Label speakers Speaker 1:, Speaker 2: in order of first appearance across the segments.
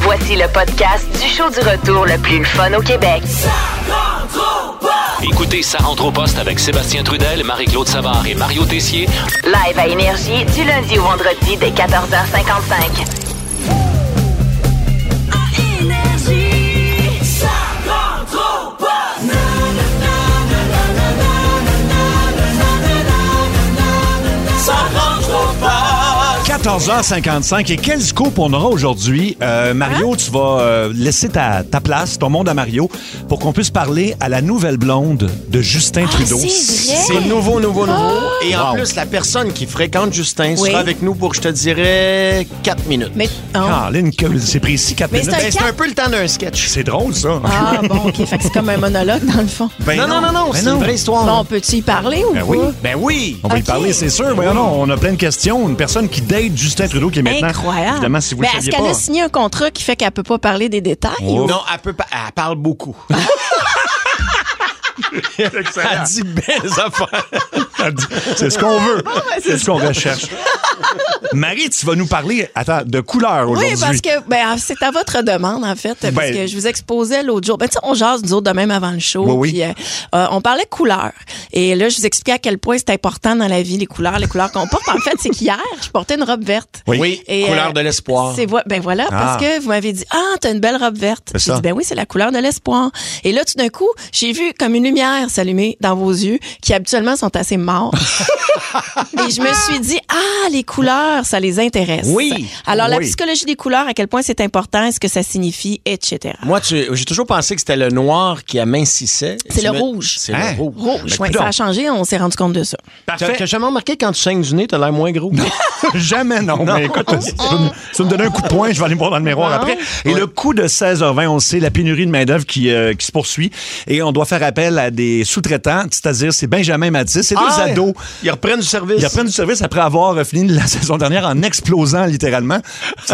Speaker 1: voici le podcast du show du retour le plus fun au Québec.
Speaker 2: Écoutez, ça rentre au poste avec Sébastien Trudel, Marie-Claude Savard et Mario Tessier.
Speaker 1: Live à Énergie du lundi au vendredi dès 14h55.
Speaker 3: Ça rentre au poste.
Speaker 4: 14h55 et quel scoop on aura aujourd'hui? Euh,
Speaker 5: Hein?
Speaker 4: Mario, tu vas euh, laisser ta, ta place, ton monde à Mario, pour qu'on puisse parler à la nouvelle blonde de Justin Trudeau.
Speaker 5: Ah, c'est vrai. Oh.
Speaker 6: C'est nouveau, nouveau, nouveau. Et en
Speaker 4: Wow.
Speaker 6: plus, la personne qui fréquente Justin
Speaker 5: Oui.
Speaker 6: sera avec nous pour, je te dirais, 4 minutes.
Speaker 5: Mais, ah.
Speaker 4: Caroline, que- c'est précis, 4
Speaker 5: Mais
Speaker 4: minutes.
Speaker 5: c'est
Speaker 6: Ben, c'est un peu le temps d'un sketch.
Speaker 4: C'est drôle, ça.
Speaker 5: Ah, bon, OK. Fait que c'est comme un monologue, dans le fond.
Speaker 4: Ben
Speaker 6: non, non, non, non,
Speaker 4: Ben
Speaker 6: c'est une vraie histoire.
Speaker 5: Bon, on peut-tu y parler ou
Speaker 4: Ben
Speaker 5: pas?
Speaker 4: oui.
Speaker 6: Ben oui!
Speaker 4: On va y
Speaker 5: Ok.
Speaker 4: parler, c'est sûr. Voyons, non, on a plein de questions. Une personne qui date Justin Trudeau qui est maintenant.
Speaker 5: Incroyable.
Speaker 4: Évidemment, si vous
Speaker 5: Ben,
Speaker 4: le
Speaker 5: Est-ce
Speaker 4: saviez
Speaker 5: qu'elle
Speaker 4: pas.
Speaker 5: a signé un contrat qui fait qu'elle peut pas parler des détails?
Speaker 4: Oh.
Speaker 6: Non, elle, peut pas- elle parle beaucoup. elle dit belles affaires.
Speaker 4: C'est ce qu'on veut.
Speaker 5: ben, c'est
Speaker 4: c'est ce qu'on recherche. Marie, tu vas nous parler attends, de couleurs
Speaker 5: Oui,
Speaker 4: aujourd'hui.
Speaker 5: parce que ben, c'est à votre demande, en fait, parce
Speaker 4: Ben-
Speaker 5: que je vous exposais l'autre jour. Ben, tu sais, on jase, nous autres, de même avant le show.
Speaker 4: Oui, oui.
Speaker 5: puis, euh, euh, on parlait couleurs. Et là, je vous expliquais à quel point c'est important dans la vie, les couleurs, les couleurs qu'on porte. En fait, c'est qu'hier, je portais une robe verte.
Speaker 4: Oui.
Speaker 6: Oui,
Speaker 5: Et,
Speaker 6: couleur
Speaker 5: euh,
Speaker 6: de l'espoir.
Speaker 5: C'est voi- ben voilà,
Speaker 4: Ah.
Speaker 5: parce que vous m'avez dit ah t'as une belle robe verte.
Speaker 4: C'est
Speaker 5: J'ai
Speaker 4: ça.
Speaker 5: dit ben oui c'est la couleur de l'espoir. Et là tout d'un coup j'ai vu comme une lumière s'allumer dans vos yeux qui habituellement sont assez morts. Et je me suis dit ah les couleurs ça les intéresse.
Speaker 6: Oui.
Speaker 5: Alors la
Speaker 4: Oui.
Speaker 5: psychologie des couleurs à quel point c'est important, ce que ça signifie, etc.
Speaker 6: Moi, tu- j'ai toujours pensé que c'était le noir qui amincissait.
Speaker 5: C'est
Speaker 6: Tu
Speaker 5: le
Speaker 6: me-
Speaker 5: rouge.
Speaker 6: C'est
Speaker 4: Hein?
Speaker 6: le rouge.
Speaker 5: Rouge,
Speaker 4: Ben,
Speaker 5: ouais, ça a changé, on s'est rendu compte de ça.
Speaker 6: T'as t'as jamais remarqué quand tu saignes du nez, t'as l'air moins gros?
Speaker 4: Jamais, non. Mais écoute, tu vas me- tu vas me donner un coup de poing, je vais aller me voir dans le
Speaker 6: Ah
Speaker 4: miroir après. Et le coup de 16h20, on sait la pénurie de main-d'œuvre qui, euh, qui se poursuit. Et on doit faire appel à des sous-traitants, c'est-à-dire c'est Benjamin Matisse, c'est
Speaker 6: Ah,
Speaker 4: des ados.
Speaker 6: Ils reprennent du service.
Speaker 4: Ils reprennent du service après avoir euh, fini la saison dernière en explosant littéralement.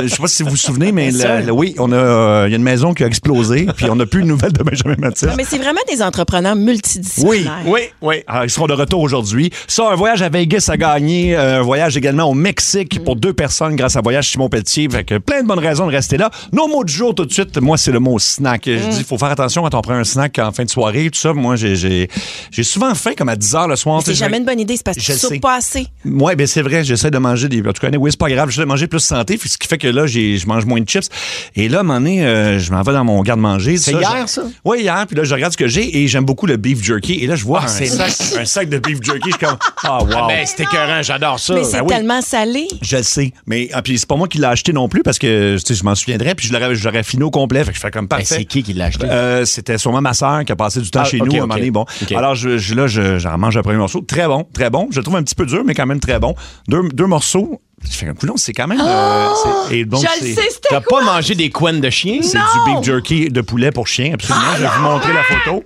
Speaker 4: Je sais pas si vous vous souvenez,
Speaker 6: Ah,
Speaker 4: mais
Speaker 5: Bien
Speaker 4: la-
Speaker 5: sûr.
Speaker 4: la- oui, on a, euh, il y a une maison qui a explosé, puis on n'a plus de nouvelles de Benjamin Matisse.
Speaker 5: Non,
Speaker 6: Ah,
Speaker 5: mais c'est vraiment des entrepreneurs
Speaker 4: Oui,
Speaker 5: multidisciplinaires.
Speaker 6: Oui, oui.
Speaker 4: Alors, ils seront de retour aujourd'hui. Ça, un voyage à Vegas à gagner, euh, un voyage également au Mexique pour deux personnes grâce à Voyage Simon Pelletier. Fait que plein de bonnes raisons de rester là. Nos mots du jour tout de suite, moi, c'est le mot snack.
Speaker 6: Mm.
Speaker 4: Je dis, il faut faire attention quand on prend un snack en fin de soirée, tout ça. Moi, j'ai- j'ai j'ai souvent faim comme à 10 h le soir.
Speaker 5: C'est jamais une bonne idée, c'est parce que
Speaker 4: Je
Speaker 5: tu
Speaker 4: le sais.
Speaker 5: sautes pas assez.
Speaker 4: Oui, ben c'est vrai, j'essaie de manger des. En tout cas, oui, c'est pas grave, j'essaie de manger plus santé, puis ce qui fait que là, j'ai- je mange moins de chips. Et là, à un moment donné, euh, je m'en vais dans mon garde-manger.
Speaker 6: C'est hier, ça?
Speaker 4: Oui, hier, puis là, je regarde ce que j'ai et j'aime beaucoup le beef jerky. Et là, je vois
Speaker 6: Ah,
Speaker 4: un,
Speaker 6: c'est
Speaker 4: sac, un sac de beef jerky, je suis comme, ah, wow.
Speaker 6: Ben, c'est écœurant, j'adore ça.
Speaker 5: Mais c'est
Speaker 4: Ben oui.
Speaker 5: tellement salé.
Speaker 4: Je le sais, mais ah, puis c'est pas moi qui l'ai acheté non plus parce que tu sais, je m'en souviendrais puis je l'aurais je l'aurais fini au complet, fait que je fais comme
Speaker 6: Ben,
Speaker 4: parfait.
Speaker 6: c'est qui qui l'a acheté?
Speaker 4: Euh, c'était sûrement ma sœur qui a passé du temps
Speaker 6: Ah,
Speaker 4: chez
Speaker 6: ok,
Speaker 4: nous à un
Speaker 6: ok.
Speaker 4: moment donné. Bon.
Speaker 6: Ok.
Speaker 4: Alors, je, je- là, je- j'en mange un premier morceau. Très bon, très bon. Je le trouve un petit peu dur, mais quand même très bon. Deux, deux morceaux. Je fais comme coulon, c'est quand même. euh, c'est- et donc,
Speaker 5: Ah! je le
Speaker 4: c'est-
Speaker 5: sais,
Speaker 6: T'as
Speaker 5: c'était
Speaker 6: pas mangé des couennes de chien?
Speaker 4: C'est du beef jerky de poulet pour chien, absolument. je vais vous montrer la photo.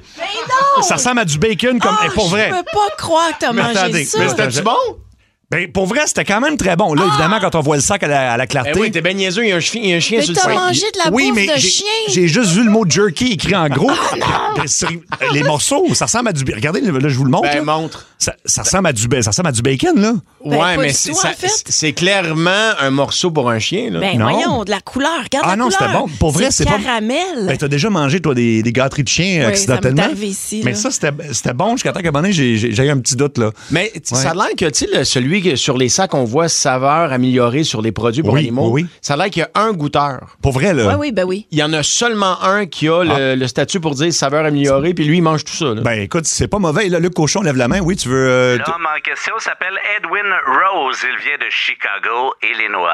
Speaker 4: Ça ressemble à du bacon comme.
Speaker 5: Ah,
Speaker 4: eh, pour vrai.
Speaker 5: Je peux pas croire que t'as
Speaker 4: Mais
Speaker 5: mangé
Speaker 4: attendez,
Speaker 5: ça.
Speaker 4: mais
Speaker 6: C'était-tu bon?
Speaker 4: Ben, pour vrai, c'était quand même très bon. Là, évidemment, quand on voit le sac à la, à la clarté.
Speaker 6: Ben oui, t'es ben niaiseux, il y a un chien, il y a un chien
Speaker 5: Ah! Mais
Speaker 6: sur le
Speaker 5: t'as
Speaker 6: site.
Speaker 5: mangé de la
Speaker 4: oui,
Speaker 5: bouffe
Speaker 4: mais
Speaker 5: de
Speaker 4: j'ai-
Speaker 5: chien. Ah,
Speaker 4: J'ai juste vu le mot jerky écrit en gros. Sur les morceaux, ça ressemble à du. Regardez, là, je vous le montre.
Speaker 6: Ben,
Speaker 4: là.
Speaker 6: montre.
Speaker 4: Ça, ça ressemble à du, ba- ça ressemble à du bacon, là.
Speaker 5: Ben, pas
Speaker 6: ouais, mais
Speaker 5: du
Speaker 6: c'est
Speaker 5: tout,
Speaker 6: ça-
Speaker 5: en fait.
Speaker 6: c'est- c'est clairement un morceau pour un chien. Là.
Speaker 5: Ben
Speaker 4: Non.
Speaker 5: voyons, de la couleur. Regarde
Speaker 4: Ah
Speaker 5: la
Speaker 4: non,
Speaker 5: couleur.
Speaker 4: c'était bon. Pour vrai, c'est pas-
Speaker 5: caramel.
Speaker 4: Ben, t'as déjà mangé, toi, des, des gâteries de chien
Speaker 5: Oui,
Speaker 4: accidentellement.
Speaker 5: ça m'est arrivé ici,
Speaker 4: Mais
Speaker 5: là.
Speaker 4: ça, c'était c'était bon jusqu'à temps qu'à un moment donné, j'ai- j'ai j'ai eu un petit doute, là.
Speaker 6: Mais t-
Speaker 4: Ouais.
Speaker 6: ça a l'air que, tu sais, le- celui que sur les sacs, on voit saveur améliorée sur les produits pour
Speaker 4: Oui,
Speaker 6: animaux.
Speaker 4: oui.
Speaker 6: Ça a l'air qu'il y a un goûteur.
Speaker 4: Pour vrai, là. Ah.
Speaker 5: oui, oui, ben oui.
Speaker 6: Il y en a seulement un qui a le, le statut pour dire saveur améliorée, puis lui, il mange tout ça. là.
Speaker 4: Ben, écoute, c'est pas mauvais. Là, le cochon lève la main. Oui, tu veux. euh, tu-
Speaker 7: L'homme en question s'appelle Edwin Rose. Il vient de Chicago, Illinois.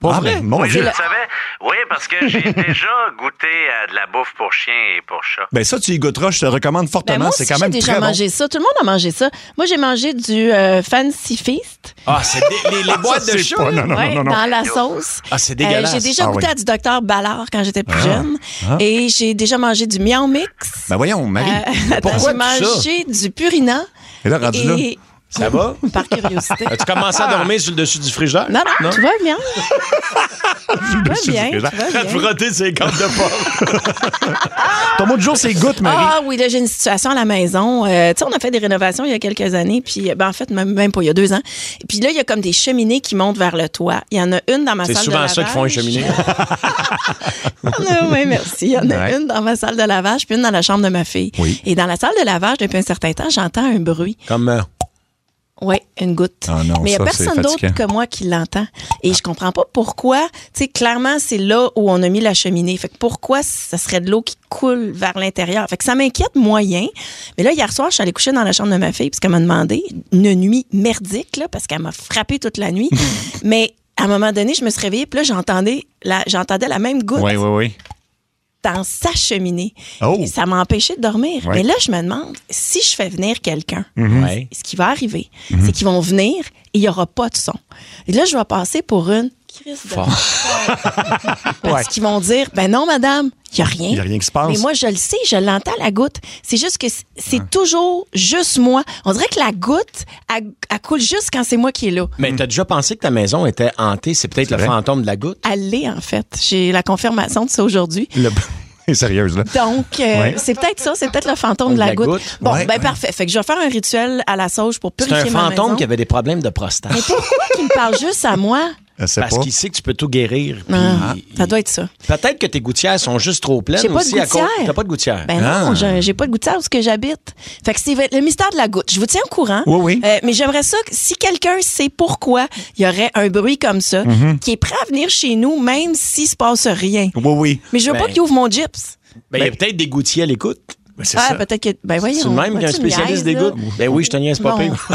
Speaker 6: Pas
Speaker 4: Ah,
Speaker 6: vrai?
Speaker 4: ben, mon
Speaker 7: oui,
Speaker 4: Dieu.
Speaker 7: je le savais. Oui, parce que j'ai déjà goûté à de la bouffe pour chien et pour chat.
Speaker 4: Ben, ça, tu y goûteras. Je te recommande
Speaker 5: Ben,
Speaker 4: fortement.
Speaker 5: moi
Speaker 4: c'est
Speaker 5: aussi,
Speaker 4: quand
Speaker 5: j'ai
Speaker 4: même
Speaker 5: déjà
Speaker 4: très bon.
Speaker 5: mangé ça. Tout le monde a mangé ça. Moi, j'ai mangé du euh, Fancy Feast
Speaker 6: Ah, c'est des- les, les boîtes
Speaker 4: Ça,
Speaker 6: de
Speaker 4: c'est
Speaker 6: chat.
Speaker 4: pas-
Speaker 6: là.
Speaker 4: non, non,
Speaker 5: ouais,
Speaker 4: non, non, non.
Speaker 5: dans la sauce. Euh,
Speaker 6: Ah, c'est dégueulasse.
Speaker 5: j'ai déjà
Speaker 4: Ah,
Speaker 5: goûté
Speaker 4: oui.
Speaker 5: à du Dr Ballard quand j'étais plus jeune.
Speaker 4: Ah.
Speaker 5: Et j'ai déjà mangé du Miao Mix.
Speaker 4: Ben, voyons, Marie.
Speaker 5: Euh, attends,
Speaker 6: Pourquoi
Speaker 5: j'ai
Speaker 6: tout ça?
Speaker 5: mangé du Purina.
Speaker 4: Et là, rendu là.
Speaker 5: Et
Speaker 6: Ça va?
Speaker 5: Par curiosité.
Speaker 6: As-tu commencé à dormir sur le dessus du frigidaire?
Speaker 5: Non, non, tu vas bien. tu vas
Speaker 4: dessus du
Speaker 5: bien. tu
Speaker 4: frigidaire.
Speaker 5: vas bien.
Speaker 6: Frotter ses cordes de porc.
Speaker 4: Ton mot du jour, c'est goutte, Marie.
Speaker 5: Ah oui, là, j'ai une situation à la maison. Euh, tu sais, on a fait des rénovations il y a quelques années, puis ben, en fait, même, même pas il y a deux ans. Puis là, il y a comme des cheminées qui montent vers le toit. Il y en a une dans ma
Speaker 6: C'est
Speaker 5: salle de
Speaker 6: souvent ça qu'ils font une
Speaker 5: lavage.
Speaker 6: cheminée.
Speaker 5: Il y en a- oui, merci. Il y en a
Speaker 4: Ouais.
Speaker 5: une dans ma salle de lavage, puis une dans la chambre de ma fille.
Speaker 4: Oui.
Speaker 5: Et dans la salle de lavage, depuis un certain temps, j'entends un bruit.
Speaker 6: Comme. euh,
Speaker 5: Oui, une goutte.
Speaker 4: Ah non,
Speaker 5: Mais il n'y a
Speaker 4: ça, c'est
Speaker 5: personne d'autre
Speaker 4: fatigant.
Speaker 5: que moi qui l'entend. Et je comprends pas pourquoi. Tu sais, clairement, c'est là où on a mis la cheminée. Fait que pourquoi ça serait de l'eau qui coule vers l'intérieur? Fait que ça m'inquiète moyen. Mais là, hier soir, je suis allée coucher dans la chambre de ma fille parce qu'elle m'a demandé une nuit merdique, là, parce qu'elle m'a frappé toute la nuit. Mais à un moment donné, je me suis réveillée, puis là, j'entendais la, j'entendais la même goutte
Speaker 4: oui, oui.
Speaker 5: dans sa cheminée.
Speaker 4: Oh.
Speaker 5: Et ça m'a empêché de dormir.
Speaker 4: Ouais. Mhm.
Speaker 5: Mais là, je me demande, si je fais venir quelqu'un,
Speaker 6: Ouais.
Speaker 5: ce qui va arriver, c'est qu'ils vont venir et il n'y aura pas de son. Et là, je vais passer pour une crise de Parce
Speaker 4: Ouais.
Speaker 5: qu'ils vont dire, ben non, madame, il n'y a rien.
Speaker 4: Il y a rien qui se passe.
Speaker 5: Mais moi, je le sais, je l'entends, la goutte. C'est juste que c- c'est toujours juste moi. On dirait que la goutte, elle, elle coule juste quand c'est moi qui est là.
Speaker 6: Mais Ben, t'as déjà pensé que ta maison était hantée? C'est peut-être le
Speaker 4: vrai.
Speaker 6: fantôme de la goutte?
Speaker 5: Elle l'est, en fait. J'ai la confirmation de ça aujourd'hui.
Speaker 4: Le- Sérieuse, là.
Speaker 5: Donc, euh,
Speaker 4: Ouais.
Speaker 5: c'est peut-être ça, c'est peut-être le fantôme de la, goutte. Bon, ben parfait. Fait que je vais faire un rituel à la sauge pour
Speaker 6: C'est
Speaker 5: purifier
Speaker 6: un
Speaker 5: ma
Speaker 6: fantôme
Speaker 5: maison.
Speaker 6: qui avait des problèmes de prostate.
Speaker 5: Pourquoi qu'il me parle juste à moi?
Speaker 4: Elle sait
Speaker 6: Parce
Speaker 4: pas.
Speaker 6: qu'il sait que tu peux tout guérir. puis-
Speaker 5: Ah, ça doit être ça.
Speaker 6: Peut-être que tes gouttières sont juste trop pleines
Speaker 5: J'ai pas de
Speaker 6: aussi à cause.
Speaker 5: gouttière.
Speaker 6: T'as pas de gouttière.
Speaker 5: Ben
Speaker 4: Ah.
Speaker 5: non, j'ai- j'ai pas de gouttière où ce que j'habite. Fait que c'est le mystère de la goutte. Je vous tiens au courant.
Speaker 4: Oui, oui.
Speaker 5: Euh, mais j'aimerais ça que si quelqu'un sait pourquoi il y aurait un bruit comme ça,
Speaker 6: Mm-hmm.
Speaker 5: qui est prêt à venir chez nous même s'il se passe rien.
Speaker 4: Oui, oui.
Speaker 5: Mais je veux
Speaker 6: Ben-
Speaker 5: pas qu'il ouvre mon gyps.
Speaker 6: Ben, il y a peut-être des gouttières à l'écoute.
Speaker 4: Ben, c'est
Speaker 5: Ah,
Speaker 4: ça.
Speaker 5: peut-être que ben voyons.
Speaker 6: C'est le même
Speaker 5: vas-tu
Speaker 6: qu'un
Speaker 5: me
Speaker 6: spécialiste des
Speaker 5: niaiser, là?
Speaker 6: gouttes. Ben oui, je te niaise pas
Speaker 5: Bon.
Speaker 6: pire.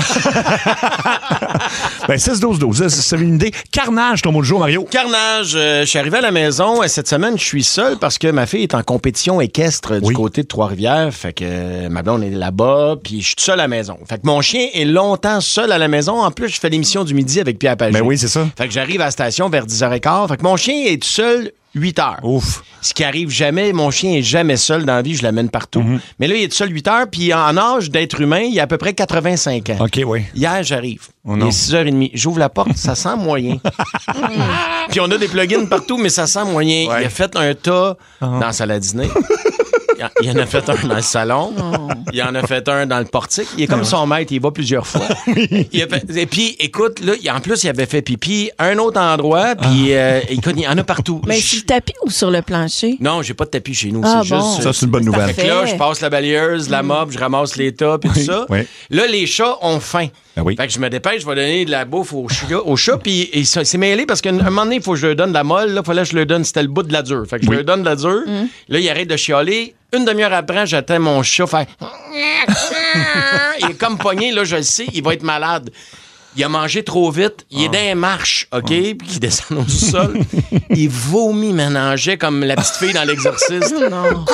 Speaker 4: Ben, 6-12-12, c'est une idée. Carnage, ton mot du jour, Mario.
Speaker 6: Carnage, euh, je suis arrivé à la maison euh, cette semaine, je suis seul parce que ma fille est en compétition équestre euh, du
Speaker 4: Oui.
Speaker 6: côté de Trois-Rivières, fait que euh, ma blonde est là-bas, puis je suis tout seul à la maison. Fait que mon chien est longtemps seul à la maison. En plus, je fais l'émission du midi avec Pierre Pagé.
Speaker 4: Ben oui, c'est ça.
Speaker 6: Fait que j'arrive à la station vers 10h15. Fait que mon chien est tout seul 8 heures.
Speaker 4: Ouf.
Speaker 6: Ce qui arrive jamais, mon chien est jamais seul dans la vie, je l'amène partout.
Speaker 4: Mhm.
Speaker 6: Mais là, il est tout seul 8 heures, puis en âge d'être humain, il a à peu près 85 ans.
Speaker 4: OK, oui.
Speaker 6: Hier, j'arrive.
Speaker 4: Oh
Speaker 6: il
Speaker 4: non.
Speaker 6: est 6h30. J'ouvre la porte, ça sent moyen. Puis on a des plugins partout, mais ça sent moyen.
Speaker 4: Ouais.
Speaker 6: Il a fait un tas dans la salle à dîner. Il en- Il en a fait un dans le salon. Il en a fait un dans le portique. Il est comme son maître, il y va plusieurs fois. Il a fait- et puis, écoute, là, il- en plus, il avait fait pipi à un autre endroit, puis euh, écoute, il y en a partout.
Speaker 5: Mais
Speaker 6: Je-
Speaker 5: sur le tapis ou sur le plancher?
Speaker 6: Non, j'ai pas de tapis chez nous.
Speaker 5: Ah,
Speaker 6: c'est
Speaker 5: bon. Mm.
Speaker 6: juste.
Speaker 4: Ça, c'est une bonne
Speaker 5: C'est
Speaker 4: nouvelle.
Speaker 6: Fait que là,
Speaker 5: Fait.
Speaker 6: je passe la balayeuse, la mop, je ramasse les tas et tout ça.
Speaker 4: oui.
Speaker 6: Là, les chats ont faim.
Speaker 4: Ben oui.
Speaker 6: Fait que je me dépêche, je vais donner de la bouffe aux chats. Aux chats puis et ça- c'est mêlé parce qu'à un moment donné, il faut que je leur donne de la molle. Là, fallait que je leur donne, c'était le bout de la dure. Fait que je leur donne de la dure.
Speaker 5: Mm.
Speaker 6: Là, il arrête de chialer. Une demi-heure après, j'atteins mon chat. Fait... il est comme pogné, là, je le sais, il va être malade. Il a mangé trop vite. Il est
Speaker 4: Ah.
Speaker 6: dans les marches, OK? Puis il descend au sol. il vomit, ménageait comme la petite fille dans l'exorciste.
Speaker 5: Non.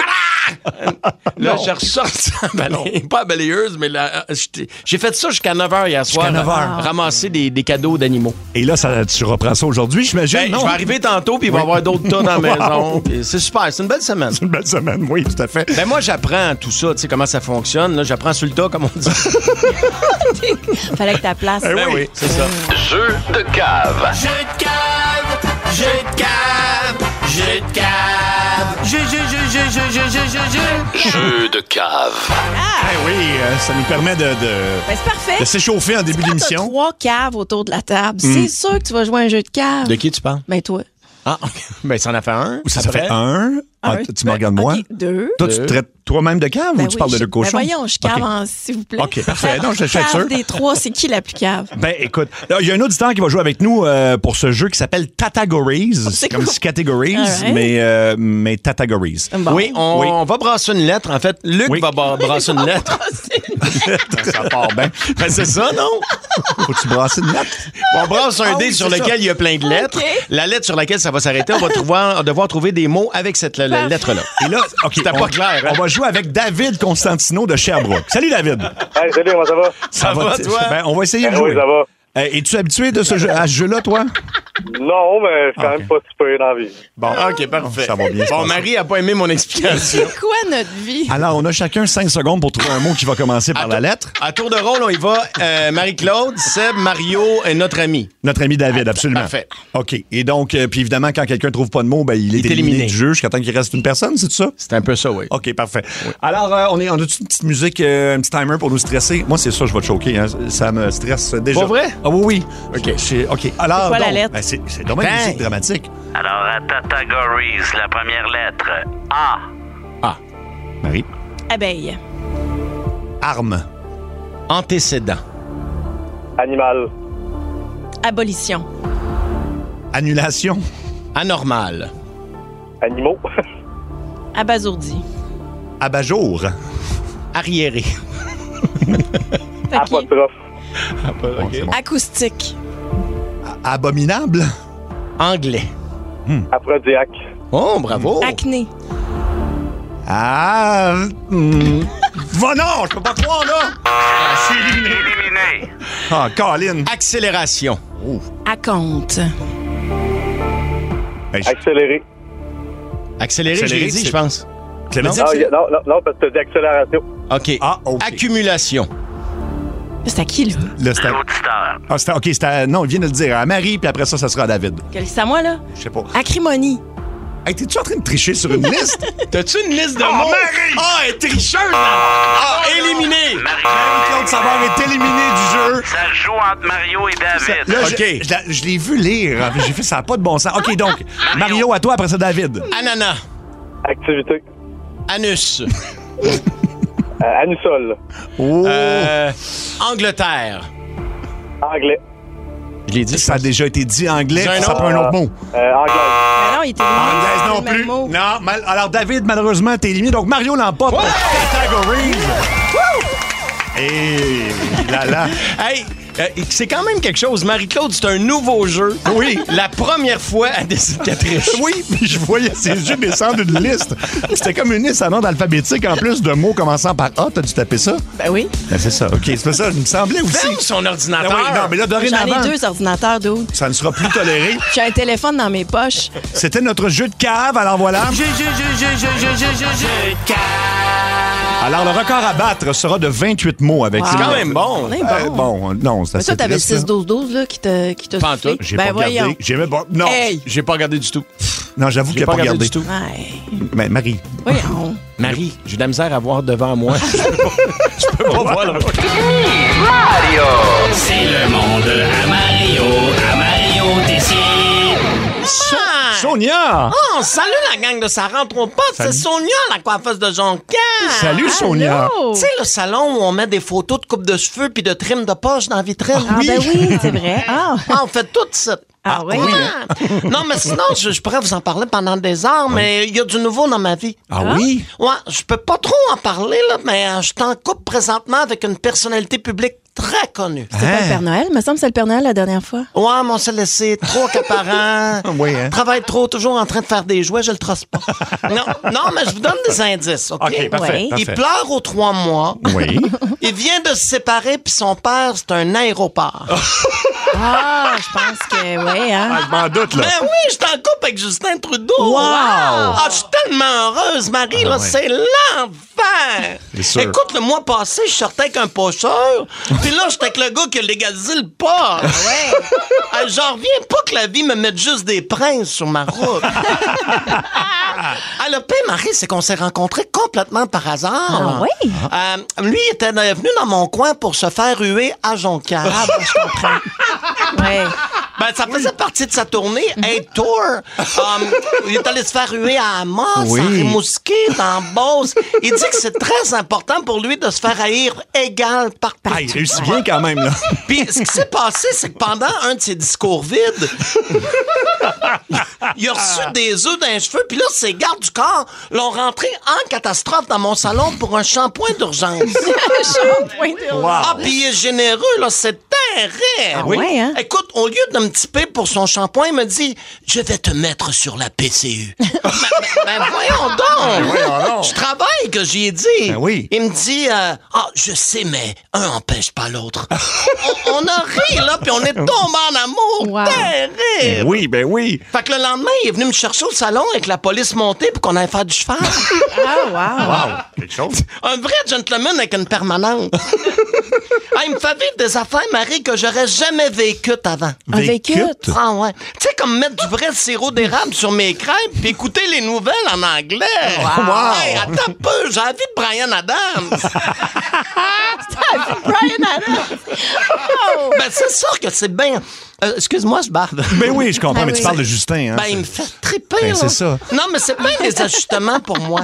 Speaker 6: Là, j'ai ressorti la balayeuse, pas la balayeuse, mais la- euh, j'étais- j'ai fait ça jusqu'à 9h hier soir.
Speaker 4: Jusqu'à 9 heures.
Speaker 6: euh, Ramasser des, des cadeaux d'animaux.
Speaker 4: Et là, ça, tu reprends ça aujourd'hui, j'imagine.
Speaker 6: Ben, je
Speaker 4: non?
Speaker 6: vais arriver tantôt, puis il va y avoir d'autres tas dans la
Speaker 4: Wow.
Speaker 6: maison. Puis C'est super, c'est une belle semaine.
Speaker 4: Une belle semaine, oui, tout à fait.
Speaker 6: Ben moi, j'apprends tout ça, tu sais, comment ça fonctionne. là. J'apprends sur le tas, comme on dit.
Speaker 5: Fallait que ta place.
Speaker 4: Ben oui.
Speaker 6: c'est ça.
Speaker 2: Jeu de cave.
Speaker 6: Jeu de cave, jeu de cave, jeu de cave. Jeu, jeu, jeu, jeu, jeu, jeu, jeu, jeu.
Speaker 2: Jeu de cave.
Speaker 4: Ben oui, euh, ça nous permet de, de,
Speaker 5: Ben, c'est parfait.
Speaker 4: de s'échauffer en début
Speaker 5: Quand t'as
Speaker 4: d'émission.
Speaker 5: trois caves autour de la table,
Speaker 4: Hmm.
Speaker 5: c'est sûr que tu vas jouer à un jeu de caves.
Speaker 6: De qui tu parles?
Speaker 5: Ben toi.
Speaker 6: Ah, ben ça en a fait un.
Speaker 4: Ça, ça
Speaker 6: après.
Speaker 4: fait un. Ah,
Speaker 5: Un.
Speaker 4: tu me regardes moi.
Speaker 5: OK, deux.
Speaker 4: Toi, tu te traites toi-même de cave ou
Speaker 5: Ben
Speaker 4: tu
Speaker 5: oui,
Speaker 4: parles de
Speaker 5: je-
Speaker 4: le cochon?
Speaker 5: Ben voyons, je cave,
Speaker 4: OK.
Speaker 5: en- s'il vous plaît.
Speaker 4: OK, parfait. Non, je- je suis
Speaker 5: Cave
Speaker 4: sûr.
Speaker 5: des trois, c'est qui la plus cave?
Speaker 4: Ben écoute, là, il y a un auditeur qui va jouer avec nous euh, pour ce jeu qui s'appelle Tatagories.
Speaker 5: Oh, c'est
Speaker 4: comme
Speaker 5: quoi?
Speaker 4: si categories,
Speaker 5: Alright.
Speaker 4: mais, euh, mais Tatagories.
Speaker 5: Bon.
Speaker 6: Oui, on,
Speaker 4: Oui.
Speaker 6: on va brasser une lettre. En fait, Luc
Speaker 4: Oui.
Speaker 6: va bra- brasser une lettre.
Speaker 4: ça part bien.
Speaker 6: Ben, c'est ça, non?
Speaker 4: Faut-tu brasser une lettre?
Speaker 6: On brasse un
Speaker 4: Ah
Speaker 6: dé
Speaker 4: oui,
Speaker 6: sur
Speaker 4: c'est
Speaker 6: lequel il y a plein de lettres.
Speaker 5: Ok.
Speaker 6: La lettre sur laquelle ça va s'arrêter, on va trouver- devoir trouver des mots avec cette le- le- lettre-là.
Speaker 4: Et là, OK.
Speaker 6: C'était
Speaker 4: on-
Speaker 6: pas clair, hein?
Speaker 4: On va jouer avec David Constantino de Sherbrooke. Salut, David.
Speaker 8: Hey, salut, comment ça va?
Speaker 4: Ça,
Speaker 6: va, toi?
Speaker 4: Ah, Ben, on va essayer de
Speaker 8: Eh oui,
Speaker 4: jouer.
Speaker 8: ça va.
Speaker 4: Euh, Es-tu habitué de ce jeu, à ce jeu-là, toi?
Speaker 6: Non, mais je suis quand
Speaker 4: Ah,
Speaker 6: même
Speaker 4: ok.
Speaker 6: pas super dans la vie.
Speaker 4: Bon.
Speaker 3: OK, parfait.
Speaker 4: Ça va bien se
Speaker 3: Bon,
Speaker 4: passer.
Speaker 3: Marie a pas aimé mon explication.
Speaker 5: C'est quoi notre vie?
Speaker 4: Alors, on a chacun 5 secondes pour trouver un mot qui va commencer par la lettre.
Speaker 3: À tour de rôle, on y va. Euh, Marie-Claude, Seb, Mario et notre ami. Ah,
Speaker 4: Notre ami David, absolument.
Speaker 3: Parfait.
Speaker 4: OK. Et donc, euh, puis évidemment, quand quelqu'un trouve pas de mot, ben, il est,
Speaker 3: est
Speaker 4: éliminé,
Speaker 3: éliminé.
Speaker 4: du jeu jusqu'à temps qu'il reste une personne, c'est ça?
Speaker 3: C'est un peu ça, oui.
Speaker 4: OK, parfait. Alors, euh, on, est, on a-tu une petite musique, euh, un petit timer pour nous stresser? Moi, c'est ça, je vais te choquer. hein. Ça me stresse déjà.
Speaker 3: Pas vrai?
Speaker 4: Ah oui, oui.
Speaker 3: OK.
Speaker 4: C'est- OK. Alors,
Speaker 5: quoi la
Speaker 4: donc,
Speaker 5: lettre?
Speaker 4: ben, c'est c'est dommage une
Speaker 3: Ben.
Speaker 4: musique dramatique.
Speaker 9: Alors, à Tata Gories, la première lettre. A.
Speaker 4: Marie.
Speaker 5: Abeille.
Speaker 4: Arme.
Speaker 3: Antécédent.
Speaker 6: Animal,
Speaker 5: Abolition.
Speaker 4: Annulation.
Speaker 3: Anormal.
Speaker 6: animaux,
Speaker 5: Abasourdi.
Speaker 4: Abat-jour.
Speaker 3: Arriéré.
Speaker 5: Taquet.
Speaker 6: apostrophe,
Speaker 4: Ah, Bon, c'est bon.
Speaker 5: Acoustique.
Speaker 4: Abominable.
Speaker 3: Anglais.
Speaker 6: Hmm. aphrodisiaque,
Speaker 3: Oh, bravo.
Speaker 5: Acné.
Speaker 4: Ah. hmm. Va non, je peux pas croire, là.
Speaker 9: Éliminé.
Speaker 4: Ah, Colin.
Speaker 3: Accélération.
Speaker 5: Acompte.
Speaker 4: Ben, je-
Speaker 6: accéléré.
Speaker 3: Accéléré, je
Speaker 4: Accéléré,
Speaker 3: l'ai dit,
Speaker 4: c'est-
Speaker 3: je pense.
Speaker 4: Clément?
Speaker 3: Non.
Speaker 6: Non,
Speaker 10: Ah,
Speaker 6: Ah, y a- non, non, non, parce que t'as dit accélération.
Speaker 3: OK.
Speaker 4: Ah, OK.
Speaker 3: Accumulation.
Speaker 5: C'est à qui, là?
Speaker 4: Là, c'était-
Speaker 9: L'auditeur.
Speaker 4: Ah, c'était- OK, c'était... Non, il vient de le dire. À Marie, puis après ça, ça sera à David.
Speaker 5: Quel- C'est à moi, là?
Speaker 4: Je sais pas.
Speaker 5: Acrimonie.
Speaker 4: Hey, t'es-tu en train de tricher sur une liste?
Speaker 3: T'as-tu une liste de mots? Ah, elle est tricheuse! Ah, éliminée!
Speaker 4: Claude Savard est éliminé du jeu.
Speaker 9: Ça se joue entre Mario et David.
Speaker 4: Là,
Speaker 3: OK.
Speaker 4: je, je la- je l'ai vu lire. hein, J'ai fait ça n'a pas de bon sens. OK, donc, Mario, à toi, après ça, David.
Speaker 3: Ananas.
Speaker 6: Activité,
Speaker 3: Anus.
Speaker 6: euh, anusol,
Speaker 4: Oh,
Speaker 3: Euh, Angleterre.
Speaker 6: anglais,
Speaker 3: Je l'ai dit.
Speaker 4: ça a déjà été dit anglais,
Speaker 3: J'ai un
Speaker 4: ça
Speaker 3: autre.
Speaker 4: prend un autre mot.
Speaker 6: euh, anglais.
Speaker 5: Ben non, il était
Speaker 4: Anglaise Ah. non
Speaker 5: C'est le même
Speaker 4: plus.
Speaker 5: mot.
Speaker 4: Non, mal- alors David, malheureusement, t'es éliminé. Donc Mario l'emporte. pour Tag Reeves. Et Eh, là là.
Speaker 3: Hey, euh, c'est quand même quelque chose. Marie-Claude, c'est un nouveau jeu. Oui. La première fois, elle décide qu'elle triche.
Speaker 4: Oui, puis je voyais ses yeux descendre d'une liste. C'était comme une liste en ordre alphabétique en plus de mots commençant par A. T'as dû taper ça?
Speaker 5: Ben oui.
Speaker 4: Ben, c'est ça. OK, c'est pas ça. Il me semblait aussi.
Speaker 3: Ferme son
Speaker 4: Ah
Speaker 3: ordinateur.
Speaker 4: oui, non, mais là,
Speaker 5: J'en ai
Speaker 4: dorénavant,
Speaker 5: deux ordinateurs, d'autres.
Speaker 4: ça ne sera plus toléré.
Speaker 5: J'ai un téléphone dans mes poches.
Speaker 4: C'était notre jeu de cave, alors voilà. Alors, le record à battre sera de 28 mots avec
Speaker 5: Wow.
Speaker 4: ces
Speaker 5: C'est
Speaker 3: quand
Speaker 4: lettres.
Speaker 3: même bon.
Speaker 5: On est
Speaker 4: Euh,
Speaker 5: bon.
Speaker 4: bon, non, ça
Speaker 5: Mais toi,
Speaker 4: c'est
Speaker 5: t'avais le
Speaker 4: triste, là.
Speaker 5: 6-12-12 là, qui t'a qui t'a
Speaker 3: Pas en
Speaker 5: soufflé.
Speaker 3: tout.
Speaker 4: J'ai
Speaker 5: Ben
Speaker 4: pas
Speaker 5: voyons.
Speaker 4: regardé. J'ai même pas. Non,
Speaker 5: Hey!
Speaker 3: J'ai pas regardé du tout.
Speaker 4: non j'avoue qu'il
Speaker 3: J'ai
Speaker 4: a
Speaker 3: pas
Speaker 4: pas
Speaker 3: regardé
Speaker 4: regardé.
Speaker 3: du tout.
Speaker 5: Ouais.
Speaker 4: Mais Marie.
Speaker 5: Voyons.
Speaker 3: Marie, j'ai de la misère à voir devant moi. Je peux pas voir.
Speaker 7: C'est le monde à Mario, à Mario Tessier.
Speaker 4: Sonia!
Speaker 3: Oh, salut la gang de Ça rentre au pote. C'est Sonia, la coiffeuse de Jonquin.
Speaker 4: Salut, Sonia!
Speaker 5: Allô?
Speaker 3: Tu sais, le salon où on met des photos de coupe de cheveux puis de trim de poche dans la vitrine.
Speaker 5: Ah ben oui, c'est vrai. Ah,
Speaker 3: Ah, on fait tout ça. hein.
Speaker 5: ah ouais.
Speaker 3: Non, mais sinon, je, je pourrais vous en parler pendant des heures, mais il y a du nouveau dans ma vie.
Speaker 4: Ah oui?
Speaker 3: Ouais, je peux pas trop en parler, là, mais euh, je t'en coupe présentement avec une personnalité publique très connue.
Speaker 4: Hein?
Speaker 5: C'est pas le Père Noël? Me semble que c'est le Père Noël la dernière fois.
Speaker 3: Ouais, mais on s'est laissé trop caparant.
Speaker 4: Oui, hein?
Speaker 3: Travaille trop, toujours en train de faire des jouets, je le trosse pas. non, non, mais je vous donne des indices, OK?
Speaker 4: OK, parfait.
Speaker 5: Ouais.
Speaker 4: parfait.
Speaker 3: Il pleure aux trois mois.
Speaker 4: Oui.
Speaker 3: Il vient de se séparer, puis son père, c'est un aéroport.
Speaker 5: Ah, je pense que oui, hein?
Speaker 4: Ah, je m'en doute, là.
Speaker 3: Ben oui, je suis en couple avec Justin Trudeau.
Speaker 5: Wow!
Speaker 3: Ah, je suis tellement heureuse, Marie, là,
Speaker 4: Ah ouais.
Speaker 3: c'est l'enfer.
Speaker 4: C'est sûr.
Speaker 3: Écoute, le mois passé, je sortais avec un pocheur, puis là, j'étais avec le gars qui a légalisé le port. Ouais. J'en reviens pas que la vie me mette juste des princes sur ma route. Ah, le pire, Marie, c'est qu'on s'est rencontrés complètement par
Speaker 5: Ah
Speaker 3: hasard.
Speaker 5: oui?
Speaker 3: Euh, lui, il était venu dans mon coin pour se faire ruer à Jonquière.
Speaker 5: Ouais.
Speaker 3: Ben, ça faisait partie de sa tournée,
Speaker 4: Mhm.
Speaker 3: Hey Tour. Um, il est allé se faire ruer à Amos,
Speaker 4: Oui.
Speaker 3: à Rimouski, dans Beauce. Il dit que c'est très important pour lui de se faire haïr égal par
Speaker 4: Ah, il réussit bien quand même, là.
Speaker 3: Puis ce qui s'est passé, c'est que pendant un de ses discours vides, il a reçu des œufs d'un cheveu, puis là, ses gardes du corps l'ont rentré en catastrophe. catastrophe dans mon salon pour un shampoing d'urgence.
Speaker 5: Point de-
Speaker 3: Ah, puis il est généreux, là, c'est terrible.
Speaker 5: Ah oui? ouais, hein?
Speaker 3: Écoute, au lieu de me tiper pour son shampoing, il me dit Je vais te mettre sur la PCU. ben, ben, ben, voyons donc.
Speaker 4: voyons donc.
Speaker 3: Je travaille, que j'y ai dit.
Speaker 4: Ben oui.
Speaker 3: Il me dit euh, Ah, je sais, mais un empêche pas l'autre. on, on a ri, là, puis on est tombé en amour.
Speaker 5: Wow.
Speaker 3: Terrible.
Speaker 4: Ben oui, ben oui.
Speaker 3: Fait que le lendemain, il est venu me chercher au salon avec la police montée pour qu'on aille faire du cheval.
Speaker 7: ben
Speaker 5: Ah, wow.
Speaker 4: Wow, quelque chose.
Speaker 3: Un vrai gentleman avec une permanente. Ah, il me fait vivre des affaires, Marie, que j'aurais jamais vécues avant.
Speaker 5: Un vécute.
Speaker 3: Ah ouais. Tu sais, comme mettre du vrai sirop d'érable sur mes crêpes puis écouter les nouvelles en anglais.
Speaker 4: Wow. Wow.
Speaker 3: Hey, attends un peu, j'ai la vie de Brian Adams.
Speaker 5: Brian Adams.
Speaker 3: ben, c'est sûr que c'est bien... Euh, Excuse-moi, je barbe.
Speaker 4: Ben oui, je comprends,
Speaker 5: Ah
Speaker 4: mais tu
Speaker 5: oui.
Speaker 4: parles de Justin. Hein,
Speaker 3: Ben, il me fait triper.
Speaker 4: Ben,
Speaker 3: là.
Speaker 4: c'est ça.
Speaker 3: Non, mais c'est bien des ajustements pour moi.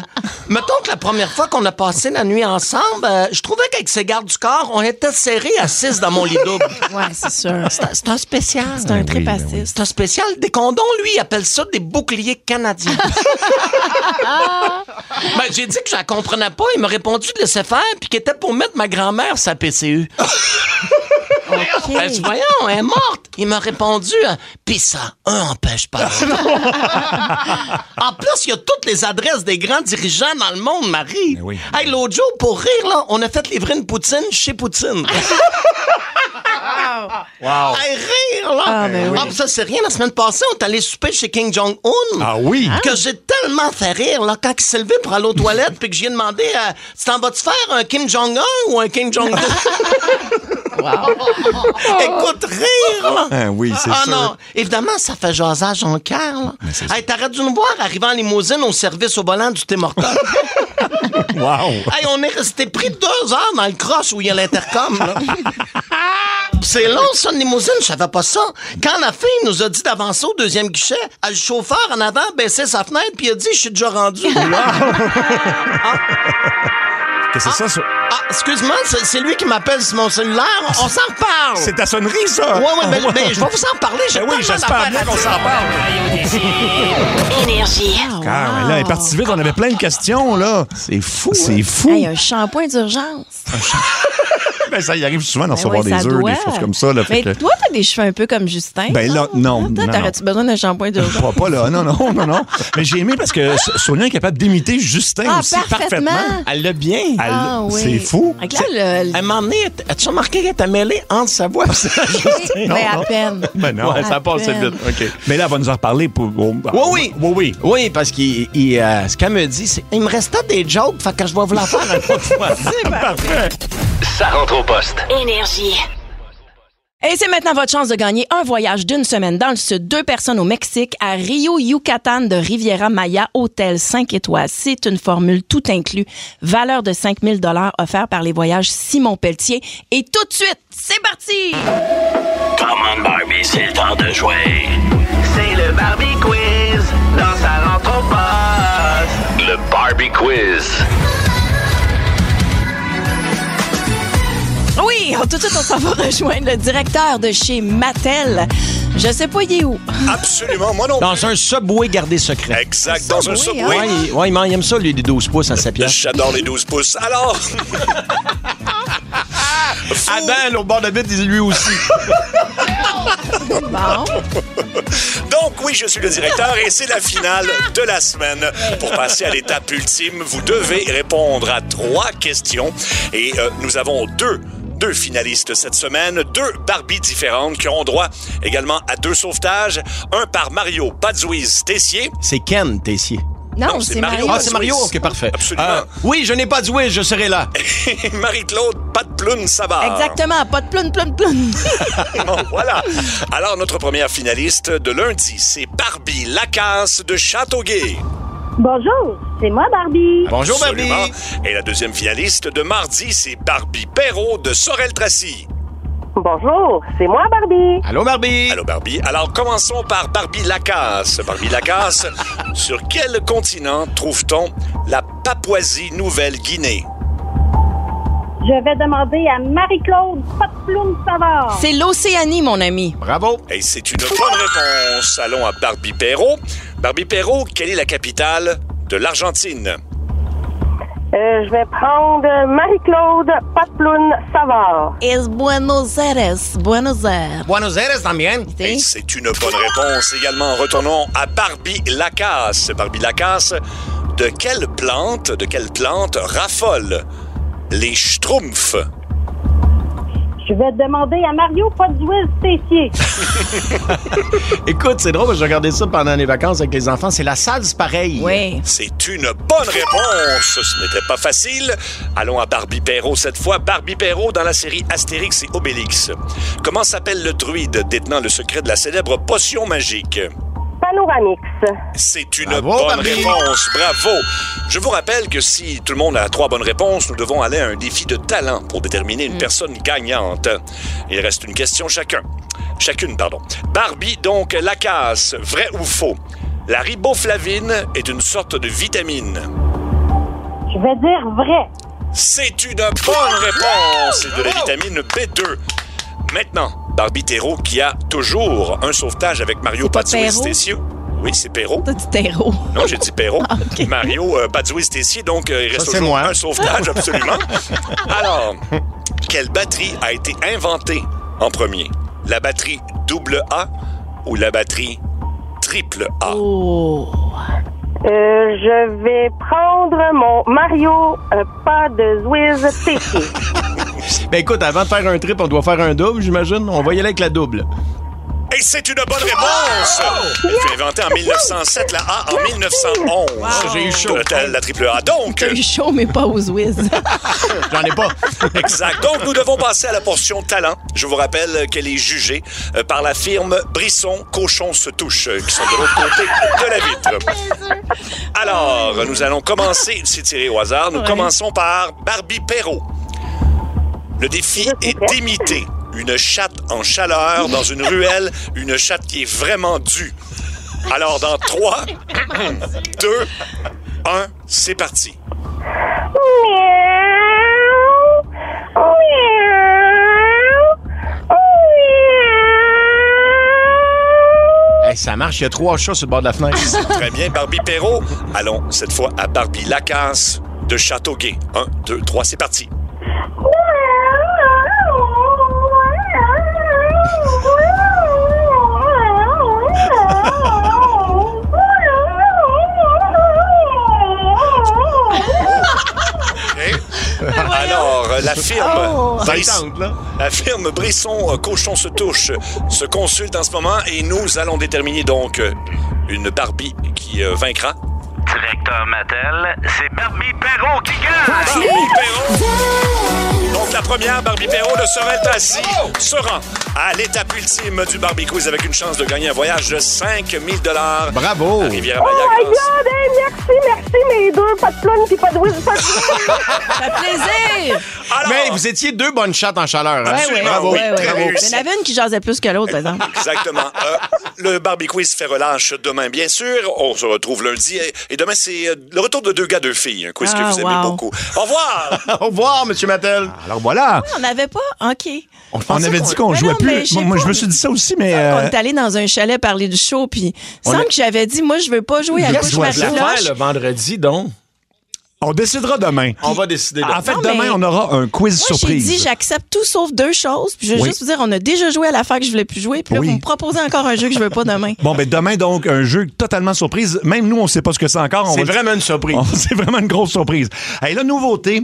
Speaker 3: Mettons que la première fois qu'on a passé la nuit ensemble, euh, je trouvais qu'avec ses gardes du corps, on était serrés à six dans mon lit double.
Speaker 5: Ouais, c'est sûr.
Speaker 3: C'est un- C'est un spécial.
Speaker 5: C'est un
Speaker 4: oui,
Speaker 5: trip
Speaker 4: ben
Speaker 5: acide.
Speaker 3: C'est un spécial des condoms, lui, il appelle ça des boucliers canadiens. ben, j'ai dit que je la comprenais pas, il m'a répondu de laisser faire, puis qu'il était pour mettre ma grand-mère sa PCU.
Speaker 5: OK.
Speaker 3: Ben, je dis, voyons, elle est morte. Il m'a répondu, hein, pis ça, un empêche pas. l'autre. en plus, il y a toutes les adresses des grands dirigeants dans le monde, Marie.
Speaker 4: Ben oui.
Speaker 3: Hey, l'autre jour, pour rire, là, on a fait livrer une poutine chez Poutine.
Speaker 4: Wow.
Speaker 3: Hey, rire, là!
Speaker 5: Ah, ben oui.
Speaker 3: Ah, pis ça, c'est rien. La semaine passée, on est allé souper chez King Jong-un.
Speaker 4: Ah oui?
Speaker 3: Que j'ai tellement fait rire, là, quand il s'est levé pour aller aux toilettes, puis que j'ai demandé, euh, tu t'en vas-tu faire un Kim Jong-un ou un King Jong-un? Écoute, rire, là!
Speaker 4: Ah oui, c'est
Speaker 3: Ah
Speaker 4: sûr.
Speaker 3: non, évidemment, ça fait jasage en cœur, là.
Speaker 4: Mais c'est
Speaker 3: Hey, t'aurais dû nous voir arrivant en limousine au service au volant du thé mortel.
Speaker 4: Wow.
Speaker 3: Hey, on est resté pris deux heures dans le croche où il y a l'intercom. là. Pis C'est long, ça, une limousine, je savais pas ça. Quand la fille nous a dit d'avancer au deuxième guichet, elle, le chauffeur en avant baissait sa fenêtre puis il a dit « Je suis déjà rendu
Speaker 4: Que c'est ça, ça? ».
Speaker 3: Ah, excuse-moi, c'est c'est lui qui m'appelle sur mon cellulaire, on on s'en reparle.
Speaker 4: C'est ta sonnerie, ça?
Speaker 3: Ouais, ouais, ben, ben, je vais vous en parler, j'ai
Speaker 4: Ben oui,
Speaker 3: tellement
Speaker 4: j'espère
Speaker 3: d'affaires
Speaker 4: bien
Speaker 3: à
Speaker 4: qu'on
Speaker 3: dire.
Speaker 4: s'en parle.
Speaker 11: Énergie.
Speaker 4: Ah, mais là, elle est partie vite, on avait plein de questions, là.
Speaker 3: C'est fou.
Speaker 4: C'est fou.
Speaker 5: Hey, un shampoing d'urgence.
Speaker 4: Ben, ça, il arrive souvent d'en
Speaker 5: Ben
Speaker 4: recevoir
Speaker 5: oui, ça
Speaker 4: des œufs,
Speaker 5: doit.
Speaker 4: des choses comme ça. Là, fait
Speaker 5: Mais
Speaker 4: que-
Speaker 5: toi, t'as des cheveux un peu comme Justin.
Speaker 4: Ben là, non,
Speaker 5: Hein, toi,
Speaker 4: non,
Speaker 5: T'aurais-tu besoin d'un shampoing
Speaker 4: Je
Speaker 5: d'urgence?
Speaker 4: crois pas, là. Non, non, non, non. Mais j'ai aimé parce que So- Sonia est capable d'imiter Justin
Speaker 5: Ah,
Speaker 4: aussi
Speaker 5: parfaitement.
Speaker 3: Elle l'a bien.
Speaker 4: Elle-
Speaker 5: Ah, oui.
Speaker 4: C'est fou.
Speaker 5: Fait que là, le-
Speaker 3: À un moment donné, as-tu remarqué qu'elle t'a mêlé entre sa voix et sa
Speaker 5: Mais à peine.
Speaker 4: Ben non.
Speaker 5: Ouais. À peine.
Speaker 3: OK.
Speaker 4: Mais là, elle va nous en reparler pour. oh,
Speaker 3: Oui, oui.
Speaker 4: Oui, oui.
Speaker 3: Oui, parce qu'il, il, euh, ce qu'elle me dit, c'est il me restait des jokes, fait que je vais vous la faire un autre fois.
Speaker 4: Parfait.
Speaker 12: Ça rentre au poste.
Speaker 11: Énergie.
Speaker 5: Et c'est maintenant votre chance de gagner un voyage d'une semaine dans le sud, deux personnes au Mexique, à Rio Yucatan de Riviera Maya, hôtel 5 étoiles. C'est une formule tout inclus, valeur de 5000 dollars offert par les voyages Simon Pelletier. Et tout de suite, c'est parti!
Speaker 7: Come on, Barbie, c'est le temps de jouer. C'est le Barbie Quiz dans sa rentre au poste.
Speaker 12: Le Barbie Quiz.
Speaker 5: Oui, tout de suite, on s'en va rejoindre le directeur de chez Mattel. Je sais pas, il est où.
Speaker 4: Absolument. Moi non.
Speaker 3: Dans un subway gardé secret.
Speaker 4: Exact. Dans un
Speaker 5: Subway,
Speaker 4: subway.
Speaker 3: Ouais, il, ouais, il m'en- il aime ça, lui, des 12 pouces à sa pièce.
Speaker 4: J'adore les 12 pouces. Alors.
Speaker 3: Adam, au bord de vite, lui aussi.
Speaker 5: Bon.
Speaker 4: Donc oui, je suis le directeur et c'est la finale de la semaine. Pour passer à l'étape ultime, vous devez répondre à trois questions et euh, nous avons deux deux finalistes cette semaine, deux Barbies différentes qui auront droit également à deux sauvetages, un par Mario Pazuiz Tessier.
Speaker 3: C'est Ken Tessier.
Speaker 5: Non,
Speaker 4: Non, c'est
Speaker 5: c'est Mario.
Speaker 4: Mario.
Speaker 3: Ah, c'est Mario? Ok, parfait. Euh,
Speaker 4: Absolument.
Speaker 3: oui, je n'ai pas de oui, je serai là.
Speaker 4: et Marie-Claude Patploun Savard.
Speaker 5: Exactement, pas de ploune, ploune, ploune.
Speaker 4: Bon, voilà. Alors, notre première finaliste de lundi, c'est Barbie Lacasse de Châteauguay.
Speaker 13: Bonjour, c'est moi Barbie.
Speaker 3: Bonjour, Barbie.
Speaker 4: Absolument. Et la deuxième finaliste de mardi, c'est Barbie Perrault de Sorel-Tracy.
Speaker 13: Bonjour, c'est moi Barbie.
Speaker 4: Ah.
Speaker 3: Allô, Barbie.
Speaker 4: Allô, Barbie. Alors, commençons par Barbie Lacasse. Barbie Lacasse, sur quel continent trouve-t-on la Papouasie-Nouvelle-Guinée?
Speaker 13: Je vais demander à Marie-Claude Patploum Savard.
Speaker 5: C'est l'Océanie, mon ami.
Speaker 3: Bravo.
Speaker 4: Et c'est une bonne réponse. Allons à Barbie Perrault. Barbie Perrault, quelle est la capitale de l'Argentine?
Speaker 13: Euh, je vais prendre Marie-Claude Patploun Savard.
Speaker 5: Es Buenos Aires, Buenos Aires.
Speaker 6: Buenos Aires también.
Speaker 4: Et c'est une bonne réponse. Également, retournons à Barbie Lacasse. Barbie Lacasse, de quelle plante, de quelle plante raffole les schtroumpfs?
Speaker 13: Je vais demander à Mario Podwill Tessier.
Speaker 6: Écoute, c'est drôle, j'ai regardé ça pendant les vacances avec les enfants. C'est la salse pareille.
Speaker 5: Oui.
Speaker 4: C'est une bonne réponse. Ce n'était pas facile. Allons à Barbie Perrault cette fois. Barbie Perrault dans la série Astérix et Obélix. Comment s'appelle le druide détenant le secret de la célèbre potion magique?
Speaker 13: Panoramix.
Speaker 4: C'est une
Speaker 6: Bravo,
Speaker 4: bonne
Speaker 6: Barbie.
Speaker 4: réponse. Bravo. Je vous rappelle que si tout le monde a trois bonnes réponses, nous devons aller à un défi de talent pour déterminer
Speaker 5: Mm.
Speaker 4: une personne gagnante. Il reste une question chacun. Chacune, pardon. Barbie, donc, la casse. Vrai ou faux? La riboflavine est une sorte de vitamine.
Speaker 13: Je vais dire vrai.
Speaker 4: C'est une bonne réponse. C'est de la vitamine B2. Maintenant, Barbie Terreau qui a toujours un sauvetage avec Mario
Speaker 5: C'est pas Perrault?
Speaker 4: Patouis-Tessieux. Oui, c'est Perrault.
Speaker 5: T'as dit terreau.
Speaker 4: Non, j'ai dit Perrault. Mario euh, Padoue-Stessier, donc euh, il reste
Speaker 6: c'est
Speaker 4: toujours
Speaker 6: moi.
Speaker 4: un sauvetage, absolument. Alors, quelle batterie a été inventée en premier? La batterie double A ou la batterie triple A?
Speaker 5: Oh.
Speaker 4: Ah.
Speaker 13: Euh, je vais prendre mon Mario euh, Podwill Tessier.
Speaker 6: Ben écoute, avant de faire un trip, on doit faire un double, j'imagine. On va y aller avec la double.
Speaker 4: Et c'est une bonne réponse! Elle fut inventée en 1907, la A en 1911.
Speaker 6: J'ai eu chaud.
Speaker 4: Euh, La, la triple A, donc.
Speaker 5: T'as eu chaud, mais pas aux whiz.
Speaker 6: J'en ai pas.
Speaker 4: Exact. Donc, nous devons passer à la portion talent. Je vous rappelle qu'elle est jugée euh, par la firme Brisson Cochon se touche, euh, qui sont de l'autre côté de la vitre. Alors, nous allons commencer, c'est tiré au hasard, nous
Speaker 5: Ouais.
Speaker 4: commençons par Barbie Perrault. Le défi
Speaker 13: Je suis
Speaker 4: est
Speaker 13: prête.
Speaker 4: d'imiter une chatte en chaleur dans une ruelle, une chatte qui est vraiment due. Alors, dans 3, 2, 1, c'est parti.
Speaker 13: Miaou. Miaou. Miaou.
Speaker 6: Hey, ça marche, il y a trois chats sur le bord de la fenêtre.
Speaker 4: Très bien, Barbie Perrault. Allons cette fois à Barbie Lacasse de Châteauguay. Un, deux, trois, c'est parti.
Speaker 6: Ben
Speaker 4: Alors, euh, la firme, Briss-
Speaker 6: Oh. tente, là.
Speaker 4: la firme Brisson euh, Cochon se touche se consulte en ce moment et nous allons déterminer donc euh, une Barbie qui euh, vaincra.
Speaker 7: Directeur Mattel, c'est Barbie Perrault qui gagne!
Speaker 4: Barbie Perrault. Donc la première, Barbie Perrault de Sorel assis se rend à l'étape ultime du Barbie Quiz avec une chance de gagner un voyage de 5000 dollars.
Speaker 6: Bravo.
Speaker 13: Oh my God, hey, merci, merci mes deux, pas de plume pis pas de whiz, pas de
Speaker 5: Ça fait plaisir!
Speaker 6: Mais vous étiez deux bonnes chattes en chaleur. hein?
Speaker 5: Ouais, ouais,
Speaker 4: Bravo,
Speaker 5: ouais,
Speaker 4: très
Speaker 5: ouais.
Speaker 4: réussi.
Speaker 5: Il y en avait une qui jasait plus que l'autre, par exemple.
Speaker 4: Exactement. Euh, le Barbie Quiz fait relâche demain, bien sûr. On se retrouve lundi. Et, et demain, c'est euh, le retour de deux gars, deux filles. Un quiz
Speaker 5: Ah,
Speaker 4: que vous aimez
Speaker 5: wow.
Speaker 4: beaucoup. Au revoir!
Speaker 6: Au revoir, Ah, M. Mattel.
Speaker 14: Alors voilà,
Speaker 5: On n'avait pas? OK.
Speaker 6: On,
Speaker 14: on avait dit qu'on
Speaker 5: Mais
Speaker 14: jouait
Speaker 5: Ben non, mais je
Speaker 14: plus.
Speaker 5: sais
Speaker 14: Moi, moi,
Speaker 5: pas,
Speaker 14: je me suis
Speaker 5: mais-
Speaker 14: dit ça aussi, mais
Speaker 5: On
Speaker 14: euh,
Speaker 5: est allé dans un chalet parler du show, puis il semble que j'avais dit, moi, je veux pas jouer à
Speaker 14: Yes,
Speaker 5: couche
Speaker 14: ouais,
Speaker 5: ma
Speaker 14: je vais
Speaker 5: cloche.
Speaker 6: le vendredi, donc.
Speaker 14: on décidera demain.
Speaker 6: On va décider.
Speaker 14: En fait,
Speaker 5: Non, mais-
Speaker 14: demain, on aura un quiz
Speaker 5: Moi, j'ai dit,
Speaker 14: surprise.
Speaker 5: j'accepte tout sauf deux choses. Puis je veux
Speaker 14: Oui.
Speaker 5: juste vous dire, on a déjà joué à l'affaire que je voulais plus jouer. Puis là,
Speaker 14: Oui.
Speaker 5: vous me proposez encore un jeu que je veux pas demain.
Speaker 14: Bon, ben demain, donc, un jeu totalement surprise. Même nous, on sait pas ce que c'est encore. On
Speaker 6: C'est
Speaker 14: va-
Speaker 6: vraiment une surprise.
Speaker 14: On- C'est vraiment une grosse surprise. Et la nouveauté,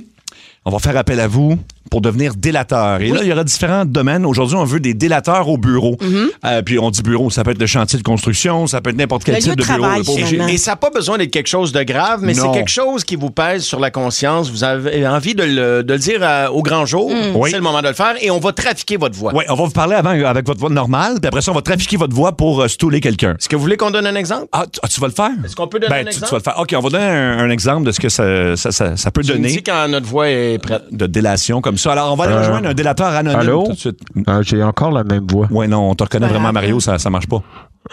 Speaker 14: on va faire appel à vous pour devenir délateur. Et là, il y aura différents domaines. Aujourd'hui, on veut des délateurs au bureau.
Speaker 6: Mm-hmm.
Speaker 14: Euh, puis on dit bureau, ça peut être le chantier de construction, ça peut être n'importe quel
Speaker 5: Le
Speaker 14: type
Speaker 5: lieu
Speaker 14: de
Speaker 5: de
Speaker 14: bureau.
Speaker 5: travail,
Speaker 14: là, pas obligé.
Speaker 5: finalement.
Speaker 6: Et ça n'a pas besoin d'être quelque chose de grave, mais c'est
Speaker 14: Non.
Speaker 6: quelque chose qui vous pèse sur la conscience. Vous avez envie de le, de le dire à- au grand jour.
Speaker 5: Mm.
Speaker 14: Oui.
Speaker 6: C'est le moment de le faire et on va trafiquer votre voix.
Speaker 14: Ouais, on va vous parler avant euh, avec votre voix normale, puis après ça, on va trafiquer votre voix pour euh, stouler quelqu'un.
Speaker 6: Est-ce que vous voulez qu'on donne un exemple?
Speaker 14: Ah, tu, ah, tu vas le faire?
Speaker 6: Est-ce qu'on peut donner
Speaker 14: Ben,
Speaker 6: un
Speaker 14: tu-
Speaker 6: exemple?
Speaker 14: Tu, vas le faire. OK, on va donner un, un exemple de ce que ça, ça- ça- ça peut
Speaker 6: Tu me
Speaker 14: donner
Speaker 6: dis quand notre voix est prête.
Speaker 14: de délation comme ça. Alors, on
Speaker 15: Euh,
Speaker 14: va aller rejoindre un délateur anonyme
Speaker 16: allô?
Speaker 14: tout de suite.
Speaker 17: Ah,
Speaker 16: J'ai encore la même voix.
Speaker 14: Ouais, non, on te reconnaît
Speaker 5: Voilà.
Speaker 14: vraiment, Mario, ça, ça marche pas.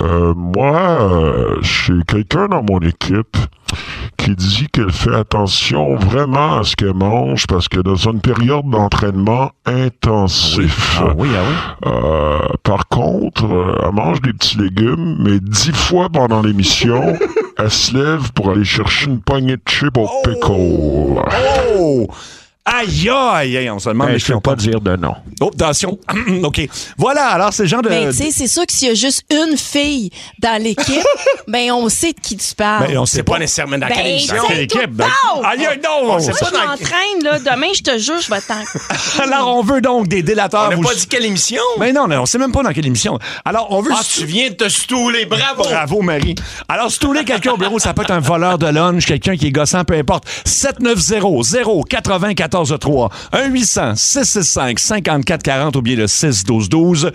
Speaker 17: euh,
Speaker 16: moi, euh, je suis quelqu'un dans mon équipe
Speaker 17: qui dit qu'elle fait attention vraiment à ce qu'elle mange parce que dans une période d'entraînement intensif.
Speaker 4: Ah oui, ah oui.
Speaker 17: Euh, par contre, euh, elle mange des petits légumes, mais dix fois pendant l'émission, elle se lève pour aller chercher une poignée de chips au
Speaker 14: Oh!
Speaker 17: pickle.
Speaker 4: Oh! Aïe, aïe, aïe, on se demande.
Speaker 15: Ben,
Speaker 4: les
Speaker 15: je peux
Speaker 4: chiens.
Speaker 15: pas dire de non.
Speaker 4: Oh, attention. OK. Voilà, alors, c'est le genre de.
Speaker 5: Ben, tu sais, c'est sûr que s'il y a juste une fille dans l'équipe, ben, on sait de qui tu parles.
Speaker 4: Ben, on sait
Speaker 6: C'est
Speaker 4: pas.
Speaker 6: pas nécessairement dans
Speaker 5: Ben,
Speaker 6: quelle émission.
Speaker 5: c'est
Speaker 4: Quelle équipe,
Speaker 5: tout
Speaker 4: ben-
Speaker 5: tard.
Speaker 4: Aïe, aïe, non!
Speaker 5: Moi,
Speaker 6: pas
Speaker 5: je
Speaker 6: dans-
Speaker 5: m'entraîne, là. Demain, je te jure, je vais t'en.
Speaker 4: Alors, on veut donc des délateurs.
Speaker 6: On n'a
Speaker 4: vous-
Speaker 6: pas dit quelle émission.
Speaker 4: Mais non, non, on sait même pas dans quelle émission. Alors, on veut.
Speaker 6: Ah, tu viens de te stouler, bravo!
Speaker 4: Bravo, Marie. Alors, stouler quelqu'un au bureau, ça peut être un voleur de lunch, quelqu'un qui est gossant, peu importe. 790-094-3. 1-800-665-5440 ou bien le 6-12-12.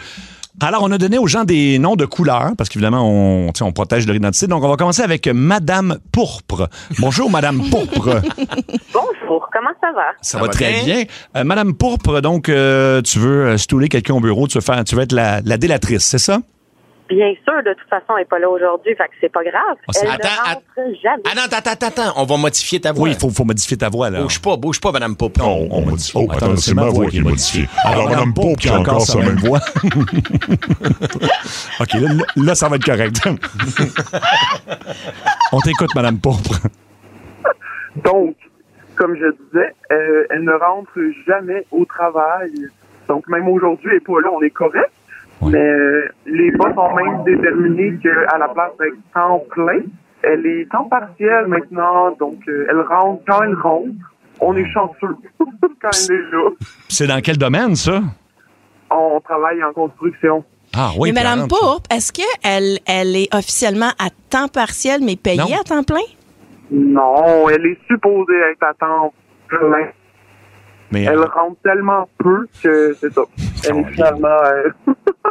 Speaker 4: Alors, on a donné aux gens des noms de couleurs, parce qu'évidemment, on, tu sais, on protège leur identité. Donc, on va commencer avec Madame Pourpre. Bonjour, Madame Pourpre.
Speaker 13: Bonjour, comment ça va?
Speaker 4: Ça, va, très bien. Euh, Madame Pourpre, donc, euh, tu veux euh, stouler quelqu'un au bureau, tu veux, faire, tu veux être la, la délatrice, c'est ça?
Speaker 13: Bien sûr, de toute façon, elle n'est pas là aujourd'hui, fait que c'est pas grave.
Speaker 4: Ah, c'est-
Speaker 13: elle
Speaker 6: Attends,
Speaker 13: ne rentre jamais.
Speaker 6: Ah non, attends, attends, attends, on va modifier ta voix.
Speaker 4: Oui, il faut, faut modifier ta voix, là.
Speaker 6: Bouge pas, bouge pas, Madame Poupon.
Speaker 17: Non, on modifie. Oh, attends, c'est ma voix qui est modifiée.
Speaker 4: Alors, Mme Pope qui a encore sa même voix. OK, là, là- là, ça va être correct. On t'écoute, Mme Pope.
Speaker 18: Donc, comme je disais, euh, elle ne rentre jamais au travail. Donc, même aujourd'hui, elle est pas là, on est correct.
Speaker 4: Ouais.
Speaker 18: Mais euh, les boss ont même déterminé qu'à la place d'être temps plein, elle est temps partiel maintenant. Donc, euh, elle rentre quand elle rentre. On est chanceux quand elle est là.
Speaker 4: C'est dans quel domaine, ça?
Speaker 18: On travaille en construction.
Speaker 4: Ah oui,
Speaker 5: mais Madame
Speaker 4: quarante.
Speaker 5: Pourpre, est-ce qu'elle elle est officiellement à temps partiel, mais payée
Speaker 4: Non.
Speaker 5: à temps plein?
Speaker 18: Non, elle est supposée être à temps plein.
Speaker 4: Mais,
Speaker 18: Elle
Speaker 4: euh,
Speaker 18: rentre tellement peu que c'est ça. Elle est finalement euh,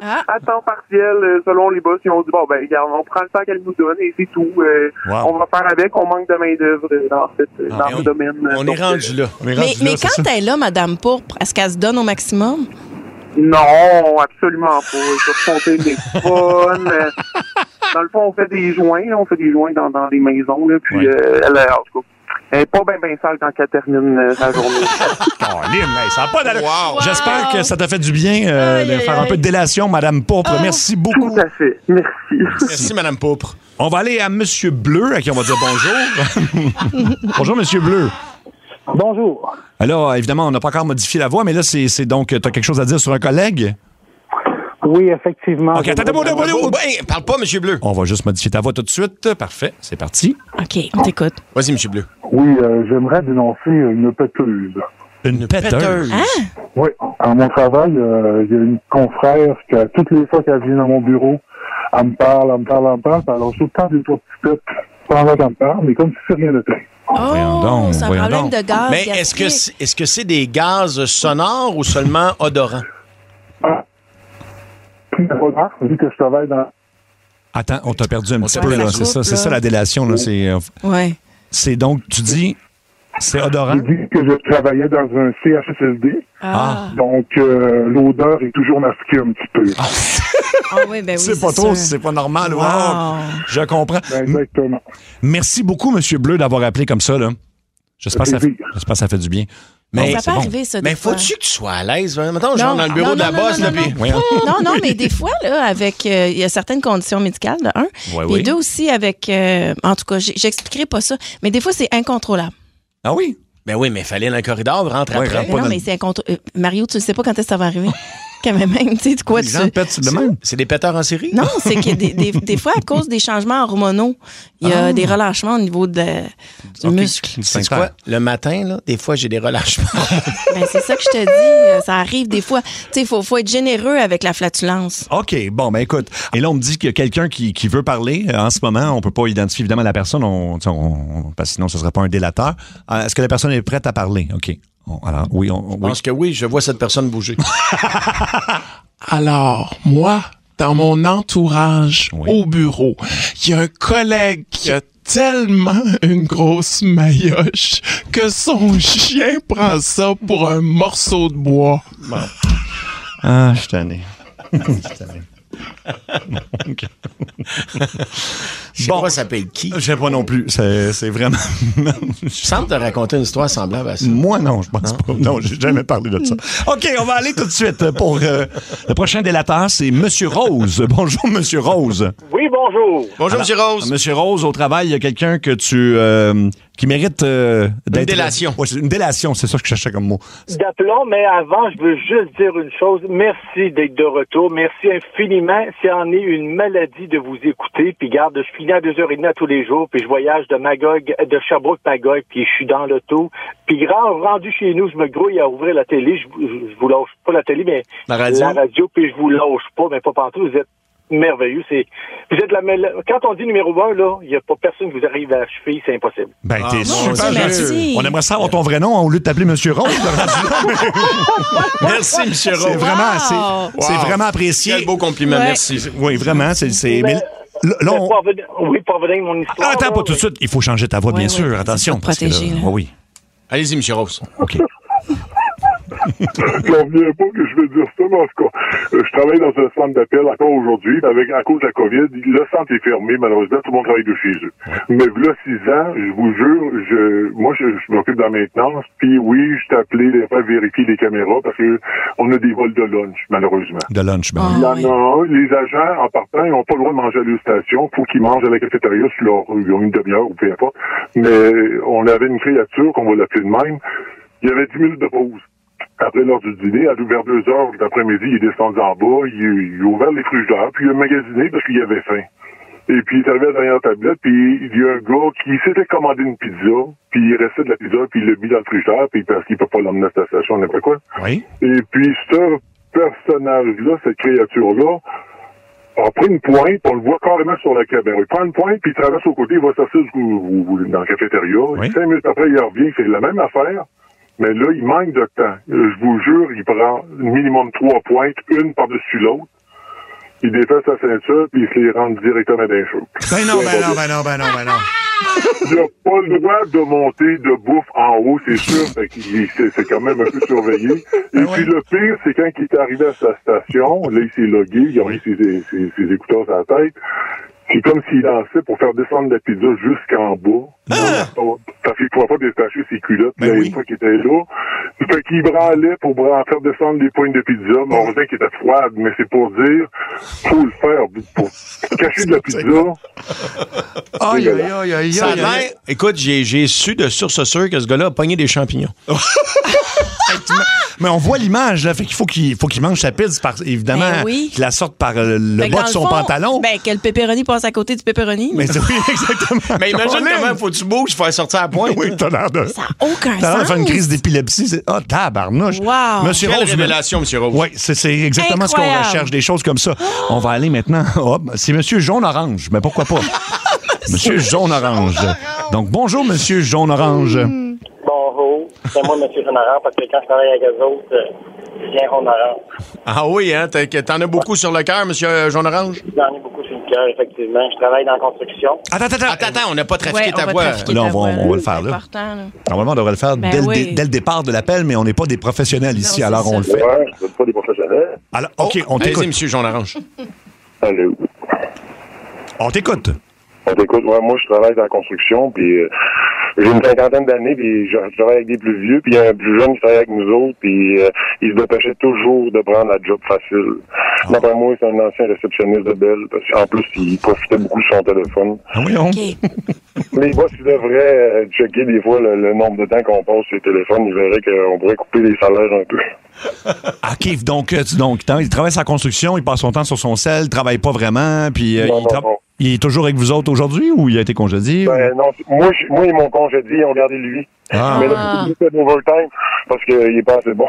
Speaker 5: Ah.
Speaker 18: à temps partiel euh, selon les boss. Ils ont dit bon ben regarde, on prend le temps qu'elle nous donne et c'est tout. Euh,
Speaker 4: Wow.
Speaker 18: On va faire avec. On manque de main d'œuvre dans, cette-
Speaker 4: Ah,
Speaker 18: dans
Speaker 4: mais
Speaker 18: ce
Speaker 4: on-
Speaker 18: domaine. euh,
Speaker 6: On
Speaker 18: Donc,
Speaker 6: est rendu là.
Speaker 4: on est rendu
Speaker 5: Mais,
Speaker 4: là,
Speaker 5: mais
Speaker 4: c'est ça.
Speaker 5: quand elle est là, Madame Pourpre, est-ce qu'elle se donne au maximum?
Speaker 18: euh, non, absolument pas. Je compter les fun. euh, Dans le fond, on fait des joints. là. On fait des joints dans, dans des maisons. Là, puis
Speaker 4: Ouais.
Speaker 18: euh, elle, euh, en tout cas, elle est pas bien ben sale quand elle termine euh, sa journée.
Speaker 4: Caroline, hey, ça a pas d'allure.
Speaker 6: Wow.
Speaker 4: J'espère que ça t'a fait du bien euh,
Speaker 5: Aïe,
Speaker 4: de
Speaker 5: aïe,
Speaker 4: faire un
Speaker 5: aïe. Ah.
Speaker 4: peu de délation, Madame Pourpre. Merci beaucoup.
Speaker 18: tout à fait. Merci.
Speaker 6: Merci, Madame Poupre.
Speaker 4: On va aller à Monsieur Bleu, à qui on va dire bonjour. bonjour, Monsieur Bleu.
Speaker 18: Bonjour.
Speaker 4: Alors, évidemment, on n'a pas encore modifié la voix, mais là, c'est c'est donc, tu as quelque chose à dire sur un collègue?
Speaker 18: Oui, effectivement.
Speaker 4: OK, attends, attends, attends, attends,
Speaker 6: Oh,
Speaker 4: attends.
Speaker 6: ben, parle pas, Monsieur Bleu.
Speaker 4: On va juste modifier ta voix tout de suite. Parfait, c'est parti.
Speaker 5: OK, on t'écoute.
Speaker 6: Vas-y, Monsieur Bleu.
Speaker 17: Oui, euh, j'aimerais dénoncer une péteuse.
Speaker 4: Une,
Speaker 6: Péteuse.
Speaker 10: Hein?
Speaker 17: Oui, à mon travail, euh, il y a une confrère que toutes les fois qu'elle vient dans mon bureau, elle me parle, elle me parle, elle me parle, puis elle lance tout le temps des trois petites têtes pendant qu'elle me parle, mais comme si c'est rien n'était.
Speaker 5: Oh,
Speaker 4: Voyons donc,
Speaker 5: c'est un
Speaker 4: voyons
Speaker 5: problème
Speaker 4: donc.
Speaker 5: de gaz.
Speaker 6: Mais est-ce que
Speaker 5: gastrique.
Speaker 6: c'est est-ce que c'est des gaz sonores ou seulement odorants?
Speaker 17: Puis elle remarque, vu que je travaille dans...
Speaker 4: Attends, on t'a perdu un petit
Speaker 6: t'a
Speaker 4: peu,
Speaker 5: perdu.
Speaker 4: là.
Speaker 5: Ouais,
Speaker 4: C'est
Speaker 5: la
Speaker 4: ça,
Speaker 5: coupe,
Speaker 4: c'est
Speaker 5: là.
Speaker 4: ça la délation, là. C'est euh,
Speaker 5: Ouais.
Speaker 4: c'est donc, tu dis, c'est odorant.
Speaker 17: J'ai dit que je travaillais dans un CHSLD,
Speaker 5: Ah,
Speaker 17: donc euh, l'odeur est toujours masquée un petit peu.
Speaker 5: ah. oui, ben oui.
Speaker 4: C'est pas
Speaker 5: sûr.
Speaker 4: trop, c'est pas normal.
Speaker 5: Wow.
Speaker 4: wow. Je comprends.
Speaker 17: Ben, Exactement.
Speaker 4: Merci beaucoup, Monsieur Bleu, d'avoir appelé comme ça, là. J'espère que ça, fait-
Speaker 17: plaisir.
Speaker 4: j'espère que ça fait du bien.
Speaker 6: Mais-
Speaker 4: Bon,
Speaker 5: Ça
Speaker 4: c'est
Speaker 5: peut
Speaker 4: bon.
Speaker 5: arriver, ça, des
Speaker 6: Mais
Speaker 5: fois.
Speaker 6: faut-tu que tu sois à l'aise? hein? Mettons, genre dans le bureau
Speaker 5: non,
Speaker 6: de la
Speaker 5: non,
Speaker 6: bosse,
Speaker 5: non,
Speaker 6: là,
Speaker 5: non,
Speaker 6: puis... Hein?
Speaker 4: Voyons.
Speaker 5: Non, non, mais des fois, là, avec. euh, Il y a certaines conditions médicales, de un.
Speaker 4: Ouais,
Speaker 5: puis
Speaker 4: oui.
Speaker 5: deux aussi, avec. euh, en tout cas, j'ai- j'expliquerai pas ça. Mais des fois, c'est incontrôlable.
Speaker 4: Ah oui?
Speaker 6: Ben oui, mais fallait dans le corridor, rentre
Speaker 4: Ouais,
Speaker 6: après.
Speaker 4: rentre.
Speaker 5: Mais
Speaker 4: pas
Speaker 5: non,
Speaker 4: dans-
Speaker 5: mais c'est incontrôlable. Mario, tu ne sais pas quand est-ce que ça va arriver. Quand même, tu sais, de quoi
Speaker 4: Les
Speaker 5: tu.
Speaker 4: gens pètent sur le même.
Speaker 6: C'est des péteurs en série?
Speaker 5: Non, c'est que des, des- des fois, à cause des changements hormonaux, il y a
Speaker 6: Ah.
Speaker 5: des relâchements au niveau de, du
Speaker 4: Ok.
Speaker 5: muscle.
Speaker 6: C'est quoi? Le matin, là, des fois, j'ai des relâchements.
Speaker 5: Ben, c'est ça que je te dis. euh, Ça arrive des fois. Tu sais, il faut, faut être généreux avec la flatulence.
Speaker 4: OK, bon, ben écoute. Et là, on me dit qu'il y a quelqu'un qui, qui veut parler. Euh, En ce moment, on peut pas identifier évidemment la personne, on, tu sais, on- parce que sinon, ce serait pas un délateur. Euh, Est-ce que la personne est prête à parler? OK. On- alors, oui, on, on-
Speaker 6: Je
Speaker 4: oui.
Speaker 6: pense que oui, je vois cette personne bouger.
Speaker 7: Alors, moi, dans mon entourage
Speaker 4: Oui.
Speaker 7: au bureau, il y a un collègue qui a tellement une grosse maillotche que son chien prend ça pour un morceau de bois.
Speaker 4: Ah, je suis tanné. Je suis tanné.
Speaker 6: Je sais bon. pas, ça paye qui.
Speaker 4: Je sais pas non plus. C'est vraiment.
Speaker 6: Je semble te raconter une histoire semblable à ça. Hein?
Speaker 4: Moi, non, je pense non. pas. Non, j'ai jamais parlé de ça. OK, on va aller tout de suite pour euh, le prochain délateur, c'est Monsieur Rose. Bonjour, Monsieur Rose.
Speaker 10: Oui, bonjour.
Speaker 6: Bonjour, Monsieur Rose.
Speaker 4: Monsieur Rose, au travail, il y a quelqu'un que tu. Euh, qui mérite euh, d'être. Une
Speaker 6: délation.
Speaker 4: Ouais, une délation, c'est ça que je cherchais comme mot.
Speaker 10: D'aplomb, mais avant, je veux juste dire une chose. Merci d'être de retour. Merci infiniment. C'est en est une maladie de vous écouter. Puis garde, je finis à 2h30 à tous les jours, puis je voyage de Magog, de Sherbrooke Magog, puis je suis dans l'auto. Puis grand, rendu chez nous, je me grouille à ouvrir la télé. Je, je, je vous lâche pas la télé, mais
Speaker 6: la radio,
Speaker 10: la radio puis je vous lâche pas, mais pas partout. Vous êtes merveilleux. C'est, vous êtes la, quand on dit numéro un, là, il n'y a pas personne qui vous arrive à la cheville, c'est impossible.
Speaker 4: Ben, t'es ah, super merci. On aimerait savoir ton vrai nom au lieu de t'appeler Monsieur Rose.
Speaker 6: merci, Monsieur Rose.
Speaker 4: C'est vraiment, c'est, wow. vraiment apprécié.
Speaker 6: Quel beau compliment, ouais. merci.
Speaker 4: Oui, vraiment, c'est, c'est,
Speaker 10: Là, on... Ben, pour revenir, oui, pour revenir mon histoire.
Speaker 4: attends,
Speaker 10: là,
Speaker 4: pas tout de suite. Il faut changer ta voix, oui, bien oui, sûr. Oui, Attention. Parce
Speaker 5: protéger,
Speaker 4: que là, oui.
Speaker 6: Allez-y, M. Rose.
Speaker 4: OK.
Speaker 16: J'en viens pas que je vais dire ça, mais en tout cas, euh, je travaille dans un centre d'appel encore aujourd'hui, avec à cause de la COVID, le centre est fermé, malheureusement, tout le monde travaille de chez eux. Mais là, six ans, je vous jure, je moi je, je m'occupe de la maintenance, puis oui, je t'appelais des fois vérifier les caméras parce que on a des vols de lunch, malheureusement.
Speaker 4: De lunch,
Speaker 10: Ah.
Speaker 4: ben.
Speaker 16: Il y en a un, les agents, en partant, ils n'ont pas le droit de manger à leur station, faut qu'ils mangent à la cafétéria sur leur ils ont une demi-heure ou peu importe. Mais on avait une créature, qu'on va l'appeler de même, il y avait dix minutes de pause. Après l'heure du dîner, à vers deux heures de l'après-midi, il est descendu en bas, il, il a ouvert les frigères, puis il a magasiné parce qu'il avait faim. Et puis il est arrivé à la dernière tablette, puis il y a un gars qui s'était commandé une pizza, puis il restait de la pizza, puis il l'a mis dans le frigidaire, puis parce qu'il peut pas l'emmener à la station, n'importe quoi.
Speaker 4: Oui.
Speaker 16: Et puis ce personnage-là, cette créature-là, on prend une pointe, on le voit carrément sur la caméra. Il prend une pointe, puis il traverse au côté, il va sortir dans la cafétéria. Oui. Cinq minutes après, il revient, il fait la même affaire. Mais là, il manque de temps. Euh, Je vous jure, il prend minimum trois pointes, une par-dessus l'autre. Il défait sa ceinture, puis il se les rentre directement dans les choses.
Speaker 4: Ben non, ben non, ben non, ben non, ben non.
Speaker 16: Il n'a pas le droit de monter de bouffe en haut, c'est sûr. C'est quand même un peu surveillé. Et ouais. puis le pire, c'est quand il est arrivé à sa station, là, il s'est logué, il a mis ses, ses, ses écouteurs à la tête. C'est comme s'il lançait pour faire descendre la pizza jusqu'en bas. Ah! Parce qu'il ne pouvait pas détacher ses culottes mais ben oui. une fois qu'il était là. Fait qu'il branlait pour faire descendre les poignes de pizza. Mon oh. voisin qui était froide, mais c'est pour dire, faut le faire pour cacher de la pizza.
Speaker 6: Aïe, aïe, aïe, aïe. Écoute, j'ai su de source sûre que ce gars-là a pogné des champignons.
Speaker 4: mais on voit l'image, là. Fait qu'il faut qu'il faut qu'il mange sa pizza, par, évidemment,
Speaker 5: ben oui.
Speaker 4: qu'il la sorte par euh, le fait bas de son
Speaker 5: fond,
Speaker 4: pantalon.
Speaker 5: Ben, que le pepperoni passe à côté du pepperoni.
Speaker 4: Mais oui, exactement.
Speaker 6: Mais imagine comment faut que tu bouges pour faire sortir la pointe.
Speaker 4: Oui, t'as l'air de.
Speaker 5: Ça n'a aucun
Speaker 4: T'as l'air de
Speaker 5: sens.
Speaker 4: faire une crise d'épilepsie. Ah, oh, tabarnouche.
Speaker 5: Wow.
Speaker 4: Monsieur
Speaker 6: Quelle
Speaker 4: Rose.
Speaker 6: révélation, Monsieur Rose.
Speaker 4: Oui, c'est exactement Incroyable. ce qu'on recherche, des choses comme ça. on va aller maintenant. Oh, c'est Monsieur Jaune-Orange. Mais pourquoi pas? Monsieur Jaune-Orange. Donc, bonjour, Monsieur Jaune-Orange.
Speaker 5: Mmh.
Speaker 4: Mm.
Speaker 10: Bonjour, c'est moi, M. Honorant, parce que quand je travaille avec eux autres, euh, je viens Honorant.
Speaker 6: Ah oui, hein? T'en as beaucoup sur le cœur, M. Jaune Orange?
Speaker 10: J'en ai beaucoup sur le cœur, effectivement. Je travaille Ben, dans la construction.
Speaker 6: Attends, attends, attends, attends on n'a pas trafiqué
Speaker 5: ouais,
Speaker 6: ta
Speaker 5: on
Speaker 6: voix.
Speaker 5: Là, ta
Speaker 4: on, va,
Speaker 5: voix,
Speaker 4: on va le faire, là. Normalement, on devrait le faire
Speaker 5: ben
Speaker 4: dès,
Speaker 5: oui.
Speaker 4: le, dès, le départ de l'appel, mais on n'est pas des professionnels ici,
Speaker 5: non,
Speaker 4: alors
Speaker 5: ça.
Speaker 4: on le fait.
Speaker 16: Ouais, je ne pas des professionnels.
Speaker 4: Alors, OK, oh, on t'écoute.
Speaker 6: M. Jaune Orange.
Speaker 16: Allô?
Speaker 4: On t'écoute.
Speaker 16: On t'écoute. Ouais, moi, je travaille dans la construction, puis euh, j'ai une cinquantaine d'années, puis je, je, travaille avec des plus vieux, puis il y a un plus jeune qui travaille avec nous autres, puis euh, il se dépêchait toujours de prendre la job facile. D'après ah. moi, c'est un ancien réceptionniste de Belle, parce qu'en plus, il profitait beaucoup de son téléphone.
Speaker 4: Ah oui, on... okay.
Speaker 16: Les boss, ils devraient euh, checker des fois le, le nombre de temps qu'on passe sur le téléphone, ils verraient qu'on pourrait couper les salaires un peu.
Speaker 4: Ah, OK, donc, euh, donc il travaille sa construction, il passe son temps sur son sel, il travaille pas vraiment, puis euh,
Speaker 16: non,
Speaker 4: il, tra
Speaker 16: non, non.
Speaker 4: il, est toujours avec vous autres aujourd'hui ou il a été congédié?
Speaker 16: Ben, ou... non, moi, je, moi et mon congédié, ils ont gardé lui.
Speaker 4: Ah.
Speaker 16: Mais là, il fait l'overtime parce qu'il est pas assez bon.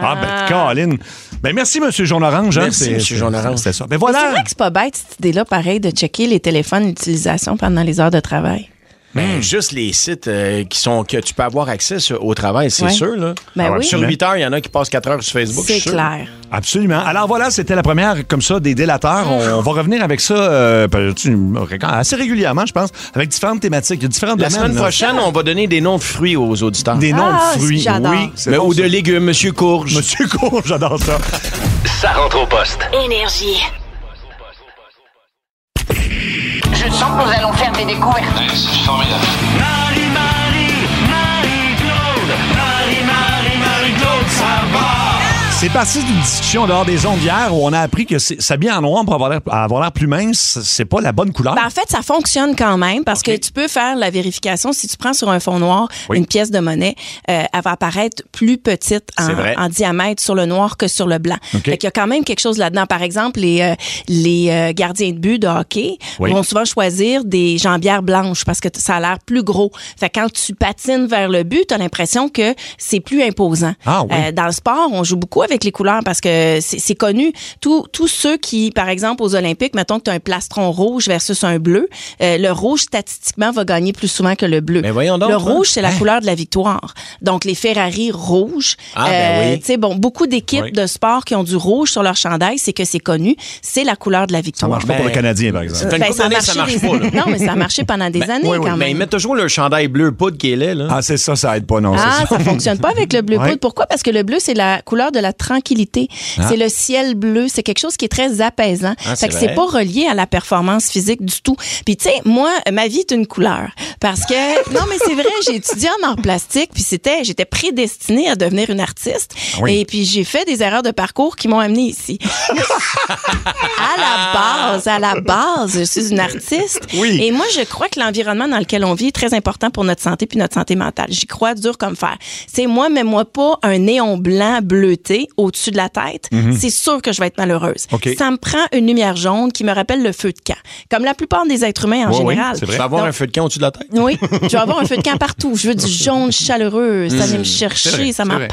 Speaker 4: Ah, ben, Caroline. Ben, merci, M. Jean-Orange.
Speaker 6: Merci, M. Jean-Orange.
Speaker 4: hein, C'est ça. Ben, voilà.
Speaker 5: C'est vrai que c'est pas bête, cette idée-là, pareil, de checker les téléphones d'utilisation pendant les heures de travail.
Speaker 6: Ben, mmh. juste les sites euh, qui sont que tu peux avoir accès sur, au travail, c'est ouais. sûr. Là.
Speaker 5: Ben ah, oui.
Speaker 6: Sur 8 heures, il y en a qui passent 4 heures sur Facebook.
Speaker 5: C'est clair.
Speaker 4: Absolument. Alors voilà, c'était la première comme ça des délateurs. Mmh. On, on, va revenir avec ça euh, assez régulièrement, je pense, avec différentes thématiques, différentes
Speaker 6: La
Speaker 4: domaines,
Speaker 6: semaine
Speaker 4: là.
Speaker 6: prochaine, on va donner des noms de fruits aux auditeurs.
Speaker 4: Des noms
Speaker 5: ah,
Speaker 4: de fruits,
Speaker 5: oui.
Speaker 6: Mais, bon, ou de légumes, Monsieur Courge.
Speaker 4: Monsieur Courge, j'adore ça.
Speaker 2: Ça rentre au poste.
Speaker 1: Énergie. attention, nous allons faire des découvertes.
Speaker 7: c'est formidable. Marie-Marie, Marie-Claude, Marie-Marie, Marie-Claude, ça va.
Speaker 4: C'est parti d'une discussion dehors des ondes hier où on a appris que c'est- s'habiller en noir pour avoir l'air- avoir l'air plus mince, c'est pas la bonne couleur.
Speaker 5: Ben, en fait, ça fonctionne quand même parce que tu peux faire la vérification. Si tu prends sur un fond noir
Speaker 4: Oui.
Speaker 5: une pièce de monnaie, euh, elle va apparaître plus petite en,
Speaker 4: C'est vrai.
Speaker 5: en diamètre sur le noir que sur le blanc.
Speaker 4: OK.
Speaker 5: Fait qu'il y a quand même quelque chose là-dedans. Par exemple, les, euh, les euh, gardiens de but de hockey
Speaker 4: Oui.
Speaker 5: vont souvent choisir des jambières blanches parce que t- ça a l'air plus gros. Fait que quand tu patines vers le but, tu as l'impression que c'est plus imposant.
Speaker 4: Ah oui.
Speaker 5: Euh, dans le sport, on joue beaucoup avec les couleurs parce que c'est c'est connu. Tous tous ceux qui, par exemple, aux Olympiques, mettons que tu as un plastron rouge versus un bleu, euh, le rouge, statistiquement, va gagner plus souvent que le bleu.
Speaker 6: Mais voyons donc,
Speaker 5: Le
Speaker 6: hein.
Speaker 5: rouge, c'est la
Speaker 6: Hein?
Speaker 5: couleur de la victoire. Donc, les Ferrari rouges. euh,
Speaker 6: Ah, ben oui.
Speaker 5: tu sais, bon, beaucoup d'équipes
Speaker 4: Oui.
Speaker 5: de sport qui ont du rouge sur leur chandail, c'est que c'est connu. C'est la couleur de la
Speaker 4: Ça
Speaker 5: victoire.
Speaker 4: marche pas pour le Canadien, par exemple.
Speaker 6: Ça fait une
Speaker 5: Ben,
Speaker 6: couple
Speaker 5: ça a
Speaker 6: d'années que ça
Speaker 5: marché
Speaker 6: marche
Speaker 5: des-
Speaker 6: pas, là. Ben,
Speaker 5: Non, mais ça a marché pendant des années
Speaker 6: Oui, oui,
Speaker 5: quand
Speaker 6: mais ils
Speaker 5: même.
Speaker 6: mettent toujours le chandail bleu poudre qui est laid, là.
Speaker 4: Ah, c'est ça, ça aide pas, non. c'est
Speaker 5: Ah, ça fonctionne pas avec le bleu
Speaker 4: Ouais.
Speaker 5: poudre. Pourquoi? Parce que le bleu, c'est la couleur de la tranquillité.
Speaker 4: Ah.
Speaker 5: C'est le ciel bleu. C'est quelque chose qui est très apaisant.
Speaker 6: Ah, c'est
Speaker 5: fait que
Speaker 6: vrai.
Speaker 5: c'est pas relié à la performance physique du tout. Puis tu sais, moi, ma vie est une couleur. Parce que, non, mais c'est vrai, j'ai étudié en art plastique, puis c'était, j'étais prédestinée à devenir une artiste.
Speaker 4: Ah Oui.
Speaker 5: Et puis j'ai fait des erreurs de parcours qui m'ont amenée ici. à la base, à la base, je suis une artiste.
Speaker 4: Ah! Oui.
Speaker 5: Et moi, je crois que l'environnement dans lequel on vit est très important pour notre santé puis notre santé mentale. J'y crois dur comme fer. C'est moi, mets-moi pas un néon blanc bleuté au-dessus de la tête. C'est sûr que je vais être malheureuse.
Speaker 4: Mhm. OK.
Speaker 5: Ça me prend une lumière jaune qui me rappelle le feu de camp. Comme la plupart des êtres humains en
Speaker 4: Oui, oui,
Speaker 5: général.
Speaker 4: c'est vrai.
Speaker 6: Tu vas avoir
Speaker 5: Donc-
Speaker 6: un feu de camp au-dessus de la tête.
Speaker 5: oui, je vais avoir un feu de camp partout. Je veux du jaune chaleureux.
Speaker 6: Mm.
Speaker 5: Ça vient me chercher, ça m'apaise.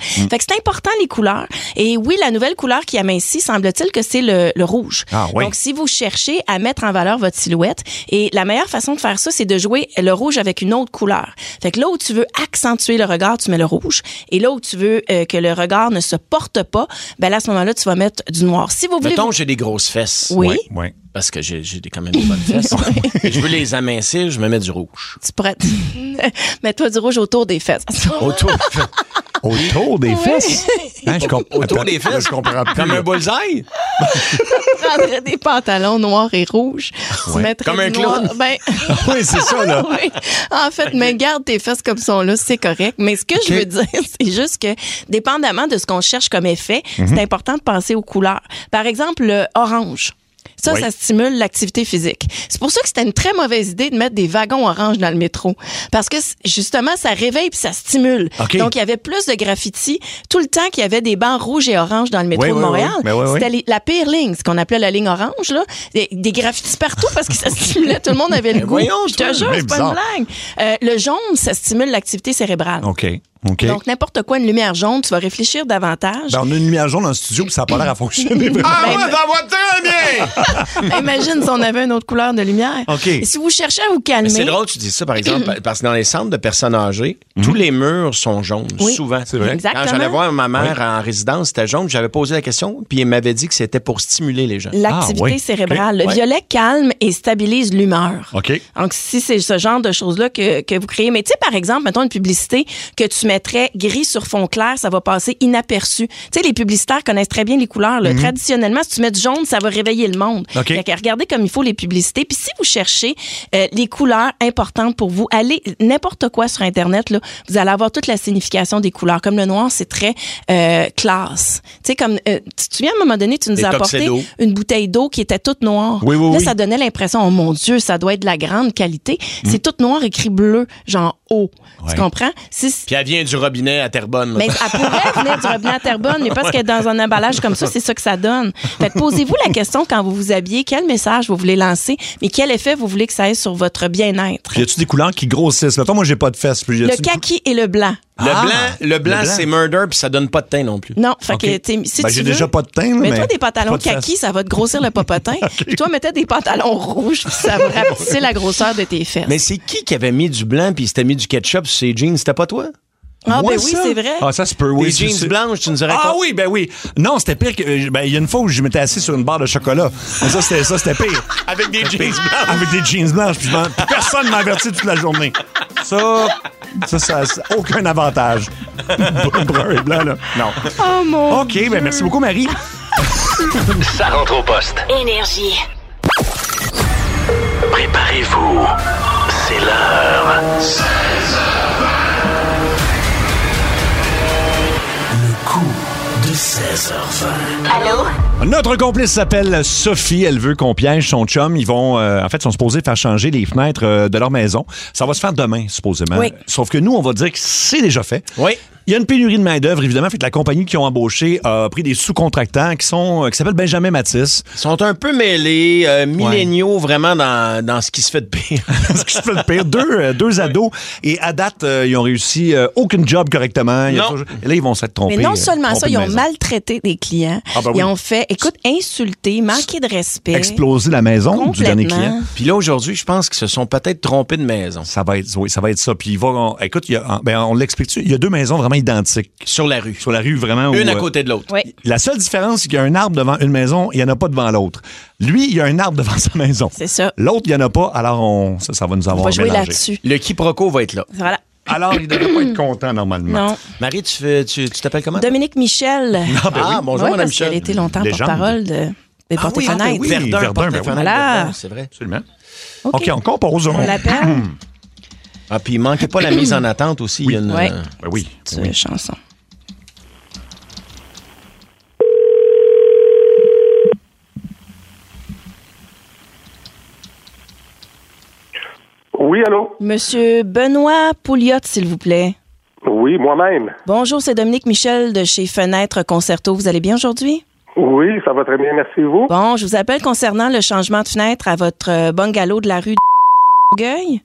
Speaker 5: Fait que c'est important, les couleurs. Et oui, la nouvelle couleur qui amincit, semble-t-il que c'est le, le rouge.
Speaker 4: Ah oui.
Speaker 5: Donc, si vous cherchez à mettre en valeur votre silhouette, et la meilleure façon de faire ça, c'est de jouer le rouge avec une autre couleur. Fait que là où tu veux accentuer le regard, tu mets le rouge. Et là où tu veux euh, que le regard ne se porte pas, ben là, à ce moment-là, tu vas mettre du noir. Si vous voulez...
Speaker 6: Mettons,
Speaker 5: vous-
Speaker 6: j'ai des grosses fesses.
Speaker 5: Oui,
Speaker 4: Oui.
Speaker 6: Parce que j'ai j'ai des- quand même des bonnes fesses. Et je veux les amincir, je me mets du rouge.
Speaker 5: tu pourrais... Mets-toi du rouge autour des fesses.
Speaker 6: Autour,
Speaker 4: Autour des fesses. Hein, je comp-
Speaker 6: autour
Speaker 4: Attends,
Speaker 6: des fesses.
Speaker 4: Je comprends plus.
Speaker 6: Comme un bullseye.
Speaker 5: prendrais des pantalons noirs et rouges. Tu mettrais
Speaker 6: Comme un
Speaker 5: du noir-
Speaker 6: clown.
Speaker 5: Ben,
Speaker 4: oui, c'est ça, là.
Speaker 5: oui. En fait, mais garde tes fesses comme sont là, c'est correct. Mais ce que je veux dire, c'est juste que, dépendamment de ce qu'on cherche comme effet,
Speaker 4: Mhm.
Speaker 5: c'est important de penser aux couleurs. Par exemple, le orange. Ça,
Speaker 4: Oui.
Speaker 5: ça stimule l'activité physique. C'est pour ça que c'était une très mauvaise idée de mettre des wagons orange dans le métro. Parce que, c- justement, ça réveille puis ça stimule.
Speaker 4: OK.
Speaker 5: Donc, il y avait plus de graffiti tout le temps qu'il y avait des bancs rouges et oranges dans le métro
Speaker 4: Oui,
Speaker 5: de
Speaker 4: oui, oui.
Speaker 5: Montréal.
Speaker 4: Ben oui, oui.
Speaker 5: C'était les- la pire ligne, ce qu'on appelait la ligne orange, là. Des, des graffitis partout parce que ça stimulait, tout le monde avait le
Speaker 6: Mais
Speaker 5: goût.
Speaker 6: voyons,
Speaker 5: Je te
Speaker 6: toi,
Speaker 5: jure,
Speaker 4: mais
Speaker 5: c'est pas une
Speaker 4: bizarre.
Speaker 5: blague. Euh, le jaune, ça stimule l'activité cérébrale.
Speaker 4: OK. OK.
Speaker 5: Donc, n'importe quoi, une lumière jaune, tu vas réfléchir davantage.
Speaker 4: Ben, on a une lumière jaune dans le studio, puis ça n'a pas l'air à fonctionner.
Speaker 6: Ah,
Speaker 5: Ben,
Speaker 6: moi,
Speaker 5: ben-
Speaker 6: ça va très bien!
Speaker 5: Imagine si on avait une autre couleur de lumière.
Speaker 4: OK.
Speaker 5: Et si vous cherchez à vous
Speaker 6: Mais
Speaker 5: calmer.
Speaker 6: C'est drôle que tu dis ça, par exemple, pa- parce que dans les centres de personnes âgées,
Speaker 4: Mhm.
Speaker 6: tous les murs sont jaunes,
Speaker 5: Oui.
Speaker 6: souvent.
Speaker 5: C'est vrai.
Speaker 6: Quand j'allais
Speaker 5: Exactement.
Speaker 6: voir ma mère en résidence, c'était jaune, j'avais posé la question, puis elle m'avait dit que c'était pour stimuler les gens.
Speaker 5: L'activité
Speaker 4: Ah, oui.
Speaker 5: cérébrale.
Speaker 6: OK.
Speaker 5: Le
Speaker 6: Ouais.
Speaker 5: violet calme et stabilise l'humeur.
Speaker 4: OK.
Speaker 5: Donc, si c'est ce genre de choses-là que, que vous créez. Mais tu sais, par exemple, mettons une publicité que tu mettrais gris sur fond clair, ça va passer inaperçu. Tu sais, les publicitaires connaissent très bien les couleurs. là. Traditionnellement, si tu mets du jaune, ça va réveiller le monde.
Speaker 4: Mhm. OK.
Speaker 5: Fait que regardez comme il faut les publicités. Puis si vous cherchez euh, les couleurs importantes pour vous, allez n'importe quoi sur Internet, là, vous allez avoir toute la signification des couleurs. Comme le noir, c'est très euh, classe. Tu sais, comme, euh, tu te souviens, à un moment donné, tu nous
Speaker 6: Des
Speaker 5: as apporté
Speaker 6: tuxedos.
Speaker 5: une bouteille d'eau qui était toute noire.
Speaker 4: Oui, oui,
Speaker 5: là,
Speaker 4: oui.
Speaker 5: ça donnait l'impression, oh mon Dieu, ça doit être de la grande qualité. C'est toute noire écrit bleu, genre haut.
Speaker 4: Mm. Ouais.
Speaker 5: Tu comprends? Si-
Speaker 6: Puis elle vient du robinet à Terrebonne.
Speaker 5: mais elle pourrait venir du robinet à Terrebonne, mais parce que dans un emballage comme ça, c'est ça que ça donne. Fait que posez-vous la question quand vous vous habillez, quel message vous voulez lancer, mais quel effet vous voulez que ça ait sur votre bien-être.
Speaker 4: Puis y a-tu des couleurs qui grossissent? Mettons, moi, j'ai pas de fesses. Puis y
Speaker 5: Le
Speaker 4: a-tu des cou-
Speaker 5: kaki et le blanc.
Speaker 6: Le,
Speaker 4: Ah!
Speaker 6: blanc, le blanc,
Speaker 4: Le blanc.
Speaker 6: c'est murder, puis ça donne pas de teint non plus.
Speaker 5: Non, fait
Speaker 4: OK.
Speaker 5: que t'es- si
Speaker 4: Ben,
Speaker 5: tu
Speaker 4: j'ai
Speaker 5: veux-
Speaker 4: déjà pas de teint, là,
Speaker 5: Mais toi,
Speaker 4: mais
Speaker 5: des pantalons
Speaker 4: pas de
Speaker 5: kaki,
Speaker 4: fesses.
Speaker 5: ça va te grossir le popotin. Puis toi, mettais des pantalons rouges, puis ça va rapetisser la grosseur de tes fesses.
Speaker 6: Mais c'est qui qui avait mis du blanc puis il s'était mis du ketchup sur ses jeans? C'était pas toi?
Speaker 5: ah,
Speaker 4: Moi,
Speaker 5: ben oui,
Speaker 4: ça?
Speaker 5: c'est vrai.
Speaker 4: Ah, ça se peut, oui.
Speaker 6: Les
Speaker 4: je
Speaker 6: jeans
Speaker 4: sais.
Speaker 6: blanches, tu nous aurais
Speaker 4: Ah
Speaker 6: raconté.
Speaker 4: oui, ben oui. Non, c'était pire que. euh, Ben, il y a une fois où je m'étais assis sur une barre de chocolat. Mais ça, c'était, ça, c'était pire.
Speaker 6: Avec des jeans blancs.
Speaker 4: Avec des jeans blanches. Puis je m'en- puis personne m'a averti toute la journée. Ça, ça, ça, ça- aucun avantage. Brun et blanc, là. Non.
Speaker 5: Oh mon
Speaker 4: OK, ben merci beaucoup, Marie.
Speaker 2: Ça rentre au poste.
Speaker 1: Énergie.
Speaker 7: Préparez-vous. C'est l'heure.
Speaker 3: Le coup de 16h20.
Speaker 19: Allô?
Speaker 4: Notre complice s'appelle Sophie. Elle veut qu'on piège son chum. Ils vont, euh, en fait, sont supposés faire changer les fenêtres euh, de leur maison. Ça va se faire demain, supposément.
Speaker 5: Oui.
Speaker 4: Sauf que nous, on va dire que c'est déjà fait.
Speaker 6: Oui.
Speaker 4: Il y a une pénurie de main-d'œuvre, évidemment. Fait que la compagnie qui ont embauché a pris des sous-contractants qui sont, euh, qui s'appellent Benjamin Matisse.
Speaker 6: Ils sont un peu mêlés, euh, milléniaux vraiment dans, dans ce qui se fait de pire.
Speaker 4: ce qui se fait de pire. Deux, euh, deux ados. Et à date, euh, ils ont réussi euh, aucun job correctement. Il y a
Speaker 6: Non.
Speaker 4: toujours- Et là, ils vont s'être trompés.
Speaker 5: Mais non
Speaker 4: euh,
Speaker 5: seulement
Speaker 4: trompés
Speaker 5: ça,
Speaker 4: de
Speaker 5: ils ont
Speaker 4: maison.
Speaker 5: maltraité des clients.
Speaker 4: Ah, ben oui.
Speaker 5: Ils ont fait, écoute, insulter, manquer de respect.
Speaker 4: Exploser la maison du dernier client.
Speaker 6: Puis là, aujourd'hui, je pense qu'ils se sont peut-être trompés de maison.
Speaker 4: Ça va être, oui, ça va être ça. Puis il va, on- écoute, il y a- ben, on l'explique. Il y a deux maisons vraiment identiques
Speaker 6: Sur la rue.
Speaker 4: sur la rue, vraiment. où,
Speaker 6: Une à
Speaker 4: euh,
Speaker 6: côté de l'autre.
Speaker 5: Oui.
Speaker 4: La seule différence, c'est qu'il y a un arbre devant une maison, il n'y en a pas devant l'autre. Lui, il y a un arbre devant sa maison.
Speaker 5: C'est ça.
Speaker 4: L'autre, il n'y en a pas, alors on, ça, ça va nous
Speaker 5: On
Speaker 4: avoir
Speaker 5: va jouer
Speaker 4: mélangés.
Speaker 5: là-dessus.
Speaker 6: Le quiproquo va être là.
Speaker 5: Voilà.
Speaker 4: Alors, il ne devrait pas être content normalement.
Speaker 5: Non.
Speaker 6: Marie, tu fais- tu tu t'appelles comment?
Speaker 5: Dominique Michel.
Speaker 6: Ah, ben oui. Ah, bonjour,
Speaker 5: Ouais,
Speaker 6: Madame
Speaker 5: parce qu'elle
Speaker 6: Michel.
Speaker 5: était longtemps
Speaker 4: Légende.
Speaker 5: porte-parole de, des
Speaker 6: Ah oui,
Speaker 5: porte-fenêtres.
Speaker 6: ah, oui,
Speaker 4: Verdun,
Speaker 6: Verdun,
Speaker 4: Verdun,
Speaker 6: porte-fenêtre,
Speaker 5: voilà.
Speaker 6: Verdun, c'est vrai.
Speaker 4: Absolument.
Speaker 5: OK.
Speaker 4: OK, on compose.
Speaker 5: On l'appelle
Speaker 6: Ah, puis il manquait pas la mise en attente aussi. Il y a une,
Speaker 5: Ouais.
Speaker 6: euh,
Speaker 4: Ben oui.
Speaker 5: cette chanson.
Speaker 8: Oui, allô?
Speaker 5: Monsieur Benoît Pouliot, s'il vous plaît.
Speaker 8: Oui, moi-même.
Speaker 5: Bonjour, c'est Dominique Michel de chez Fenêtre Concerto. Vous allez bien aujourd'hui?
Speaker 8: Oui, ça va très bien, merci vous.
Speaker 5: Bon, je vous appelle concernant le changement de fenêtre à votre euh, bungalow de la rue de Longueuil.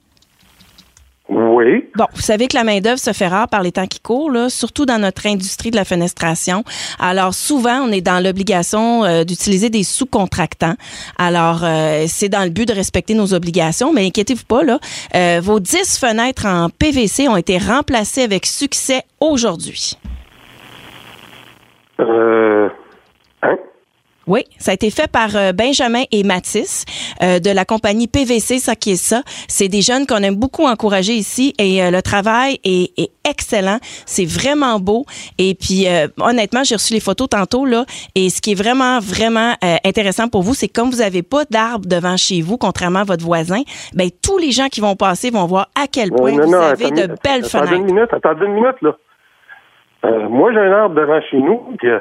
Speaker 8: Oui.
Speaker 5: Bon, vous savez que la main-d'œuvre se fait rare par les temps qui courent, là, surtout dans notre industrie de la fenestration. Alors, souvent, on est dans l'obligation euh, d'utiliser des sous-contractants. Alors, euh, c'est dans le but de respecter nos obligations, mais inquiétez-vous pas, là. euh, vos 10 fenêtres en PVC ont été remplacées avec succès aujourd'hui.
Speaker 8: Euh. Hein?
Speaker 5: Oui, ça a été fait par euh, Benjamin et Mathis euh, de la compagnie PVC, ça qui est ça. C'est des jeunes qu'on aime beaucoup encourager ici et euh, le travail est, est excellent. C'est vraiment beau. Et puis, euh, honnêtement, j'ai reçu les photos tantôt, là. Et ce qui est vraiment, vraiment euh, intéressant pour vous, c'est que comme vous n'avez pas d'arbre devant chez vous, contrairement à votre voisin, ben tous les gens qui vont passer vont voir à quel point vous avez
Speaker 8: Euh, attendez-
Speaker 5: de belles
Speaker 8: attendez une
Speaker 5: fenêtres.
Speaker 8: minute, attendez une minute, là. Euh, moi, j'ai un arbre devant chez nous, puis euh,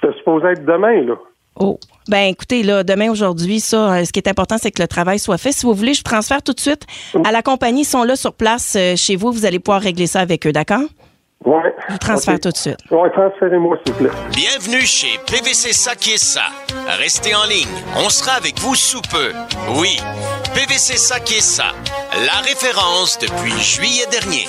Speaker 8: c'était supposé être demain, là.
Speaker 5: Oh. Ben écoutez, là, demain, aujourd'hui, ça, euh, ce qui est important, c'est que le travail soit fait. Si vous voulez, je vous transfère tout de suite à la compagnie. Ils sont là sur place euh, chez vous. Vous allez pouvoir régler ça avec eux, d'accord?
Speaker 8: Ouais.
Speaker 5: Je vous transfère
Speaker 8: Ok.
Speaker 5: tout de suite.
Speaker 8: Ouais, transférez-moi, s'il vous plaît.
Speaker 3: Bienvenue chez PVC Ça qui est ça. Restez en ligne, on sera avec vous sous peu. Oui, PVC Ça qui est ça. La référence depuis juillet dernier.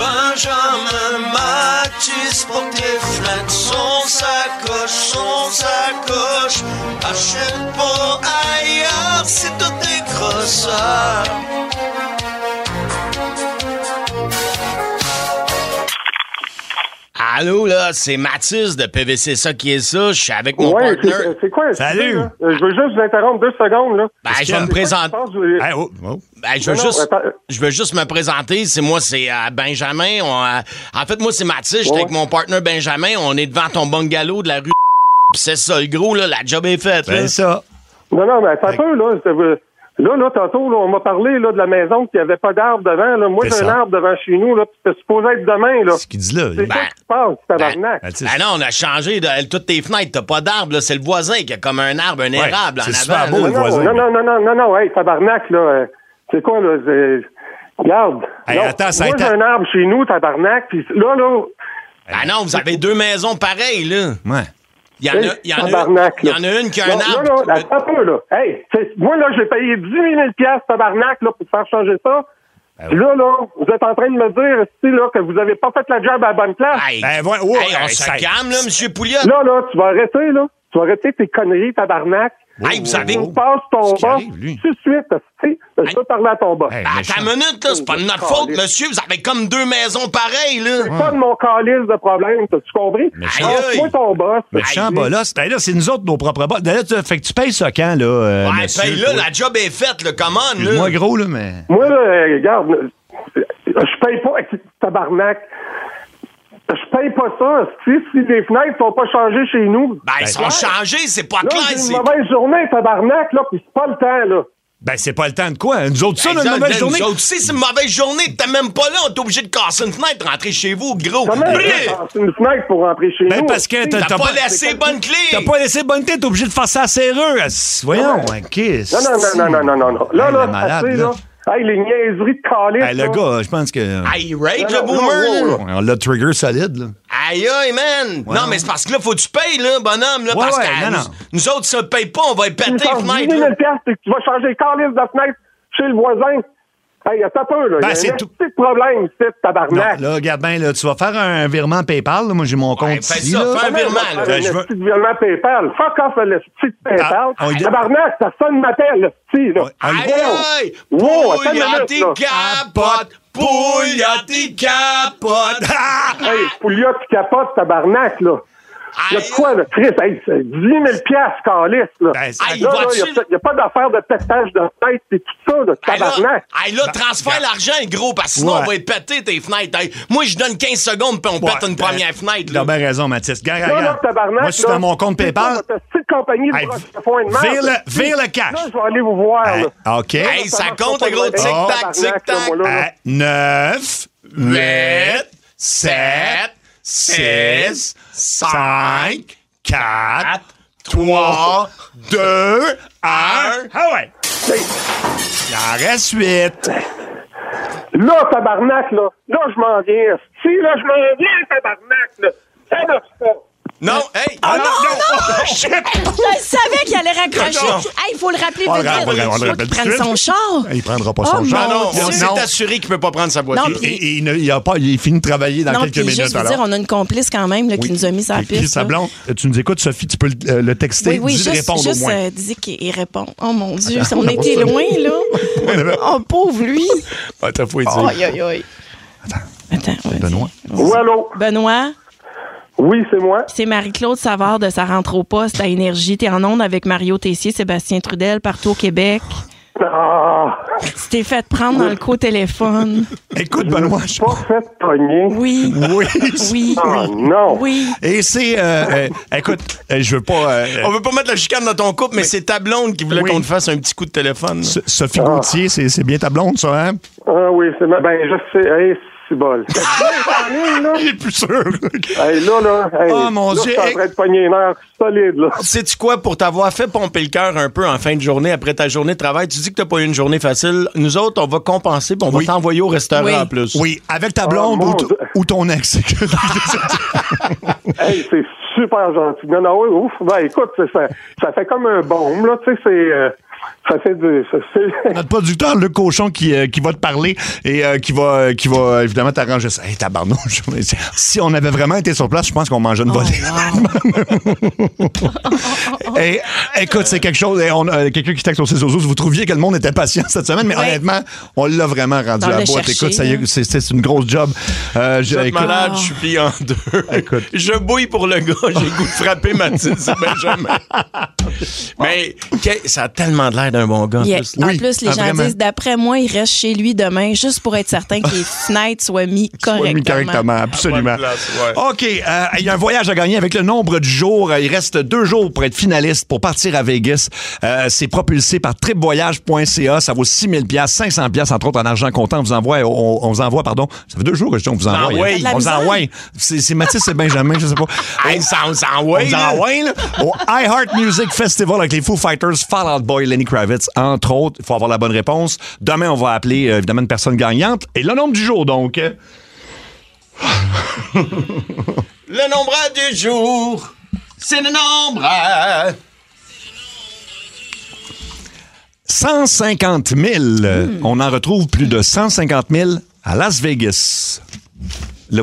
Speaker 3: Benjamin Matisse pour tes flingues, son sacoche, son sacoche. Achète pas ailleurs, c'est tout des crosseurs.
Speaker 6: Allô, là, c'est Mathis de PVC, ça qui est ça. Je suis avec mon
Speaker 8: Ouais,
Speaker 6: partner.
Speaker 8: c'est- c'est quoi?
Speaker 4: Salut.
Speaker 8: excusez, là? Euh, Je veux juste vous interrompre deux secondes, là.
Speaker 6: Ben, je vais me
Speaker 8: C'est quoi qui se
Speaker 6: présenter.
Speaker 8: passe? Vous-
Speaker 4: Hey, oh, oh.
Speaker 6: Ben, je, veux
Speaker 8: Non, non,
Speaker 6: juste,
Speaker 8: attends. euh,
Speaker 6: je veux juste me présenter. C'est moi, c'est euh, Benjamin. On, euh, en fait, moi, c'est Mathis. J'étais
Speaker 8: Ouais.
Speaker 6: avec mon partenaire Benjamin. On est devant ton bungalow de la rue. Pis C'est ça, le gros, là. La job est faite. là.
Speaker 4: Ben, ça.
Speaker 8: Non, non, mais attends un peu, là. C'est- Là, là, tantôt, là, on m'a parlé là, de la maison qu'il n'y avait pas d'arbre devant. Là. Moi,
Speaker 4: C'est
Speaker 8: j'ai un
Speaker 4: ça.
Speaker 8: arbre devant chez nous, là, puis c'était supposé être demain, là.
Speaker 4: Ce qu'il dit là.
Speaker 8: C'est
Speaker 4: Ben,
Speaker 8: ça qui se passe, tabarnak.
Speaker 4: ben, tu sais,
Speaker 6: Ah non, on a changé de- toutes tes fenêtres, t'as pas d'arbre, là, c'est le voisin qui a comme un arbre, un érable en
Speaker 4: c'est
Speaker 6: avant.
Speaker 4: super
Speaker 6: là.
Speaker 4: beau,
Speaker 8: non,
Speaker 4: le voisin.
Speaker 8: non, non, non, non, non, non, hey, tabarnak, là. euh, C'est quoi, là? c'est- Regarde.
Speaker 4: Hey,
Speaker 8: Non,
Speaker 4: attends, ça a
Speaker 8: moi,
Speaker 4: été-
Speaker 8: j'ai un arbre chez nous, tabarnak, puis là, là,
Speaker 6: Ah non, vous avez deux maisons pareilles, là.
Speaker 4: Ouais.
Speaker 6: Il y en a,
Speaker 8: hey,
Speaker 6: il y en a,
Speaker 8: tabarnak,
Speaker 6: il y
Speaker 8: là.
Speaker 6: en a une qui a
Speaker 8: Non,
Speaker 6: un arbre.
Speaker 8: Non, non, attends un peu, là. Hey, c'est- moi, là, j'ai payé 10 000 piastres, tabarnak, là, pour faire changer ça.
Speaker 6: Ben
Speaker 8: Puis là, là, vous êtes en train de me dire, si, là, que vous avez pas fait la job à la bonne place.
Speaker 6: Hey,
Speaker 4: Ben, voilà, ouais,
Speaker 6: hey, on
Speaker 4: hey,
Speaker 6: se
Speaker 4: ça-
Speaker 6: calme, là, monsieur Pouliot.
Speaker 8: Là, là, tu vas arrêter, là. Tu vas arrêter tes conneries, tabarnak.
Speaker 6: Hey, vous savez-
Speaker 8: Tu passes ton
Speaker 4: Ce qui
Speaker 8: boss
Speaker 4: arrive, lui.
Speaker 8: tout de suite, tu sais. Je peux parler à ton boss.
Speaker 4: Hey,
Speaker 6: Ben,
Speaker 4: méchant.
Speaker 6: Attends une minute, là, c'est pas de notre
Speaker 8: Oh,
Speaker 6: faute,
Speaker 8: caliste.
Speaker 6: monsieur, vous avez comme deux maisons pareilles, là.
Speaker 8: C'est pas de mon calice de problème, t'as-tu compris?
Speaker 6: Méchant.
Speaker 8: Passe-moi
Speaker 6: Aïe, aïe.
Speaker 8: ton boss.
Speaker 4: Méchant
Speaker 8: Aïe.
Speaker 4: bolos. Ben, là, c'est nous autres, nos propres boss. Ben, là, tu- fait que tu payes ça quand, là, euh,
Speaker 6: Ouais,
Speaker 4: monsieur,
Speaker 6: paye, là,
Speaker 4: toi?
Speaker 6: Ben, la job est faite, là, come on, là.
Speaker 4: Excuse-moi, gros, là, mais...
Speaker 8: Moi, là, Euh, regarde, je paye pas, tabarnak. Je paye pas ça. Si, si les fenêtres sont pas changées chez nous.
Speaker 6: Ben, ils seront
Speaker 8: ouais.
Speaker 6: changés, c'est pas
Speaker 8: Là,
Speaker 6: clair,
Speaker 8: j'ai
Speaker 6: c'est...
Speaker 8: une mauvaise journée, tabarnak, là, puis c'est pas le temps, là.
Speaker 4: Ben, c'est pas le temps de quoi? Nous autres, ça,
Speaker 6: Ben,
Speaker 4: notre
Speaker 6: nous
Speaker 4: mauvaise
Speaker 6: autres,
Speaker 4: journée.
Speaker 6: Nous autres, si c'est une mauvaise journée, t'es même pas là, on est obligé de casser une fenêtre, rentrer chez vous, gros.
Speaker 4: Comment
Speaker 6: Brrr!
Speaker 4: on
Speaker 6: Ben,
Speaker 4: va
Speaker 8: une fenêtre pour rentrer chez
Speaker 4: Ben, parce que t'as
Speaker 6: t'as pas laissé bonne clé.
Speaker 4: T'as pas laissé bonne tête, t'es obligé de faire ça à serreux. Ass- Voyons, hein, qu'est-ce.
Speaker 8: Non, non, non, non, non, non, non. Là,
Speaker 4: Hey,
Speaker 8: là,
Speaker 4: le malade,
Speaker 8: assez,
Speaker 4: là.
Speaker 8: là. Hey, les niaiseries de calice.
Speaker 4: Hey, le gars, je pense que.
Speaker 6: Hey, rage,
Speaker 8: Non, non,
Speaker 6: le boomer,
Speaker 8: non,
Speaker 6: là.
Speaker 8: wow.
Speaker 4: On l'a trigger solide, là.
Speaker 6: Aïe, aïe, man!
Speaker 4: Ouais,
Speaker 6: non,
Speaker 4: non.
Speaker 6: mais c'est parce que là, faut que tu payes, là, bonhomme, là,
Speaker 4: Ouais,
Speaker 6: parce
Speaker 4: ouais,
Speaker 6: que
Speaker 4: non,
Speaker 6: nous,
Speaker 4: non.
Speaker 6: nous autres, si on le paye pas, on va y
Speaker 8: Tu
Speaker 6: péter les
Speaker 8: changes
Speaker 6: fenêtres,
Speaker 8: 10 000
Speaker 6: là.
Speaker 8: piastres et que tu vas changer le calice de fenêtre chez le voisin. Hey, attends un peu, là.
Speaker 4: Ben,
Speaker 8: Il y a
Speaker 4: c'est
Speaker 8: un
Speaker 4: tout.
Speaker 8: petit problème, c'est
Speaker 4: Non,
Speaker 8: tabarnak.
Speaker 4: là, regarde bien, là, tu vas faire un virement PayPal. là. Moi, j'ai mon compte
Speaker 6: fais
Speaker 4: ici.
Speaker 6: ça,
Speaker 4: là.
Speaker 6: fais un virement, là.
Speaker 4: Ben,
Speaker 8: Le
Speaker 4: je veux- Ah,
Speaker 8: petit virement PayPal. Fuck off, le petit PayPal.
Speaker 4: on y-
Speaker 8: Tabarnak, personne m'appelle, le petit, là.
Speaker 6: Aïe, aïe!
Speaker 8: Wow, wow, attends une
Speaker 6: Pouille à
Speaker 8: minute,
Speaker 6: tes
Speaker 8: là.
Speaker 6: capotes! Pouille à tes capotes! Ah!
Speaker 8: Hey, Poulia, tu capotes, tabarnak, là. Il y a de quoi, là, Chris? Hey, c'est 10 000 piastres, calice, là.
Speaker 4: Ben, c'est-
Speaker 8: Là,
Speaker 6: Hey,
Speaker 8: là,
Speaker 6: vois-tu-
Speaker 8: il n'y a, pas d'affaire de pétage de tête et tout ça, là,
Speaker 6: Hey, là,
Speaker 8: tabarnak.
Speaker 6: hey, là, transfère l'argent, gros, parce que sinon,
Speaker 4: Bah, Ouais.
Speaker 6: on va y péter tes fenêtres. Hey, moi, je donne 15 secondes, puis on
Speaker 4: Ouais,
Speaker 6: pète une
Speaker 4: ben,
Speaker 6: première fenêtre, là.
Speaker 4: T'as bien raison, Mathis. Regarde,
Speaker 8: Là, là,
Speaker 4: regarde.
Speaker 8: tabarnak,
Speaker 4: Moi, je suis
Speaker 8: là,
Speaker 4: dans mon compte
Speaker 8: c'est ça,
Speaker 4: PayPal.
Speaker 8: votre petite compagnie de
Speaker 4: Hey,
Speaker 8: brosse de foin de merde.
Speaker 4: vire le- vire le cash.
Speaker 8: Là, je vais aller vous voir, là.
Speaker 4: Ah, OK. Oh,
Speaker 6: Hey, ça
Speaker 8: marche
Speaker 6: compte,
Speaker 8: pas,
Speaker 6: le
Speaker 8: pas
Speaker 6: gros
Speaker 8: de
Speaker 6: tic-tac,
Speaker 8: tabarnak, là,
Speaker 6: tic-tac.
Speaker 8: moi, là, là.
Speaker 4: 9, 8, 7,
Speaker 6: 6,
Speaker 4: 6,
Speaker 6: 5,
Speaker 4: 5, 4,
Speaker 6: 3,
Speaker 4: 3, 2, 1. Ah ouais!
Speaker 8: Hey,
Speaker 4: Il en reste 8.
Speaker 8: Là, tabarnak, là. Là, je m'en viens. Si, là, je m'en viens, tabarnak, là. Ça marche pas. Ah,
Speaker 6: Non, hey!
Speaker 5: Oh non, non,
Speaker 4: Ah, Oh, shit!
Speaker 5: Je le savais qu'il allait raccrocher.
Speaker 6: Non.
Speaker 5: Hey, il faut le rappeler
Speaker 4: On le
Speaker 5: vite, vite.
Speaker 4: rappelle, Ah, on le
Speaker 5: Faut
Speaker 4: rappelle
Speaker 5: qu'il
Speaker 4: tout de
Speaker 5: prenne son
Speaker 4: suite.
Speaker 5: char.
Speaker 4: Il prendra pas
Speaker 5: Oh,
Speaker 4: son
Speaker 5: mon
Speaker 4: genre.
Speaker 6: Ah non,
Speaker 5: Dieu.
Speaker 6: on s'est assuré qu'il peut pas prendre sa
Speaker 5: Non,
Speaker 6: voiture.
Speaker 5: puis-
Speaker 4: Et, et il, ne- il a pas, il finit de travailler dans
Speaker 5: non,
Speaker 4: quelques
Speaker 5: puis
Speaker 4: minutes.
Speaker 5: juste vous
Speaker 4: alors.
Speaker 5: dire, on a une complice quand même là, qui nous a mis sa
Speaker 4: Et- et
Speaker 5: piste. là.
Speaker 4: Sablon, euh, tu nous écoutes, Sophie, tu peux le, euh, le texter.
Speaker 5: Oui, oui,
Speaker 4: dis de
Speaker 5: juste,
Speaker 4: répondre
Speaker 5: juste
Speaker 4: au moins.
Speaker 5: euh, dis qu'il répond. Oh mon Dieu, on était loin, là.
Speaker 4: avait-
Speaker 5: oh, pauvre lui.
Speaker 4: Ah, t'as fouillé.
Speaker 5: Aïe, aïe, aïe. Attends. Attends, vas-y.
Speaker 4: Benoît.
Speaker 8: Oui, allô?
Speaker 5: Benoît,
Speaker 8: Oui, c'est moi.
Speaker 5: c'est Marie-Claude Savard de Sa rentre au poste à Énergie. T'es en onde avec Mario Tessier, Sébastien Trudel, partout au Québec.
Speaker 8: Ah,
Speaker 5: Tu t'es fait prendre dans le coup téléphone.
Speaker 4: Écoute, Benoît, je...
Speaker 8: pas fait pogner.
Speaker 5: Oui.
Speaker 4: Oui.
Speaker 5: Oui.
Speaker 8: Ah, non.
Speaker 5: Oui.
Speaker 4: Et c'est... euh, euh, écoute, euh, je veux pas... euh, euh,
Speaker 6: On veut pas mettre la chicane dans ton couple, mais, c'est ta blonde qui voulait
Speaker 4: Oui.
Speaker 6: qu'on te fasse un petit coup de téléphone.
Speaker 4: So- Sophie Gauthier, c'est c'est bien ta blonde, ça, hein?
Speaker 8: Ah oui, c'est ma... Ben, je sais. Hey, c'est bol. en ligne, là.
Speaker 4: Il est plus sûr.
Speaker 8: Hey, là, là. Hey,
Speaker 4: Oh, mon
Speaker 8: là, Je
Speaker 4: Dieu.
Speaker 8: suis en train de pogner une heure solide, là.
Speaker 6: Sais-tu quoi, pour t'avoir fait pomper le cœur un peu en fin de journée, après ta journée de travail, tu dis que t'as pas eu une journée facile. Nous autres, on va compenser, puis on
Speaker 4: Oui.
Speaker 6: va t'envoyer au restaurant
Speaker 5: Oui.
Speaker 6: en plus.
Speaker 4: Oui, avec ta blonde
Speaker 8: Ah, mon
Speaker 4: ou, t-
Speaker 8: Dieu.
Speaker 4: ou ton ex.
Speaker 8: Hey, c'est super gentil. Non, non, oui, ouf. Ben, écoute, c'est- ça, ça fait comme un bombe, là. Tu sais, c'est. euh, ça fait du. ça- c'est-
Speaker 4: Notre producteur, le cochon, qui, euh, qui va te parler et euh, qui, va, euh, qui va euh, évidemment t'arranger ça. Hey, tabarnouche. Si on avait vraiment été sur place, je pense qu'on mangeait une volée.
Speaker 5: Oh,
Speaker 4: Et, écoute, c'est quelque chose. et on a Quelqu'un qui texte au 6 vous trouviez que le monde était patient cette semaine, mais
Speaker 5: Ouais.
Speaker 4: honnêtement, on l'a vraiment rendu
Speaker 5: On
Speaker 4: à
Speaker 5: l'a
Speaker 4: boîte.
Speaker 5: cherché, hein.
Speaker 4: Écoute, ça y est,
Speaker 5: là.
Speaker 4: c'est- c'est une grosse job. Euh, je-
Speaker 6: Je suis
Speaker 4: écoute,
Speaker 6: malade, je suis plié en deux.
Speaker 4: Écoute.
Speaker 6: Je bouille pour le gars, j'ai le goût de frapper Mathilde c'est Benjamin. Mais que- ça a tellement de l'air d'un bon gars. en
Speaker 5: Yeah.
Speaker 6: plus.
Speaker 5: En
Speaker 4: Oui,
Speaker 5: plus, les
Speaker 4: ah,
Speaker 5: gens
Speaker 4: vraiment.
Speaker 5: disent, d'après moi, il reste chez lui demain juste pour être certain que les fenêtres soient mises correctement.
Speaker 4: Oui, oui, correctement, absolument.
Speaker 6: À bonne place, ouais.
Speaker 4: OK, euh, il y a un voyage à gagner avec le nombre de jours. Il reste deux jours pour être finaliste, pour partir à Vegas. Euh, c'est propulsé par tripvoyage.ca. Ça vaut 6 000 500 entre autres en argent comptant. On vous envoie, on, on vous envoie pardon. Ça fait deux jours que je dis on vous envoie.
Speaker 6: envoie.
Speaker 4: hein.
Speaker 5: De la
Speaker 4: On vous
Speaker 5: misère.
Speaker 4: envoie. C'est c'est Mathis et Benjamin, je sais pas.
Speaker 6: Hey, ça, on s'en
Speaker 4: On
Speaker 6: ouais,
Speaker 4: vous
Speaker 6: là.
Speaker 4: envoie, là, au iHeart Music Festival avec les Foo Fighters, Fall Out Boy, Lenny Kravitz, entre autres. Il faut avoir la bonne réponse. Demain, on va appeler euh, évidemment une personne gagnante. Et le nombre du jour, donc. euh,
Speaker 6: Le nombre à du jour, c'est le nombre à...
Speaker 4: 150 000.
Speaker 5: Hmm.
Speaker 4: On en retrouve plus de 150 000 à Las Vegas. Là,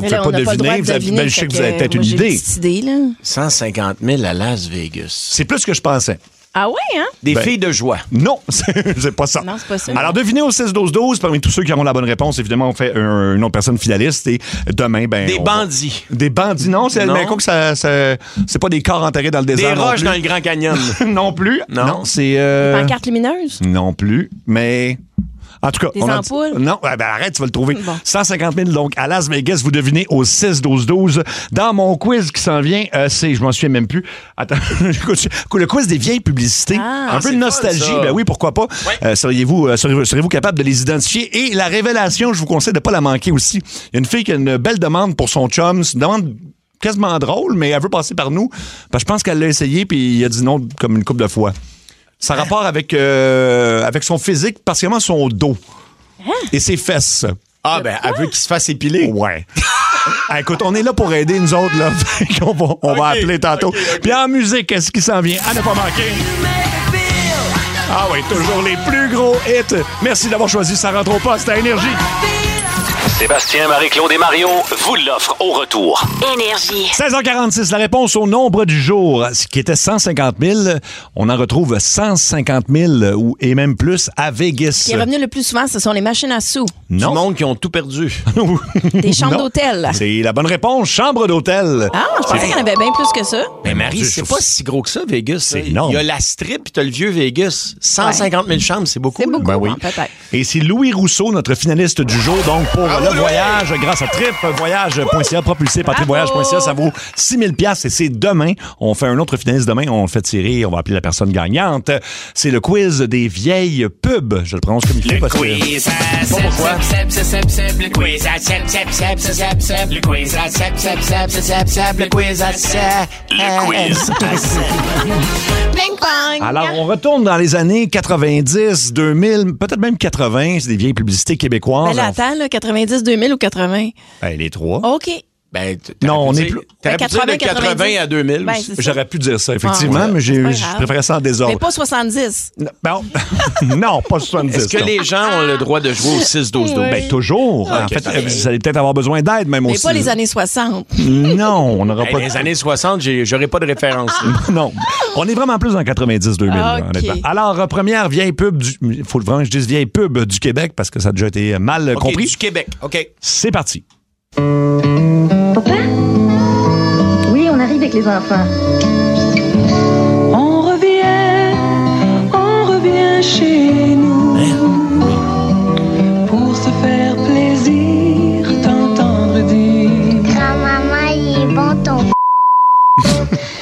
Speaker 5: Mais
Speaker 4: vous ne pouvez
Speaker 5: là,
Speaker 4: pas
Speaker 5: on n'a pas le droit
Speaker 4: deviner.
Speaker 5: de
Speaker 4: vous avez-
Speaker 5: deviner,
Speaker 4: ben, je sais
Speaker 5: fait
Speaker 4: que vous avez
Speaker 5: que
Speaker 4: peut-être
Speaker 5: moi,
Speaker 4: une
Speaker 5: j'ai
Speaker 4: idée.
Speaker 5: petite idée, là.
Speaker 6: 150 000 à Las Vegas.
Speaker 4: C'est plus que je pensais.
Speaker 5: Ah ouais, hein?
Speaker 6: Des
Speaker 4: Ben.
Speaker 6: filles de joie.
Speaker 4: Non, c'est c'est pas ça.
Speaker 5: Non, c'est pas ça.
Speaker 4: Alors, devinez au 16-12-12. Parmi tous ceux qui auront la bonne réponse, évidemment, on fait un- une autre personne finaliste. Et demain, ben.
Speaker 6: Des
Speaker 4: on-
Speaker 6: bandits.
Speaker 4: Des bandits, non. C'est
Speaker 6: Non.
Speaker 4: ben, quoi que ça, ça- c'est pas des corps enterrés dans le
Speaker 6: Des
Speaker 4: désert. non
Speaker 6: roches
Speaker 4: plus.
Speaker 6: dans le Grand Canyon.
Speaker 4: Non plus.
Speaker 6: Non.
Speaker 4: c'est. euh,
Speaker 5: Pancarte lumineuse?
Speaker 4: Non plus. Mais. En tout cas,
Speaker 5: Des
Speaker 4: on a
Speaker 5: ampoules?
Speaker 4: dit- non, ah ben arrête, tu vas le trouver. 150 000 donc à Las Vegas, vous devinez au 6 12 12. Dans mon quiz qui s'en vient, euh, c'est, je m'en souviens même plus. Attends, écoute, je- le quiz des vieilles publicités,
Speaker 14: Ah.
Speaker 4: un peu
Speaker 14: C'est
Speaker 4: de
Speaker 14: fun,
Speaker 4: nostalgie,
Speaker 14: ça.
Speaker 4: ben oui, pourquoi pas. Euh, seriez-vous, euh, serez-vous, serez-vous capable de les identifier et la révélation, je vous conseille de pas la manquer aussi. Il y a une fille qui a une belle demande pour son chum, c'est une demande quasiment drôle, mais elle veut passer par nous. Parce que je pense qu'elle l'a essayé puis il a dit non comme une couple de fois. Ça a
Speaker 14: Ah.
Speaker 4: rapport avec, euh, avec son physique, particulièrement son dos
Speaker 14: Hein?
Speaker 4: et ses fesses. Ah, ben, elle veut qu'il se fasse épiler. Ouais. Ah, Écoute, on est là pour aider, nous autres, là. on va, on va appeler tantôt. Puis en musique, qu'est-ce qui s'en vient? À ne pas manquer. Ah oui, toujours les plus gros hits. Merci d'avoir choisi Ça rentre au poste à Énergie.
Speaker 2: Sébastien, Marie-Claude et Mario vous l'offrent au retour.
Speaker 1: Énergie.
Speaker 4: 16h46, la réponse au nombre du jour, ce qui était 150 000, on en retrouve 150 000 ou, et même plus à
Speaker 5: Ce
Speaker 4: Vegas.
Speaker 5: qui est revenu le plus souvent, ce sont les machines à sous.
Speaker 4: Non. Du monde qui ont tout perdu.
Speaker 5: Des chambres d'hôtel.
Speaker 4: C'est la bonne réponse, chambre d'hôtel.
Speaker 5: Ah, je pensais qu'il y en avait bien plus que ça.
Speaker 6: Mais Marie,
Speaker 4: Dieu,
Speaker 6: c'est
Speaker 4: je
Speaker 6: pas
Speaker 4: trouve-
Speaker 6: si gros que ça, Vegas. là.
Speaker 4: énorme.
Speaker 6: Il y a la strip, puis t'as le vieux Vegas. 150 000 chambres, c'est beaucoup.
Speaker 4: C'est beaucoup, Ben oui. hein,
Speaker 5: peut-être.
Speaker 4: Et c'est Louis Rousseau, notre finaliste du jour, donc pour le voyage, grâce à tripvoyage.ca, propulsé par tripvoyage.ca, ça vaut 6000 pièces et c'est demain. On fait un autre finaliste demain, on le fait tirer, on va appeler la personne gagnante. C'est le quiz des vieilles pubs. Je le prononce comme il faut parce que- Alors, on retourne dans les années 90, 2000, peut-être même 80, c'est des vieilles publicités
Speaker 5: Ben
Speaker 4: québécoises.
Speaker 5: là, Oh. attends, là, 90, 2000 ou 80.
Speaker 4: Ben, les trois.
Speaker 5: OK.
Speaker 6: Ben,
Speaker 4: non, on est plus.
Speaker 5: Ben, 80, 90. Ben, c'est ça.
Speaker 4: J'aurais pu dire ça, effectivement,
Speaker 5: Ah, ouais.
Speaker 4: mais j'ai-
Speaker 5: C'est pas grave.
Speaker 4: je préférais ça en désordre.
Speaker 5: Mais pas 70.
Speaker 4: Bon. non, pas 70.
Speaker 6: Est-ce que
Speaker 4: non.
Speaker 6: les gens ont le droit de jouer au 6-12-12?
Speaker 4: Ben, toujours.
Speaker 6: Ah,
Speaker 4: en
Speaker 6: ok,
Speaker 4: fait,
Speaker 6: parfait.
Speaker 4: vous allez peut-être avoir besoin d'aide, même
Speaker 5: Mais
Speaker 4: aussi.
Speaker 5: pas les années 60.
Speaker 4: Non, on n'aura
Speaker 6: Hey,
Speaker 4: pas.
Speaker 6: les années 60, j'ai- j'aurais pas de référence.
Speaker 4: non. On est vraiment plus en 90-2000, là,
Speaker 6: Ah, ok.
Speaker 4: honnêtement. Alors, euh, première vieille pub du. Il faut vraiment que je dise vieille pub du Québec parce que ça a déjà été euh, mal euh,
Speaker 6: OK,
Speaker 4: compris.
Speaker 6: Du Québec, OK.
Speaker 4: C'est parti.
Speaker 20: Papa Oui, on arrive avec les enfants.
Speaker 21: On revient, on revient chez nous pour se faire plaisir, t'entendre dire. Grand-maman, il est bon ton.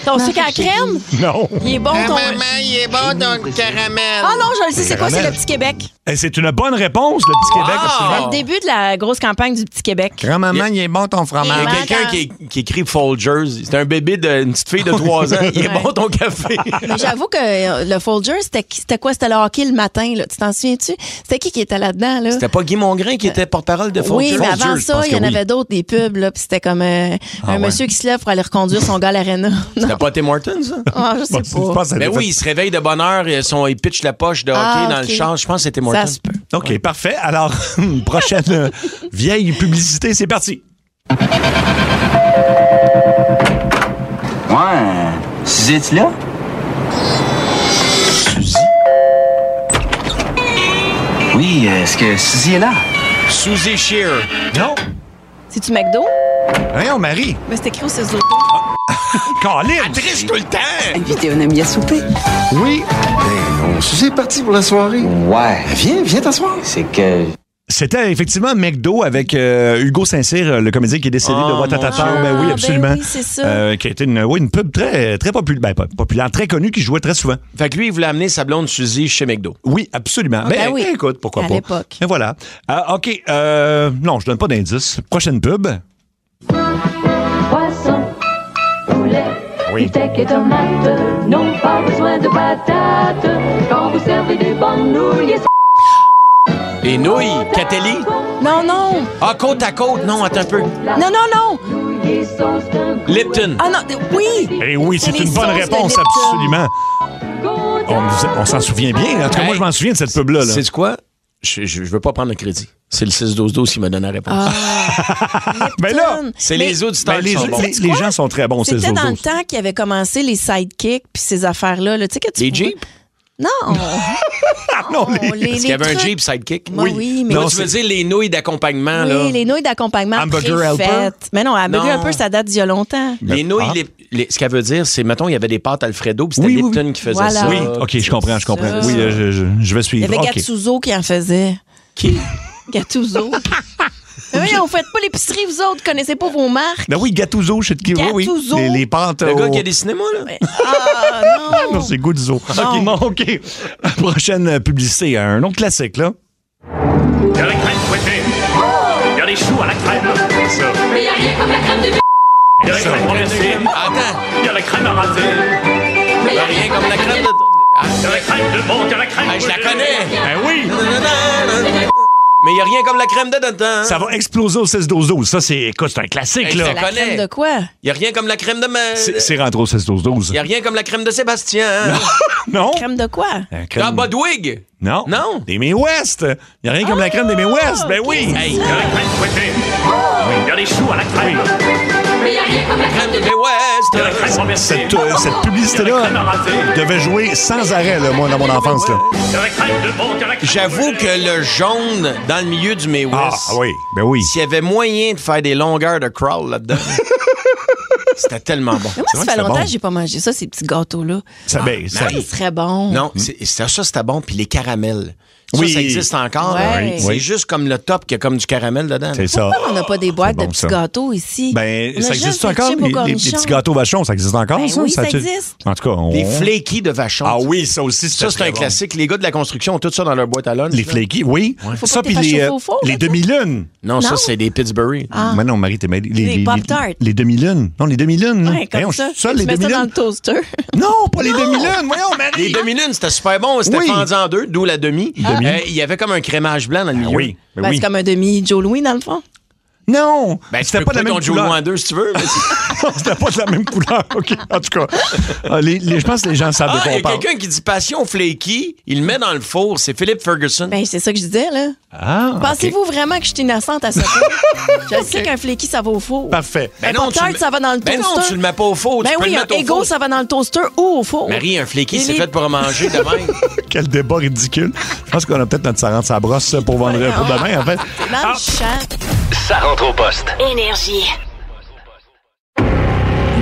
Speaker 5: Ton sucre à crème?
Speaker 4: Non.
Speaker 5: Il est bon ton.
Speaker 6: Maman, il est bon ton caramel.
Speaker 5: Ah non, je le sais, c'est quoi? C'est le
Speaker 4: Caramel.
Speaker 5: Petit Québec.
Speaker 4: Et Eh, c'est une bonne réponse, le petit
Speaker 6: Ah!
Speaker 4: Québec.
Speaker 5: C'est le début de la grosse campagne du Petit Québec.
Speaker 4: Grand-maman, il est bon ton
Speaker 6: Il y a quelqu'un qui, qui écrit Folgers. C'est un bébé d'une petite fille de 3 ans. Il est
Speaker 5: Ouais.
Speaker 6: bon ton café.
Speaker 5: Mais j'avoue que euh, le Folger, c'était qui- c'était quoi? C'était le hockey le matin, là. Tu t'en souviens-tu? C'était qui qui était là-dedans, là?
Speaker 6: C'était pas Guy Mongrain qui était porte-parole de Folgers?
Speaker 5: Oui, mais avant
Speaker 6: Folgers, je
Speaker 5: ça,
Speaker 6: pense
Speaker 5: il y
Speaker 6: que
Speaker 5: en
Speaker 6: oui.
Speaker 5: avait d'autres, des pubs, là. Puis c'était comme euh,
Speaker 6: Ah
Speaker 5: un
Speaker 6: ouais.
Speaker 5: monsieur qui se lève pour aller reconduire son gars à l'arena.
Speaker 6: C'était pas Tim Hortons, ça?
Speaker 5: Ah, je sais pas.
Speaker 6: Mais oui, il se réveille de bonne heure, ils sont- ils pitchent la poche de hockey
Speaker 5: Ah,
Speaker 6: dans
Speaker 5: ok.
Speaker 6: le champ. Je pense que c'était Tim
Speaker 5: Ça
Speaker 6: Hortons.
Speaker 5: se peut.
Speaker 4: OK, parfait. Alors, prochaine euh, vieille publicité, c'est parti.
Speaker 22: Ouais, Suzy, es-tu là? Suzy? Oui, euh, est-ce que Suzy est là?
Speaker 6: Suzy Shear.
Speaker 4: Non.
Speaker 5: C'est-tu McDo?
Speaker 4: Voyons, Marie.
Speaker 5: Mais c'est écrit au ciseau.
Speaker 6: Ah.
Speaker 4: Colin!
Speaker 6: Triste tout le temps!
Speaker 21: Invité un ami à souper.
Speaker 4: Oui.
Speaker 22: Ben non, Suzy est partie pour la soirée. Ouais. Viens, viens t'asseoir. C'est que...
Speaker 4: C'était effectivement McDo avec euh, Hugo Saint-Cyr, euh, le comédien qui est décédé
Speaker 22: Oh,
Speaker 4: de
Speaker 22: mon
Speaker 4: Watatata.
Speaker 22: Dieu.
Speaker 4: Ben oui,
Speaker 22: Ah,
Speaker 4: absolument.
Speaker 22: ben oui, c'est ça.
Speaker 4: Euh, qui a été une, oui, une pub très, très populaire, ben, pas populaire, très connue, qui jouait très souvent.
Speaker 6: Fait que lui, il voulait amener sa blonde Suzy chez McDo.
Speaker 4: Oui, absolument.
Speaker 6: Ah,
Speaker 4: ben,
Speaker 6: ben oui.
Speaker 4: ben, écoute, pourquoi
Speaker 6: À
Speaker 4: pas.
Speaker 6: l'époque.
Speaker 4: Ben voilà. Ah, OK. euh, non, je donne pas d'indice. Prochaine pub.
Speaker 21: Poisson, poulet,
Speaker 4: Oui.
Speaker 21: steak et tomates. Non, pas besoin de patates. Quand vous servez des bonnes nouilles,
Speaker 6: Et nouilles, Catelli.
Speaker 5: Non, non.
Speaker 6: Ah, côte à côte, non, attends un peu.
Speaker 5: Non, non, non!
Speaker 6: Lipton.
Speaker 5: Ah non, d- oui!
Speaker 4: Eh oui, c'est
Speaker 5: Les
Speaker 4: une bonne
Speaker 5: sauces de
Speaker 4: réponse,
Speaker 5: Lipton.
Speaker 4: absolument. On, vous- on s'en souvient bien. En tout cas, moi, je m'en souviens de cette pub-là. là.
Speaker 6: C'est quoi? Je, je, je veux pas prendre le crédit. C'est le 6-12-12 qui me donne la réponse.
Speaker 5: Ah,
Speaker 4: Mais Ben là,
Speaker 6: c'est les auditeurs
Speaker 4: ben,
Speaker 6: qui
Speaker 4: les,
Speaker 6: sont bons.
Speaker 4: les- les gens sont très bons, ces
Speaker 5: C'était dans le
Speaker 4: autres.
Speaker 5: temps qu'il avait commencé les sidekicks puis ces affaires-là. là. Tu sais que tu
Speaker 6: Les
Speaker 5: pouvais-
Speaker 6: Jeeps?
Speaker 5: Non!
Speaker 4: Ah, non,
Speaker 5: Oh, les... les,
Speaker 6: Est-ce qu'il y avait un
Speaker 5: trucs-
Speaker 6: Jeep sidekick?
Speaker 5: Moi, oui, mais-
Speaker 6: Non,
Speaker 5: Non,
Speaker 6: tu veux
Speaker 5: c'est-
Speaker 6: dire les nouilles d'accompagnement,
Speaker 5: Oui,
Speaker 6: là?
Speaker 5: les nouilles d'accompagnement
Speaker 6: Hamburger
Speaker 5: préfaites.
Speaker 6: Helper?
Speaker 5: Mais non, hamburger
Speaker 6: Non.
Speaker 5: helper, ça date d'il y a longtemps.
Speaker 6: Les
Speaker 4: Ah.
Speaker 6: nouilles, les- les- ce qu'elle veut dire, c'est, mettons, il y avait des pâtes Alfredo, puis c'était Lipton qui faisait
Speaker 5: Voilà.
Speaker 6: ça.
Speaker 5: Oui,
Speaker 4: OK, je comprends, je comprends.
Speaker 5: Ça.
Speaker 4: Oui, euh, je, je- je vais
Speaker 5: Il y
Speaker 4: suivre.
Speaker 5: avait
Speaker 4: OK.
Speaker 5: Gattuso qui en faisait.
Speaker 6: Qui?
Speaker 5: Gattuso. Mais voyons, vous faites pas l'épicerie, vous autres, connaissez pas vos marques.
Speaker 4: Ben oui, Gattuso, chez qui oui, oui.
Speaker 5: Gattuso.
Speaker 4: Les, les pâtes.
Speaker 6: Le gars
Speaker 4: au-
Speaker 6: qui a dessiné moi, là?
Speaker 5: Ah, non.
Speaker 4: Non, c'est Guzzo.
Speaker 5: Non.
Speaker 4: Bon, OK. Prochaine euh, publicité, un autre classique, là.
Speaker 22: Y'a la crème fouettée. Y'a les choux à la crème. Ça. Mais y'a rien comme la crème de b. Y'a la crème renversée.
Speaker 6: Attends.
Speaker 22: Y'a la crème rasée.
Speaker 6: Mais y a rien comme la crème de. Ah,
Speaker 22: Y'a la crème de menthe. Y'a la crème
Speaker 6: Ah, je la
Speaker 22: brûlée.
Speaker 6: connais.
Speaker 4: Ben oui!
Speaker 6: Nanana. Mais y a rien comme la crème de dedans. hein.
Speaker 4: Ça va exploser au 16-12-12. Ça, c'est, écoute, c'est un classique,
Speaker 6: Hey,
Speaker 5: La
Speaker 4: là.
Speaker 6: connais.
Speaker 5: crème de quoi?
Speaker 6: Y a rien comme la crème de ma...
Speaker 4: C'est, c'est rentré au 16-12-12.
Speaker 6: Y a rien comme la crème de Sébastien. hein?
Speaker 4: Non?
Speaker 5: Crème de quoi?
Speaker 4: Un crème-
Speaker 6: La Bodwig.
Speaker 4: Non.
Speaker 6: Non.
Speaker 4: Des May West. Il a rien comme la crème des
Speaker 5: Oh,
Speaker 4: May West. Ben oui.
Speaker 6: Hey,
Speaker 22: Y'a la crème fouettée. Y'a les choux à la crème.
Speaker 21: Mais y a rien comme la crème
Speaker 6: crème de
Speaker 21: de
Speaker 6: Bay
Speaker 22: Y'a la
Speaker 6: West.
Speaker 22: crème renversée.
Speaker 4: Cette, euh, cette
Speaker 22: Y'a la crème
Speaker 4: publicité-là
Speaker 22: rasée.
Speaker 4: devait jouer sans arrêt, là, moi, dans mon enfance. Là.
Speaker 22: Y'a la crème de menthe. Y'a la crème
Speaker 6: J'avoue
Speaker 22: brûlée.
Speaker 6: que le jaune dans le milieu du May
Speaker 4: Ah
Speaker 6: West.
Speaker 4: oui, ben oui.
Speaker 6: S'il y avait moyen de faire des longueurs de crawl là-dedans, c'était tellement bon.
Speaker 5: Mais moi, ça
Speaker 4: C'est vrai que
Speaker 5: fait
Speaker 4: c'est
Speaker 5: longtemps
Speaker 4: bon.
Speaker 5: que j'ai pas mangé ça, ces petits gâteaux-là.
Speaker 4: Ça baisse.
Speaker 5: Ça, il serait bon.
Speaker 6: Non, c'est- ça, ça c'était bon. Puis les caramels. Ça,
Speaker 4: Oui.
Speaker 6: ça existe encore.
Speaker 5: Ouais.
Speaker 6: hein. C'est
Speaker 4: Oui.
Speaker 6: juste comme le top qui a comme du caramel dedans.
Speaker 4: C'est ça.
Speaker 5: Pourquoi on n'a pas des boîtes
Speaker 4: Ah, C'est bon,
Speaker 5: de petits
Speaker 4: ça.
Speaker 5: gâteaux ici? On
Speaker 4: Ben,
Speaker 5: a
Speaker 4: ça
Speaker 5: juste
Speaker 4: existe
Speaker 5: des
Speaker 4: encore,
Speaker 5: chips aux
Speaker 4: les, les- les
Speaker 5: cornichons.
Speaker 4: petits gâteaux vachons, ça existe encore,
Speaker 5: Ben
Speaker 4: ça?
Speaker 5: oui, ça
Speaker 4: tu-
Speaker 5: existe.
Speaker 4: En tout cas, on...
Speaker 6: Des flaky de vachon.
Speaker 4: Oh. Ah oui, ça aussi,
Speaker 6: Ça, c'est un classique. Les gars de la construction ont tout ça dans leur boîte à lunch.
Speaker 4: Les
Speaker 6: là.
Speaker 4: flaky, oui.
Speaker 5: Faut pas
Speaker 4: Ça,
Speaker 5: que
Speaker 4: puis
Speaker 5: t'aies
Speaker 4: les,
Speaker 5: faim
Speaker 4: euh,
Speaker 5: au four,
Speaker 4: les
Speaker 5: là-dedans.
Speaker 4: demi-lunes.
Speaker 6: Non,
Speaker 5: Non.
Speaker 6: ça, c'est des Pittsburgh.
Speaker 5: Ah.
Speaker 4: Mais non, Marie, t'es mêlée.
Speaker 5: Les Pop-Tarts.
Speaker 4: Les, les demi-lunes. Non, les demi-lunes. là.
Speaker 5: Ouais, comme
Speaker 4: Hum, Voyons,
Speaker 5: ça.
Speaker 4: c'est les
Speaker 5: tu mets ça dans
Speaker 4: demi-lunes.
Speaker 5: le toaster.
Speaker 4: Non, pas les demi-lunes. Voyons, Marie.
Speaker 6: Les demi-lunes, c'était super bon. C'était
Speaker 4: Oui.
Speaker 6: fendu en deux, d'où la demi. Euh, Il y avait comme un crémage blanc dans le
Speaker 4: Ah
Speaker 6: milieu.
Speaker 4: oui, ben
Speaker 5: Ben,
Speaker 4: oui.
Speaker 5: C'est comme un demi Joe Louis, dans le fond.
Speaker 4: Non,
Speaker 6: Ben, tu
Speaker 4: c'était
Speaker 6: peux
Speaker 4: pas de la
Speaker 6: couper
Speaker 4: même
Speaker 6: ton Joe
Speaker 4: couleur.
Speaker 6: en deux si tu veux. mais c'est-
Speaker 4: c'était pas de la même couleur. OK, en tout cas. Ah, les, les- je pense que les gens savent
Speaker 6: Ah,
Speaker 4: de quoi
Speaker 6: il y a
Speaker 4: on parle.
Speaker 6: quelqu'un qui dit passion flaky, il le met dans le four. C'est Philip Ferguson.
Speaker 5: Ben, c'est ça que je disais, là.
Speaker 4: Ah,
Speaker 5: Pensez-vous vraiment que je suis innocente à ce point? je sais qu'un fléki, ça va au four.
Speaker 4: Parfait.
Speaker 5: un Pop-Tart,
Speaker 6: Ben tu le-
Speaker 5: ça va dans le
Speaker 6: Ben non,
Speaker 5: toaster.
Speaker 6: tu le mets pas au four.
Speaker 5: Ben
Speaker 6: tu peux
Speaker 5: oui,
Speaker 6: le
Speaker 5: un
Speaker 6: mettre au
Speaker 5: ego,
Speaker 6: four.
Speaker 5: ça va dans le toaster ou au four.
Speaker 6: Marie, un flaky,
Speaker 5: Et
Speaker 6: c'est
Speaker 5: les-
Speaker 6: fait pour manger de même.
Speaker 4: Quel débat ridicule. Je pense qu'on a peut-être notre sarante sa brosse ça, pour vendre Euh, pour demain, en fait. Ah.
Speaker 5: Dans le champ.
Speaker 2: Ça rentre au poste.
Speaker 1: Énergie.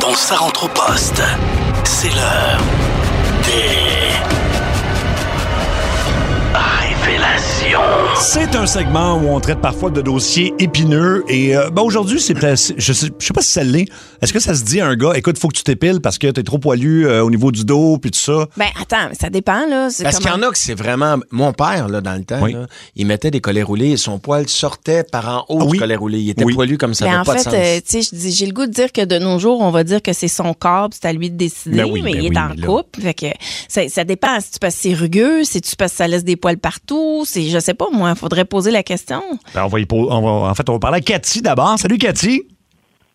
Speaker 7: Dans sa rentre au poste, c'est l'heure des révélations.
Speaker 4: C'est un segment où on traite parfois de dossiers épineux et euh, ben, aujourd'hui, c'est placé- je sais, je sais pas si ça l'est. Est-ce que ça se dit à un gars, écoute, faut que tu t'épiles parce que t'es trop poilu euh, au niveau du dos puis tout ça?
Speaker 5: Ben attends, mais ça dépend, là. C'est
Speaker 6: Parce qu'il y
Speaker 5: comment-
Speaker 6: en a que c'est vraiment. Mon père, là, dans le temps,
Speaker 4: Oui.
Speaker 6: là, il mettait des collets roulés et son poil sortait par en haut
Speaker 4: Ah oui.
Speaker 6: du collet roulé. Il était
Speaker 4: Oui.
Speaker 6: poilu comme ça,
Speaker 5: Ben,
Speaker 6: n'avait
Speaker 5: en fait,
Speaker 6: pas de sens.
Speaker 5: euh, tu sais, je dis- j'ai le goût de dire que de nos jours, on va dire que c'est son corps, puis c'est à lui de décider,
Speaker 4: Ben oui,
Speaker 5: mais
Speaker 4: ben
Speaker 5: il est
Speaker 4: oui,
Speaker 5: en
Speaker 4: mais là-
Speaker 5: couple. Fait que ça, ça dépend. Si tu passes c'est rugueux, si tu passes ça laisse des poils partout, c'est je sais pas moi, faudrait poser la question.
Speaker 4: Ben, on va y po- on va- en fait, on va parler à Cathy d'abord. Salut Cathy.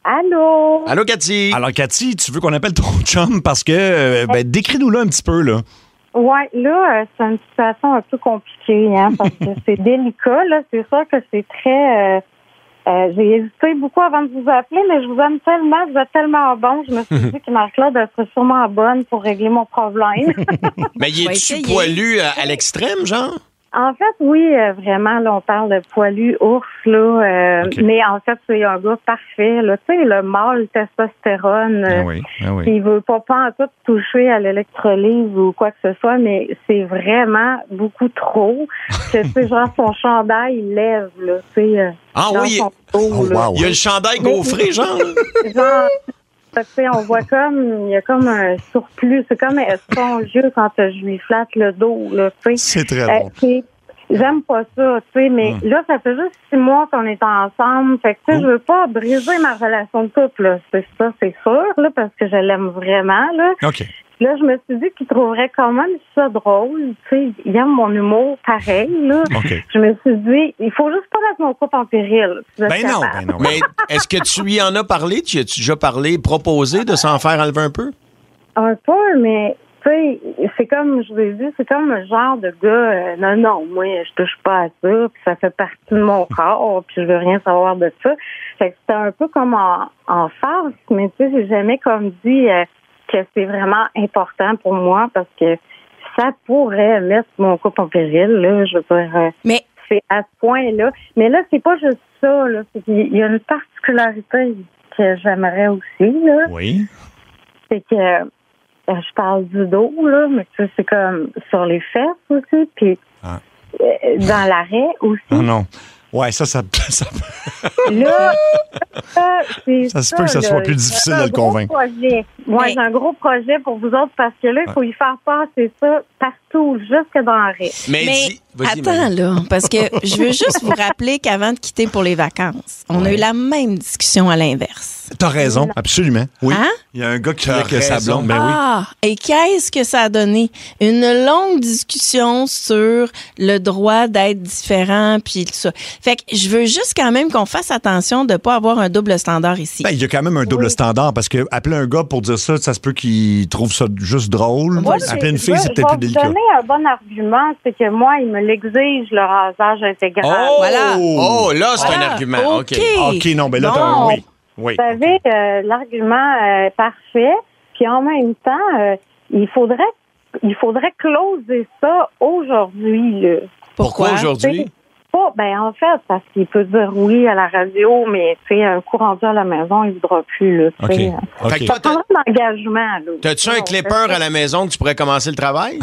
Speaker 13: Allô?
Speaker 6: Allô, Cathy?
Speaker 4: Alors Cathy, tu veux qu'on appelle ton chum parce que euh, ben, décris-nous là un petit peu là.
Speaker 13: Ouais, là, euh, c'est une situation un peu compliquée, hein, parce que c'est délicat, là. C'est sûr que c'est très. euh, euh, j'ai hésité beaucoup avant de vous appeler, mais je vous aime tellement, vous êtes tellement bon. Je me suis dit que Marc-Claude elle serait sûrement bonne pour régler mon problème.
Speaker 6: Mais il
Speaker 5: va
Speaker 6: est-tu
Speaker 5: essayer.
Speaker 6: poilu euh, à, à l'extrême, genre?
Speaker 13: En fait, oui, euh, vraiment, là, on parle de poilu ours, là, euh,
Speaker 4: Ok.
Speaker 13: mais en fait, c'est un gars parfait, là. Tu sais, le mâle testostérone, euh,
Speaker 4: oui, ah oui.
Speaker 13: il veut pas pas en tout toucher à l'électrolyse ou quoi que ce soit, mais c'est vraiment beaucoup trop. Que, tu sais, genre, son chandail, il lève, là, tu sais, euh,
Speaker 6: Ah
Speaker 13: dans
Speaker 6: oui,
Speaker 13: son dos,
Speaker 4: Oh,
Speaker 13: là.
Speaker 4: wow.
Speaker 6: il y a le chandail gaufré, genre?
Speaker 13: Genre, tu sais, on voit comme, il y a comme un surplus. C'est comme espongieux quand je lui flatte le dos, là, tu sais.
Speaker 4: C'est très Hmm.
Speaker 13: Euh,
Speaker 4: bon.
Speaker 13: c'est- J'aime pas ça, tu sais, mais là, ça fait juste six mois qu'on est ensemble. Fait que, tu
Speaker 4: Oh.
Speaker 13: sais, je veux pas briser ma relation de couple, là. C'est ça, c'est sûr, là, parce que je l'aime vraiment, là.
Speaker 4: OK.
Speaker 13: Là, je me suis dit qu'il trouverait quand même ça drôle, tu sais. Il aime mon humour pareil, là.
Speaker 4: OK.
Speaker 13: Je me suis dit, il faut juste pas mettre mon couple en péril. si vous êtes
Speaker 4: Ben non,
Speaker 13: capable.
Speaker 4: ben non.
Speaker 6: Mais est-ce que tu lui en as parlé? Tu y as-tu déjà parlé, proposé de s'en faire enlever un peu?
Speaker 13: Un peu, mais tu sais, c'est comme je vous ai dit, c'est comme le genre de gars, euh, non, non, moi, je touche pas à ça, puis ça fait partie de mon corps, puis je veux rien savoir de ça. Fait que c'était un peu comme en, en farce, mais tu sais, j'ai jamais comme dit euh, que c'est vraiment important pour moi parce que ça pourrait mettre mon couple en péril, là, je veux dire. euh,
Speaker 5: Mais-
Speaker 13: c'est à ce point-là. Mais là, c'est pas juste ça, là. C'est qu'il y a une particularité que j'aimerais aussi, là
Speaker 4: Oui.
Speaker 13: c'est que euh, je parle du dos, là, mais tu sais, c'est comme sur les fesses aussi. Puis
Speaker 4: Ah.
Speaker 13: euh, dans l'arrêt aussi.
Speaker 4: Ah non. Ouais, ça, ça, ça,
Speaker 13: Là, ça, c'est
Speaker 4: Ça se peut que ça
Speaker 13: là.
Speaker 4: soit plus difficile
Speaker 13: C'est
Speaker 4: de
Speaker 13: un
Speaker 4: le
Speaker 13: gros
Speaker 4: convaincre.
Speaker 13: projet. Moi, j'ai un gros projet pour vous autres parce que là, il faut y faire passer ça partout, jusque dans la rue.
Speaker 6: Mais dis- vas-y,
Speaker 5: attends
Speaker 6: Marie.
Speaker 5: là, parce que je veux juste vous rappeler qu'avant de quitter pour les vacances, on a eu la même discussion à l'inverse.
Speaker 4: T'as raison, absolument. Oui.
Speaker 5: Hein?
Speaker 4: Il y a un gars qui
Speaker 14: T'as
Speaker 4: voulait que sa
Speaker 14: raison.
Speaker 4: blonde. Ben oui.
Speaker 5: ah, et qu'est-ce que ça a donné? Une longue discussion sur le droit d'être différent, puis tout ça. Fait que je veux juste quand même qu'on fasse attention de ne pas avoir un double standard ici.
Speaker 4: Ben, il y a quand même un double standard parce que appeler un gars pour dire ça, ça se peut qu'il trouve ça juste drôle.
Speaker 13: Moi, j'ai-
Speaker 4: appeler une fille,
Speaker 13: je-
Speaker 4: c'est peut-être plus
Speaker 13: Je vais
Speaker 4: délicat.
Speaker 13: vous donner un bon argument, c'est que moi, il me l'exige, le rasage intégral.
Speaker 6: Oh! Oh, là, c'est un argument. OK.
Speaker 4: OK, non, ben là,
Speaker 13: Bon.
Speaker 4: t'as- oui. Oui.
Speaker 13: Vous avez euh, l'argument euh, parfait, puis en même temps, euh, il faudrait il faudrait closer ça aujourd'hui. là.
Speaker 6: Pourquoi aujourd'hui?
Speaker 13: Pas, ben en fait, parce qu'il peut dire oui à la radio, mais tu sais, un coup rendu à la maison, il ne voudra plus. Là, tu
Speaker 6: OK.
Speaker 13: sais.
Speaker 6: OK. Fait que
Speaker 13: Ça
Speaker 6: toi,
Speaker 13: prendrait un engagement. Là.
Speaker 6: T'as-tu un clipper à la maison que tu pourrais commencer le travail?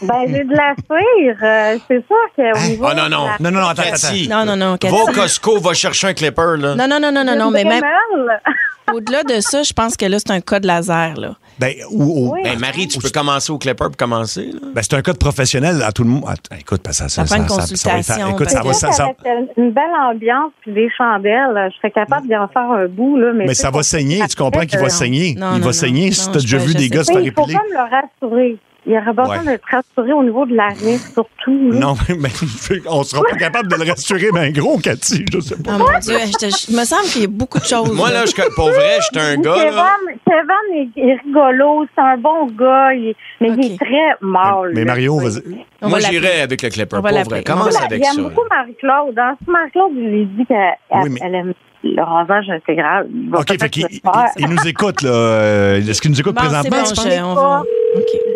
Speaker 13: Ben, j'ai de la cire. euh, c'est sûr qu'au
Speaker 4: Hein?
Speaker 13: niveau...
Speaker 4: Ah
Speaker 6: Oh non, non.
Speaker 13: de la-
Speaker 6: Cathy,
Speaker 5: Non, non, non, Cathy.
Speaker 6: Va au Costco, va chercher un clipper, là.
Speaker 5: Non, non,
Speaker 13: Ben,
Speaker 5: non, non, non, non, mais même.
Speaker 13: Vraiment,
Speaker 5: Au-delà de ça, je pense que là, c'est un cas de laser, là.
Speaker 4: Ben, ou, ou-
Speaker 6: Ben, Marie, tu peux commencer au clipper pour commencer, là.
Speaker 4: ben, c'est un code professionnel à tout le monde. Ah, écoute, parce que ça, ça,
Speaker 5: prend une
Speaker 4: ça- ça va être-
Speaker 5: consultation,
Speaker 4: écoute, ça va,
Speaker 13: Peut-être
Speaker 4: ça- ça-
Speaker 13: avec une belle ambiance puis des chandelles, euh, je serais capable d'y en faire un bout. Là, mais
Speaker 4: mais
Speaker 13: tu
Speaker 4: ça
Speaker 13: sais,
Speaker 4: va
Speaker 13: faut-
Speaker 4: saigner. Tu comprends qu'il
Speaker 13: euh,
Speaker 4: va saigner.
Speaker 13: non,
Speaker 4: il
Speaker 13: non,
Speaker 4: va
Speaker 13: non.
Speaker 4: saigner si
Speaker 13: Non,
Speaker 4: t'as
Speaker 13: je
Speaker 4: déjà
Speaker 13: sais,
Speaker 4: vu
Speaker 13: je
Speaker 4: des
Speaker 13: sais.
Speaker 4: gars se faire
Speaker 13: Oui, Il faut
Speaker 4: épiler.
Speaker 13: comme le rassurer. Il aurait besoin
Speaker 4: Ouais.
Speaker 13: de le rassurer au niveau de l'arrêt, surtout. là.
Speaker 4: Non, mais mais on sera pas capable de le rassurer, mais un gros, Cathy, je sais pas.
Speaker 5: Oh mon Dieu, je, te- je- me semble qu'il y a beaucoup de choses.
Speaker 6: Moi, là, je- pour vrai, j'étais un gars,
Speaker 13: Kevin,
Speaker 6: là.
Speaker 13: Kevin est, est rigolo, c'est un bon gars, il- mais il est très mâle.
Speaker 4: Mais Mario, vas-y.
Speaker 6: Moi, j'irais avec le clipper,
Speaker 13: va
Speaker 6: pour vrai.
Speaker 13: l'appeler.
Speaker 6: Commence
Speaker 13: Voilà,
Speaker 6: avec ça.
Speaker 13: J'aime beaucoup Marie-Claude. Hein. Si Marie-Claude je lui dit qu'elle elle- elle aime le rasage intégral, il va
Speaker 4: OK, fait
Speaker 13: peut-être
Speaker 4: qu'il
Speaker 13: le faire.
Speaker 4: il nous écoute, là. Euh, Est-ce qu'il nous écoute
Speaker 13: Bon, c'est
Speaker 4: présentement?
Speaker 13: bon,
Speaker 4: tu penses?
Speaker 13: je- on va-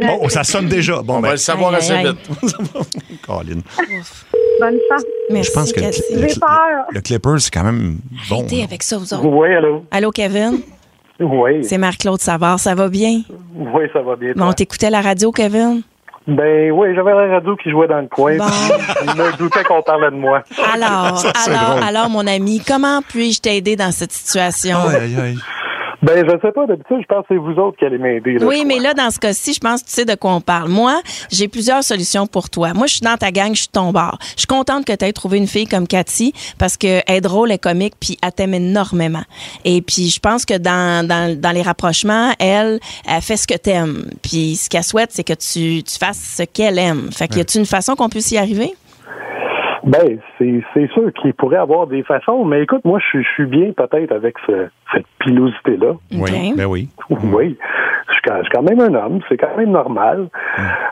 Speaker 4: Bon, ça sonne déjà. Bon,
Speaker 6: On va le savoir
Speaker 4: Aïe,
Speaker 6: assez
Speaker 4: aïe,
Speaker 6: vite.
Speaker 4: aïe. Colin.
Speaker 13: Bonne chance.
Speaker 4: Je pense que le, le-
Speaker 13: J'ai peur.
Speaker 4: le clipper, c'est quand même bon. hein.
Speaker 5: Arrêtez avec ça, vous autres.
Speaker 10: Oui, allô?
Speaker 5: Allô, Kevin?
Speaker 10: Oui.
Speaker 5: C'est Marc-Claude Savard, ça va bien?
Speaker 10: Oui, ça va bien.
Speaker 5: Bon,
Speaker 10: toi.
Speaker 5: t'écoutais la radio, Kevin?
Speaker 10: Ben oui, j'avais la radio qui jouait dans le coin.
Speaker 5: Bon.
Speaker 10: puis Il me doutait qu'on parlait de moi.
Speaker 5: Alors,
Speaker 10: Ça, c'est
Speaker 5: alors,
Speaker 10: drôle.
Speaker 5: alors, mon ami, comment puis-je t'aider dans cette situation?
Speaker 23: Ah,
Speaker 10: Ben, je sais pas, d'habitude, je pense que c'est vous autres qui allez m'aider. là.
Speaker 5: Oui, mais là, dans ce cas-ci, je pense que tu sais de quoi on parle. Moi, j'ai plusieurs solutions pour toi. Moi, je suis dans ta gang, je suis ton bord. Je suis contente que tu aies trouvé une fille comme Cathy parce qu'elle est drôle, elle est comique, puis elle t'aime énormément. Et puis, je pense que dans, dans, dans les rapprochements, elle, elle fait ce que t'aimes. Puis, ce qu'elle souhaite, c'est que tu, tu fasses ce qu'elle aime. Fait qu'il y a-tu une façon qu'on puisse y arriver?
Speaker 10: Ben, c'est c'est sûr qu'il pourrait avoir des façons, mais écoute, moi, je suis- je suis bien peut-être avec ce- cette pilosité-là.
Speaker 4: Oui, ben oui.
Speaker 10: Oui. Je suis quand, je suis quand même un homme, c'est quand même normal.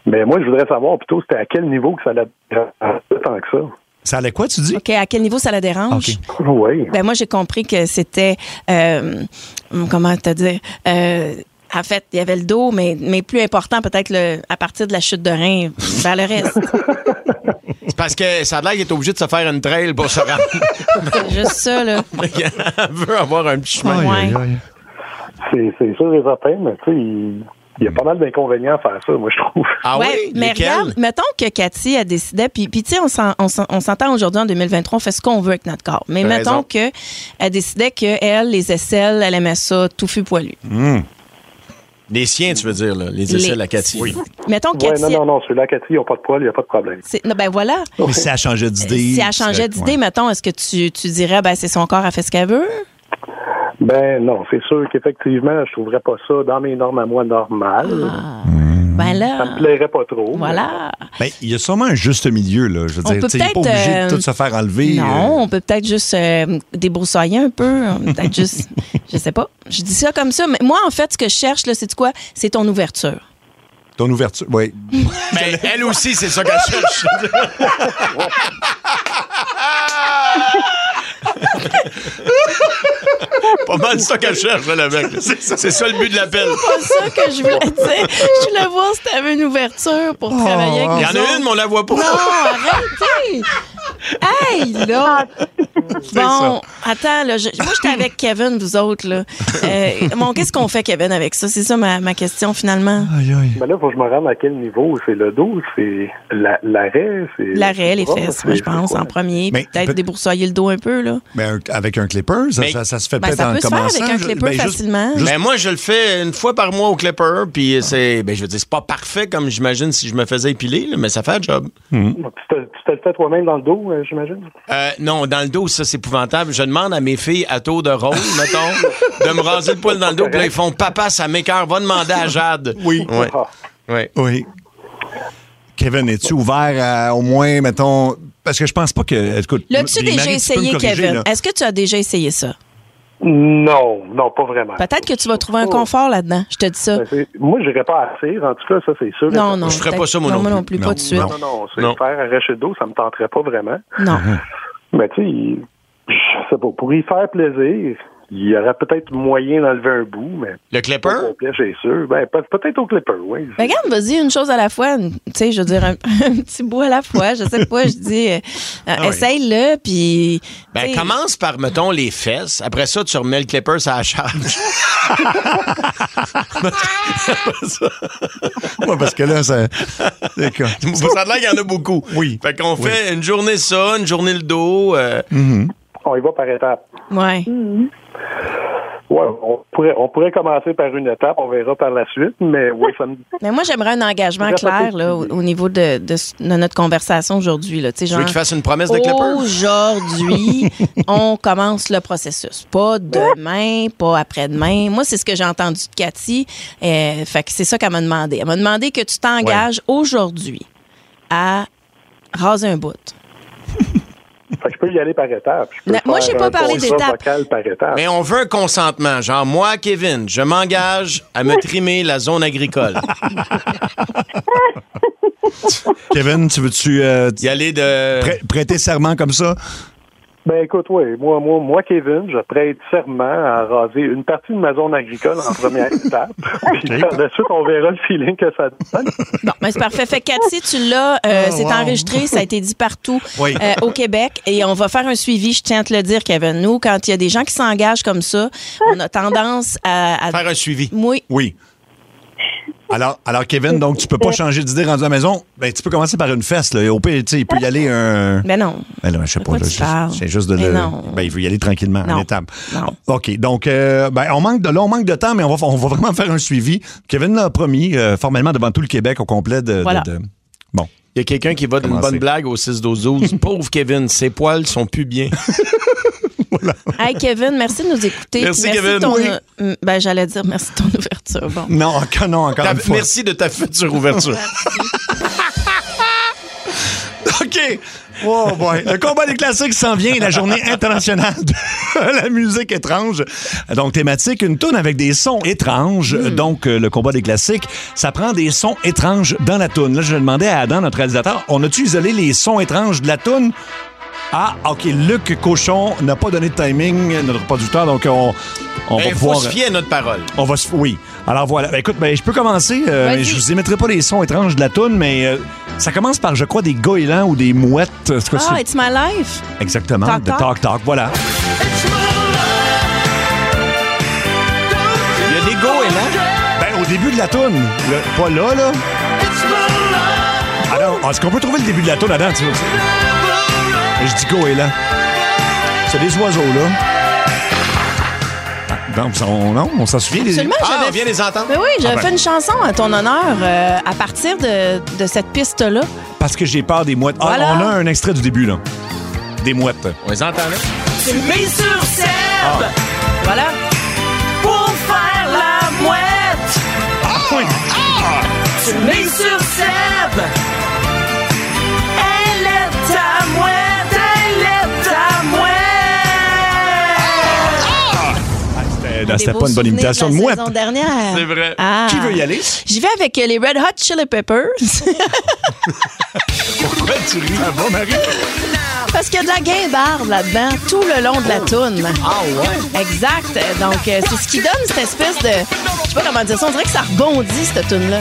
Speaker 10: Mais moi, je voudrais savoir plutôt c'était à quel niveau que ça allait tant que ça.
Speaker 4: Ça allait quoi, tu dis?
Speaker 5: OK, à quel niveau ça la dérange?
Speaker 10: Oui.
Speaker 5: Ben moi, j'ai compris que c'était, euh, comment te dire, euh, en fait, il y avait le dos, mais, mais plus important, peut-être le- à partir de la chute de rein vers le reste.
Speaker 6: C'est parce que ça a l'air qu'il est obligé de se faire une trail pour se rendre.
Speaker 5: C'est juste ça, là.
Speaker 6: Elle veut avoir un petit chemin.
Speaker 5: Aïe,
Speaker 10: C'est c'est sûr et certain, mais tu sais, il il y a pas mal d'inconvénients à faire ça, moi, je trouve.
Speaker 6: Ah
Speaker 5: Ouais, mais regarde, mettons que Cathy, elle décidait, puis, puis tu sais, on s'en- on s'en- on s'entend aujourd'hui en 2023, on fait ce qu'on veut avec notre corps. Mais
Speaker 6: T'as
Speaker 5: mettons
Speaker 6: raison.
Speaker 5: que elle décidait que elle, les aisselles, elle aimait ça, tout fut poilu.
Speaker 4: Hmm.
Speaker 6: Les siens, tu veux dire, là, les aisselles à Cathy. Oui.
Speaker 5: Mettons que Cathy.
Speaker 10: non, non, non, celui-là, Cathy, ils n'ont pas de poils, il n'y a pas de problème.
Speaker 5: c'est- non, ben voilà.
Speaker 4: Mais si elle changeait d'idée.
Speaker 5: Si elle changeait d'idée, mettons, est-ce que tu, tu dirais, ben c'est son corps, elle fait ce qu'elle veut?
Speaker 10: Ben non, c'est sûr qu'effectivement, je trouverais pas ça dans mes normes à moi normales.
Speaker 5: Ben là.
Speaker 10: Ça me plairait pas trop.
Speaker 5: Voilà.
Speaker 4: Ben, il y a sûrement un juste milieu, là. Je veux
Speaker 5: On
Speaker 4: dire,
Speaker 5: peut
Speaker 4: tu sais, il n'est pas
Speaker 5: peut-être,
Speaker 4: obligé
Speaker 5: euh,
Speaker 4: de tout se faire enlever.
Speaker 5: Non, on peut peut-être juste euh, débroussailler un peu, on peut peut-être juste, je sais pas. Je dis ça comme ça, mais moi en fait, ce que je cherche là, c'est quoi C'est ton ouverture.
Speaker 4: euh, ton ouverture, oui.
Speaker 6: Mais elle aussi, c'est ça qu'elle cherche. Pas mal ça qu'elle cherche, là, le mec. C'est ça. le but de l'appel.
Speaker 5: C'est ça que je voulais dire. Je voulais voir si t'avais une ouverture
Speaker 4: Oh.
Speaker 6: Oh.
Speaker 5: pour travailler
Speaker 6: Il y
Speaker 5: avec
Speaker 6: en
Speaker 5: nous
Speaker 6: a
Speaker 5: autres.
Speaker 6: une, mais on la voit pas.
Speaker 23: Ah,
Speaker 5: Non, arrêtez. Hey là.
Speaker 6: ça.
Speaker 5: Bon, attends, là, je- moi, j'étais avec Kevin, vous autres. Là. Euh, bon, qu'est-ce qu'on fait, Kevin, avec ça? C'est ça ma, ma question, finalement.
Speaker 23: Ben là, faut que je me rende à quel niveau? C'est le dos, c'est la- l'arrêt, c'est...
Speaker 5: L'arrêt, les
Speaker 23: c'est-
Speaker 5: fesses, moi, je pense, hein. en premier.
Speaker 4: Mais
Speaker 5: puis Peut-être
Speaker 4: peut-
Speaker 5: déboursoyer le dos un peu. là.
Speaker 4: Mais un- avec un clipper, ça, ça- ça se fait
Speaker 5: Ben,
Speaker 4: peut-être
Speaker 5: ça
Speaker 4: en
Speaker 5: peut se faire avec
Speaker 4: commençant.
Speaker 5: un
Speaker 4: Je-
Speaker 5: clipper
Speaker 4: ben, juste-
Speaker 5: facilement.
Speaker 4: juste- Ah.
Speaker 6: Ben, moi, je le fais une fois par mois au clipper, puis c'est, ben, je veux dire, c'est pas parfait comme j'imagine si je me faisais épiler, là, mais ça fait un job.
Speaker 4: Mm.
Speaker 5: Mm.
Speaker 23: Tu te, tu te le fais toi-même dans le dos, euh, j'imagine?
Speaker 6: Euh, non, dans le dos, ça, c'est épouvantable. Je demande à mes filles à taux de rôle, mettons, de me raser le poil dans le dos, puis là, ils font Papa, ça m'écœure, va demander à Jade.
Speaker 4: Oui.
Speaker 6: Ouais. Ouais.
Speaker 4: Oui. Kevin, es-tu ouvert à au moins, mettons. Parce que je pense pas que. Écoute,
Speaker 5: Là, tu as
Speaker 4: les
Speaker 5: déjà
Speaker 4: maris, peux me
Speaker 5: essayé,
Speaker 4: corriger,
Speaker 5: Kevin.
Speaker 4: là.
Speaker 5: Est-ce que tu as déjà essayé ça?
Speaker 23: Non, non, pas vraiment.
Speaker 5: Peut-être que tu vas trouver un confort là-dedans. Je te dis ça.
Speaker 23: Ben, c'est- Moi, je n'irais pas assez, en tout cas, ça, c'est sûr.
Speaker 5: Non, non, Je ferais peut-être- pas ça, moi non, non, moi plus. non plus, pas de suite.
Speaker 23: Non, non, non, c'est faire arracher le dos, ça me tenterait pas vraiment.
Speaker 5: Non.
Speaker 23: Mais tu sais, il- je sais pas, pour y faire plaisir, il y aurait peut-être moyen d'enlever un bout, mais...
Speaker 6: Le clipper?
Speaker 23: Pas complet, c'est sûr. Ben, pe- peut-être au clipper, oui.
Speaker 5: Ben, regarde, vas-y, une chose à la fois. une- Tu sais, je veux dire, un, un petit bout à la fois. Je sais pas, je dis, euh,
Speaker 4: Ah
Speaker 5: euh,
Speaker 6: oui.
Speaker 5: essaye-le, puis. tu
Speaker 6: Ben,
Speaker 5: sais,
Speaker 6: commence par, mettons, les fesses. Après ça, tu remets le clipper sur la charge.
Speaker 4: Ouais, parce que là, ça. D'accord.
Speaker 6: ça a l'air qu'il y en a beaucoup. Oui. Fait qu'on fait une journée ça, une journée le dos. euh,
Speaker 23: On y va par étapes.
Speaker 5: Ouais.
Speaker 23: Ouais, on pourrait, on pourrait commencer par une étape, on verra par la suite, mais oui, ça me...
Speaker 5: Mais moi, j'aimerais un engagement
Speaker 23: Vous
Speaker 5: clair
Speaker 23: répétez-
Speaker 5: là, au, au niveau de, de s- de notre conversation aujourd'hui. Là, tu sais,
Speaker 6: Tu veux
Speaker 5: genre,
Speaker 6: qu'il fasse une promesse de Clipper?
Speaker 5: Aujourd'hui, on commence le processus. Pas demain, pas après-demain. Moi, c'est ce que j'ai entendu de Cathy. Euh, fait que c'est ça qu'elle m'a demandé. Elle m'a demandé que tu t'engages aujourd'hui à raser un bout.
Speaker 23: Fait que je peux y aller par étapes. Je peux
Speaker 5: Mais moi,
Speaker 23: faire
Speaker 5: j'ai pas
Speaker 23: un
Speaker 5: parlé
Speaker 23: contrat
Speaker 5: d'étapes.
Speaker 23: vocal par étapes.
Speaker 6: Mais on veut un consentement. Genre, moi, Kevin, je m'engage à me trimer la zone agricole.
Speaker 4: Kevin, tu veux-tu euh,
Speaker 6: Y aller de.
Speaker 4: prê- prêter serment comme ça?
Speaker 23: Ben écoute, oui, moi, moi, moi, Kevin, je prête serment à raser une partie de ma zone agricole en première étape. Puis par la suite, on verra le feeling que ça donne.
Speaker 5: Bon, mais c'est parfait. Fait que Cathy, tu l'as, euh,
Speaker 23: Oh,
Speaker 5: c'est
Speaker 23: wow.
Speaker 5: enregistré, ça a été dit partout
Speaker 23: Oui.
Speaker 5: euh, au Québec et on va faire un suivi, je tiens à te le dire, Kevin. Nous, quand il y a des gens qui s'engagent comme ça, on a tendance à... à-
Speaker 4: Faire
Speaker 6: un suivi.
Speaker 5: Oui.
Speaker 4: Oui. Alors, alors, Kevin, donc tu peux
Speaker 5: Euh,
Speaker 4: pas changer d'idée rendu à la maison. Ben, tu peux commencer par une fesse. Là. Au pire, tu sais, il peut y aller un.
Speaker 5: Ben non.
Speaker 4: Ben là, je sais pas.
Speaker 5: quoi
Speaker 4: là,
Speaker 5: tu
Speaker 4: je-
Speaker 5: parles?
Speaker 4: C'est juste de
Speaker 5: Mais
Speaker 4: le.
Speaker 5: non.
Speaker 4: Ben, il veut y aller tranquillement, en
Speaker 5: Non.
Speaker 4: étape. OK. Donc, euh, ben, on manque de là, on manque de temps, mais on va, on va vraiment faire un suivi. Kevin l'a promis, euh, formellement devant tout le Québec au complet de. de-
Speaker 6: Voilà.
Speaker 4: de- Bon.
Speaker 6: Il y a quelqu'un qui va d'une
Speaker 4: Commencez.
Speaker 6: bonne blague au 6-12-12. Pauvre Kevin, ses poils sont plus bien.
Speaker 5: Hey, Kevin, merci de nous écouter.
Speaker 6: Merci,
Speaker 5: Puis
Speaker 6: Kevin.
Speaker 5: de ton-
Speaker 6: Oui.
Speaker 5: euh, Ben, j'allais dire merci de ton ouverture. Bon.
Speaker 4: Non, encore, non, encore
Speaker 6: Ta-
Speaker 4: une fois.
Speaker 6: Merci de ta future ouverture.
Speaker 4: OK. Oh boy. Le combat des classiques s'en vient, la journée internationale de la musique étrange. Donc, thématique, une toune avec des sons étranges. Donc, euh, le combat des classiques, ça prend des sons étranges dans la toune. Là, je demandais à Adam, notre réalisateur, on a-tu isolé les sons étranges de la toune? Ah, OK. Luc Cochon n'a pas donné de timing, euh, notre producteur, donc on, on
Speaker 6: Ben,
Speaker 4: va euh,
Speaker 6: faut
Speaker 4: pouvoir...
Speaker 6: se fier à notre parole.
Speaker 4: On va se... Oui. Alors voilà. Ben, écoute, ben, je peux commencer. euh,
Speaker 6: Vas-y.
Speaker 4: je vous émettrai pas les sons étranges de la toune, mais euh, ça commence par, je crois, des goélands ou des mouettes. euh, c'est quoi
Speaker 5: Ah,
Speaker 4: ça?
Speaker 5: It's My Life.
Speaker 4: Exactement.
Speaker 5: Talk
Speaker 4: de
Speaker 5: Talk.
Speaker 4: Talk Talk. Voilà.
Speaker 6: Il y a hein? des goélands.
Speaker 4: Ben, au début de la toune. le- Pas là, là. Adam, est-ce qu'on peut trouver le début de la toune, Adam? Tu vois, tu- Et je dis goéland. C'est des oiseaux, là. Ah, Non, on, non, on s'en souvient. des-
Speaker 5: Absolument, j'avais- Ben oui, j'avais
Speaker 4: Ah ben.
Speaker 5: fait une chanson à ton honneur euh, à partir de, de cette piste-là.
Speaker 4: Parce que j'ai peur des mouettes. Ah,
Speaker 5: Voilà.
Speaker 4: on a un extrait du début, là. Des mouettes.
Speaker 6: On les entend, là?
Speaker 5: Tu mets sur scène.
Speaker 4: Ah.
Speaker 5: Voilà. Pour faire la mouette. Tu mets sur Seb. Elle est ta mouette. Elle est ta mouette.
Speaker 4: Ah, C'était
Speaker 5: Des
Speaker 4: c'était
Speaker 5: beaux
Speaker 4: pas une bonne
Speaker 5: souvenirs
Speaker 4: imitation de
Speaker 5: la
Speaker 4: mouette.
Speaker 5: saison dernière.
Speaker 4: C'est vrai.
Speaker 5: Ah.
Speaker 4: Qui veut y aller?
Speaker 5: J'y vais avec euh, les Red Hot Chili Peppers.
Speaker 4: Pourquoi tu ris? Ah bon, Marie?
Speaker 5: Parce qu'il y a de la guimbarde là-dedans, tout le long de la toune. Ah ouais? Exact. Donc, euh, c'est ce qui donne cette espèce de... Je sais pas comment dire ça, on dirait que ça rebondit, cette toune-là.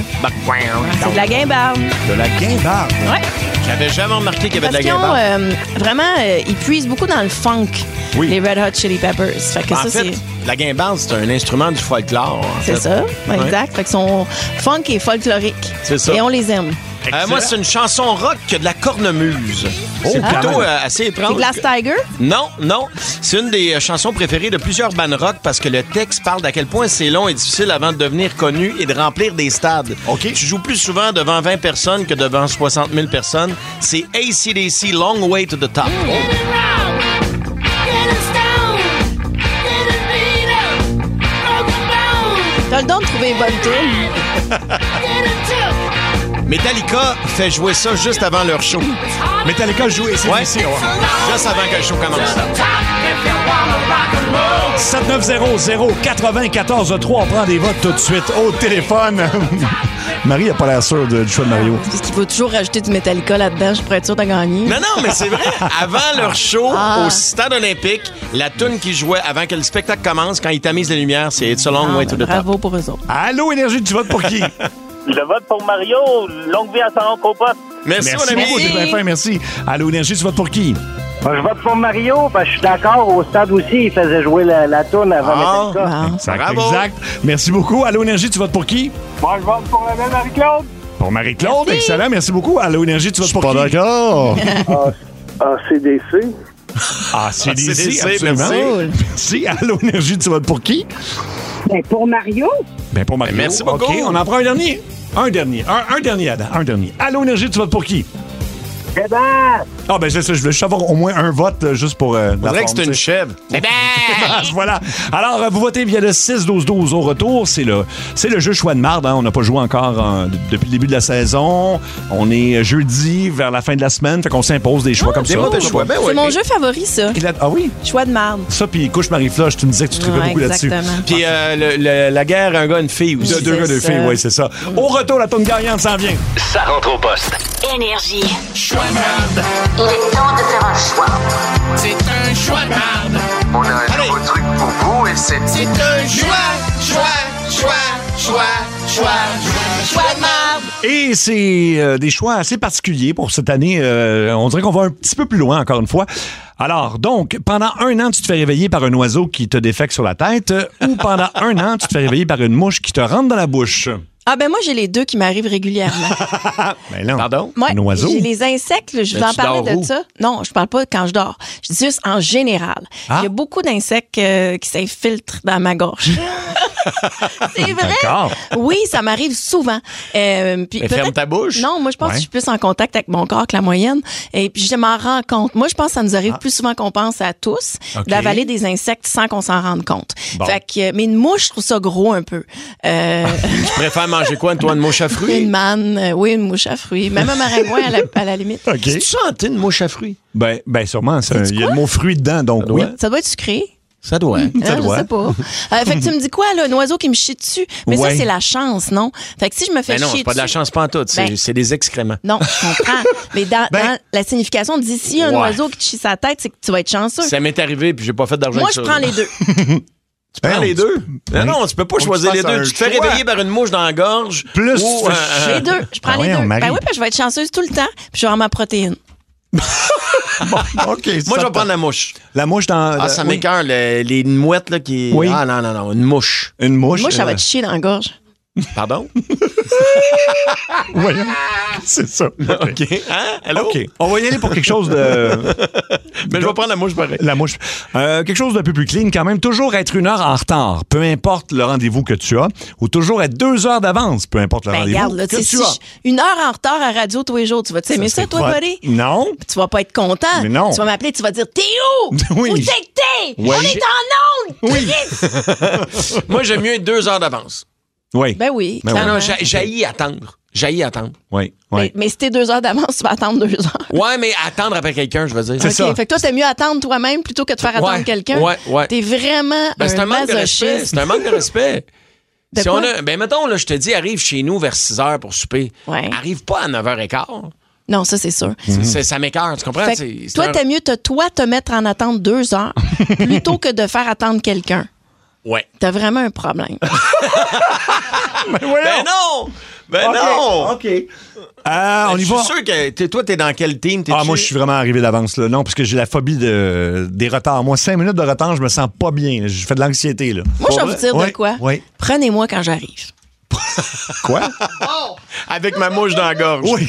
Speaker 5: C'est de la guimbarde.
Speaker 4: De la guimbarde.
Speaker 5: Ouais.
Speaker 6: J'avais jamais remarqué qu'il y avait
Speaker 5: Parce
Speaker 6: de la
Speaker 5: qu'ils ont,
Speaker 6: guimbarde.
Speaker 5: euh, vraiment, euh, ils puisent beaucoup dans le funk.
Speaker 4: Oui.
Speaker 5: les Red Hot Chili Peppers. Fait euh, que
Speaker 6: En
Speaker 5: ça,
Speaker 6: fait,
Speaker 5: c'est.
Speaker 6: la guimbarde, c'est un instrument du folklore. en
Speaker 5: C'est
Speaker 6: fait.
Speaker 5: ça,
Speaker 6: Ouais.
Speaker 5: exact. Fait qu'ils sont funk et folkloriques.
Speaker 6: C'est ça.
Speaker 5: Et on les aime.
Speaker 6: Euh, moi, c'est une chanson rock qui a de la cornemuse. c'est
Speaker 5: Ah.
Speaker 6: plutôt
Speaker 5: Ah.
Speaker 6: euh, assez étrange.
Speaker 5: C'est Glass Tiger?
Speaker 6: Non, non. C'est une des euh, chansons préférées de plusieurs bands rock parce que le texte parle d'à quel point c'est long et difficile avant de devenir connu et de remplir des stades. Tu joues plus souvent devant 20 personnes que devant 60 000 personnes. C'est ACDC Long Way to the Top.
Speaker 5: T'as le don de trouver une bonne tune.
Speaker 6: Metallica fait jouer ça juste avant leur show.
Speaker 4: Metallica joue ACDC, ouais.
Speaker 6: Juste avant que le show commence.
Speaker 4: 7900-94-3, on prend des votes tout de suite au téléphone. Marie n'a pas l'air sûre de- du choix de Mario.
Speaker 5: Parce qu'il faut toujours rajouter du Metallica là-dedans, je pourrais être sûr de gagner.
Speaker 6: Non, non, mais c'est vrai. Avant leur show
Speaker 5: Ah.
Speaker 6: au stade olympique, la tune qu'ils jouaient avant que le spectacle commence, quand ils tamisent les lumières, c'est It's a long
Speaker 5: Ah,
Speaker 6: way
Speaker 5: ben,
Speaker 6: to the top.
Speaker 5: bravo pour eux autres.
Speaker 4: Allô, Énergie, tu votes pour qui?
Speaker 24: Je vote pour Mario. Longue vie à son compote.
Speaker 4: beaucoup, c'est bien fin, merci. Allô, Énergie, tu votes pour qui?
Speaker 24: Je vote pour Mario, parce que je suis d'accord. Au stade aussi, il faisait jouer la, la tourne avant
Speaker 4: Ah.
Speaker 24: Metallica.
Speaker 4: Exact, exact. Merci beaucoup. Allô, Énergie, tu votes pour qui?
Speaker 24: Moi, je vote pour la même Marie-Claude.
Speaker 4: Pour Marie-Claude, excellent. Merci beaucoup. Allô, Énergie, tu votes pour qui? Pas d'accord.
Speaker 24: ACDC.
Speaker 4: Ah, c'est
Speaker 24: ACDC,
Speaker 4: désir, absolument.
Speaker 24: merci.
Speaker 4: Cool. Merci. Allô, Énergie, tu votes pour qui?
Speaker 25: Ben, pour Mario,
Speaker 4: Ben, pour Marie.
Speaker 6: merci
Speaker 4: OK,
Speaker 6: beaucoup.
Speaker 4: on en prend un dernier. Un dernier. Un, un dernier, Adam. Un dernier. Allô, Énergie, tu votes pour qui?
Speaker 25: Eh
Speaker 4: Ah, ben, c'est ça. Je voulais juste avoir au moins un vote euh, juste pour. Euh,
Speaker 6: On dirait que c'est une chèvre.
Speaker 4: Ah, voilà. Alors, euh, vous votez via le 6-12-12 au retour. C'est le, c'est le jeu choix de marde. hein. On n'a pas joué encore hein, d- depuis le début de la saison. On est euh, jeudi vers la fin de la semaine. Fait qu'on s'impose des choix
Speaker 6: Ah,
Speaker 4: comme ça.
Speaker 5: C'est
Speaker 6: Ben
Speaker 5: mon jeu favori, ça.
Speaker 4: Ah oui?
Speaker 5: Choix de marde.
Speaker 4: Ça, puis couche Marie-Floche, tu me disais que tu tripais
Speaker 5: Ouais,
Speaker 4: beaucoup là-dessus.
Speaker 5: exactement.
Speaker 6: Puis euh, le- le- la guerre, un gars, une fille aussi.
Speaker 4: De deux gars, deux filles, oui, c'est ça. Au retour, la tourne gagnante s'en vient.
Speaker 2: Ça rentre au poste.
Speaker 1: Énergie.
Speaker 2: Choix de merde.
Speaker 1: Il est temps de faire un choix.
Speaker 21: C'est un choix de marde.
Speaker 7: On a un nouveau truc pour vous et c'est...
Speaker 21: C'est un choix, choix, choix, choix, choix, choix, choix de marde.
Speaker 4: Et c'est euh, des choix assez particuliers pour cette année. Euh, on dirait qu'on va un petit peu plus loin, encore une fois. Alors, donc, pendant un an, tu te fais réveiller par un oiseau qui te défecte sur la tête euh, ou pendant un an, tu te fais réveiller par une mouche qui te rentre dans la bouche.
Speaker 5: Ah, ben moi, j'ai les deux qui m'arrivent régulièrement.
Speaker 4: Ben non. Pardon?
Speaker 5: Moi,
Speaker 4: un oiseau.
Speaker 5: J'ai les insectes, là, je
Speaker 4: Mais
Speaker 5: vais en
Speaker 4: tu dors
Speaker 5: parler
Speaker 4: où?
Speaker 5: de ça. Non, je parle pas quand je dors. Je dis juste en général.
Speaker 4: Ah.
Speaker 5: Il y a beaucoup d'insectes euh, qui s'infiltrent dans ma gorge. C'est vrai.
Speaker 21: D'accord.
Speaker 5: Oui, ça m'arrive souvent. Euh, puis
Speaker 6: Mais ferme
Speaker 5: peut-être-
Speaker 6: ta bouche.
Speaker 5: Non, moi, je pense
Speaker 6: Ouais.
Speaker 5: que je suis plus en contact avec mon corps que la moyenne. Et puis, je m'en rends compte. Moi, je pense que ça nous
Speaker 6: Ah.
Speaker 5: arrive plus souvent qu'on pense à tous
Speaker 21: OK.
Speaker 5: d'avaler des insectes sans qu'on s'en rende compte.
Speaker 6: Bon.
Speaker 5: Fait que, mais une mouche, je trouve ça gros un peu. Euh,
Speaker 6: Tu préfères manger quoi, toi, une mouche à
Speaker 5: Une
Speaker 6: fruits?
Speaker 5: manne, euh, oui, une mouche à fruits. Même un maringouin à la, à la limite.
Speaker 4: Tu
Speaker 6: sentais une mouche à fruits?
Speaker 4: Ben, ben sûrement. ça- Il y a le mot fruit dedans, donc oui.
Speaker 5: Ça doit être sucré.
Speaker 6: Ça doit.
Speaker 5: Hein, Je sais pas. Euh, fait que tu me dis quoi, là, un oiseau qui me chie dessus? Mais
Speaker 6: Ouais.
Speaker 5: ça, c'est la chance, non? Fait que si je me fais
Speaker 6: Ben non,
Speaker 5: chier
Speaker 6: c'est pas de la
Speaker 5: dessus-
Speaker 6: chance pantoute. C'est
Speaker 5: Ben-
Speaker 6: c'est des excréments.
Speaker 5: Non, je comprends. Mais dans, dans la signification, on dit si un
Speaker 6: Ouais.
Speaker 5: oiseau qui te chie sa tête, c'est que tu vas être chanceux.
Speaker 6: Ça m'est arrivé, puis j'ai pas fait d'argent
Speaker 5: Moi,
Speaker 6: avec
Speaker 5: je
Speaker 6: ça.
Speaker 5: prends les deux.
Speaker 6: Tu prends les deux? Non, non, tu peux pas
Speaker 5: Faut que
Speaker 6: choisir
Speaker 5: tu
Speaker 6: les
Speaker 5: fasses
Speaker 6: deux.
Speaker 5: un
Speaker 6: Tu te fais
Speaker 5: choix.
Speaker 6: réveiller par une mouche dans la gorge.
Speaker 4: Plus
Speaker 6: ou,
Speaker 4: tu fais
Speaker 6: euh,
Speaker 5: Les deux. Je prends
Speaker 6: Ah
Speaker 5: les
Speaker 6: ouais,
Speaker 5: deux.
Speaker 6: on marie.
Speaker 5: Ben oui, parce que je vais être chanceuse tout le temps, puis je vais avoir ma protéine.
Speaker 4: OK.
Speaker 6: Moi, je vais prendre la mouche.
Speaker 4: La mouche dans.
Speaker 6: Ah, ça
Speaker 4: oui.
Speaker 6: m'écoeure, le- les mouettes là, qui.
Speaker 4: Oui.
Speaker 6: Ah, non, non, non, une mouche.
Speaker 4: Une mouche. euh,
Speaker 5: Moi,
Speaker 6: euh,
Speaker 5: ça va te chier dans la gorge.
Speaker 6: Pardon?
Speaker 4: Oui, c'est ça. OK.
Speaker 6: Hein? Allô?
Speaker 4: OK. On va y aller pour quelque chose de.
Speaker 6: Mais je vais prendre la mouche pareil.
Speaker 4: La mouche. Euh, quelque chose d'un peu plus clean quand même. Toujours être une heure en retard, peu importe le rendez-vous que tu as, ou toujours être deux heures d'avance, peu importe le
Speaker 5: Ben, regarde,
Speaker 4: rendez-vous
Speaker 5: là,
Speaker 4: que
Speaker 5: tu
Speaker 4: tu
Speaker 5: sais, si
Speaker 4: as.
Speaker 5: je- une heure en retard à radio tous les jours, tu vas t'aimer ça, toi,
Speaker 4: Voilà.
Speaker 5: buddy?
Speaker 4: Non.
Speaker 5: Tu vas pas être content.
Speaker 4: Mais non.
Speaker 5: Tu vas m'appeler, tu vas dire T'es où?
Speaker 4: Oui.
Speaker 5: Où c'est que t'es?
Speaker 6: Oui.
Speaker 5: On est en onde! Oui.
Speaker 6: Moi, j'aime mieux être deux heures d'avance.
Speaker 4: Oui.
Speaker 5: Ben oui.
Speaker 6: Non,
Speaker 5: clairement.
Speaker 6: non, j'ai- j'haïs attendre. J'haïs attendre.
Speaker 4: Oui.
Speaker 5: Mais, mais si t'es deux heures d'avance, tu vas attendre deux heures.
Speaker 6: Ouais, mais attendre après quelqu'un, je veux dire.
Speaker 5: OK, Fait que toi, t'aimes mieux attendre toi-même plutôt que de faire attendre
Speaker 6: Ouais,
Speaker 5: quelqu'un.
Speaker 6: ouais, ouais.
Speaker 5: T'es vraiment
Speaker 6: Ben, c'est
Speaker 5: un,
Speaker 6: un manque de respect.
Speaker 5: masochiste.
Speaker 6: C'est un manque de respect.
Speaker 5: De
Speaker 6: Si
Speaker 5: quoi?
Speaker 6: on a- ben, mettons, là, je te dis, arrive chez nous vers 6 h pour souper. Arrive pas à 9h15.
Speaker 4: Mhm.
Speaker 5: Non, ça, c'est sûr.
Speaker 6: Ça m'écœure, tu comprends?
Speaker 5: Fait
Speaker 6: C'est- c'est
Speaker 5: que toi,
Speaker 6: un-
Speaker 5: t'aimes mieux te, toi te mettre en attente deux heures plutôt que de faire attendre quelqu'un.
Speaker 6: Ouais.
Speaker 5: T'as vraiment un problème.
Speaker 6: Ben non! Ben
Speaker 4: OK,
Speaker 6: non! Ben,
Speaker 4: OK. Ah, on y va.
Speaker 6: Je suis sûr que t'es- toi, t'es dans quel team?
Speaker 4: Ah, moi, je suis vraiment arrivé d'avance, là. Non, parce que j'ai la phobie de, des retards. Moi, cinq minutes de retard, je me sens pas bien. Je fais de l'anxiété, là.
Speaker 5: Moi, je vais vous dire de
Speaker 4: Ouais,
Speaker 5: quoi.
Speaker 4: ouais.
Speaker 5: Prenez-moi quand j'arrive.
Speaker 4: Quoi?
Speaker 6: Avec ma mouche dans la gorge.
Speaker 4: Oui.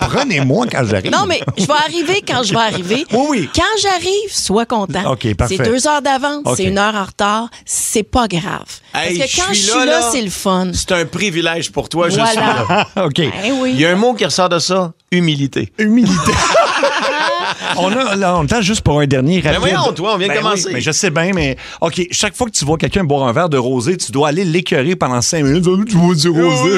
Speaker 4: Prenez-moi quand j'arrive.
Speaker 5: Non, mais je vais arriver quand je vais arriver.
Speaker 4: Oui, oui.
Speaker 5: Quand j'arrive, sois content.
Speaker 4: OK, parfait.
Speaker 5: C'est deux heures d'avance,
Speaker 4: OK.
Speaker 5: c'est une heure en retard, c'est pas grave. Parce que quand je suis là, c'est le fun.
Speaker 6: C'est un privilège pour toi, je
Speaker 5: Voilà.
Speaker 6: suis là.
Speaker 4: OK.
Speaker 5: Ben oui.
Speaker 6: Il y a un mot qui ressort de ça, humilité.
Speaker 4: Humilité. on a là, on a le temps juste pour un dernier rapide.
Speaker 6: voyons, toi, on vient de
Speaker 4: Ben oui,
Speaker 6: commencer.
Speaker 4: mais je sais bien, mais OK, chaque fois que tu vois quelqu'un boire un verre de rosé, tu dois aller l'écœurer pendant cinq minutes. Tu bois du rosé.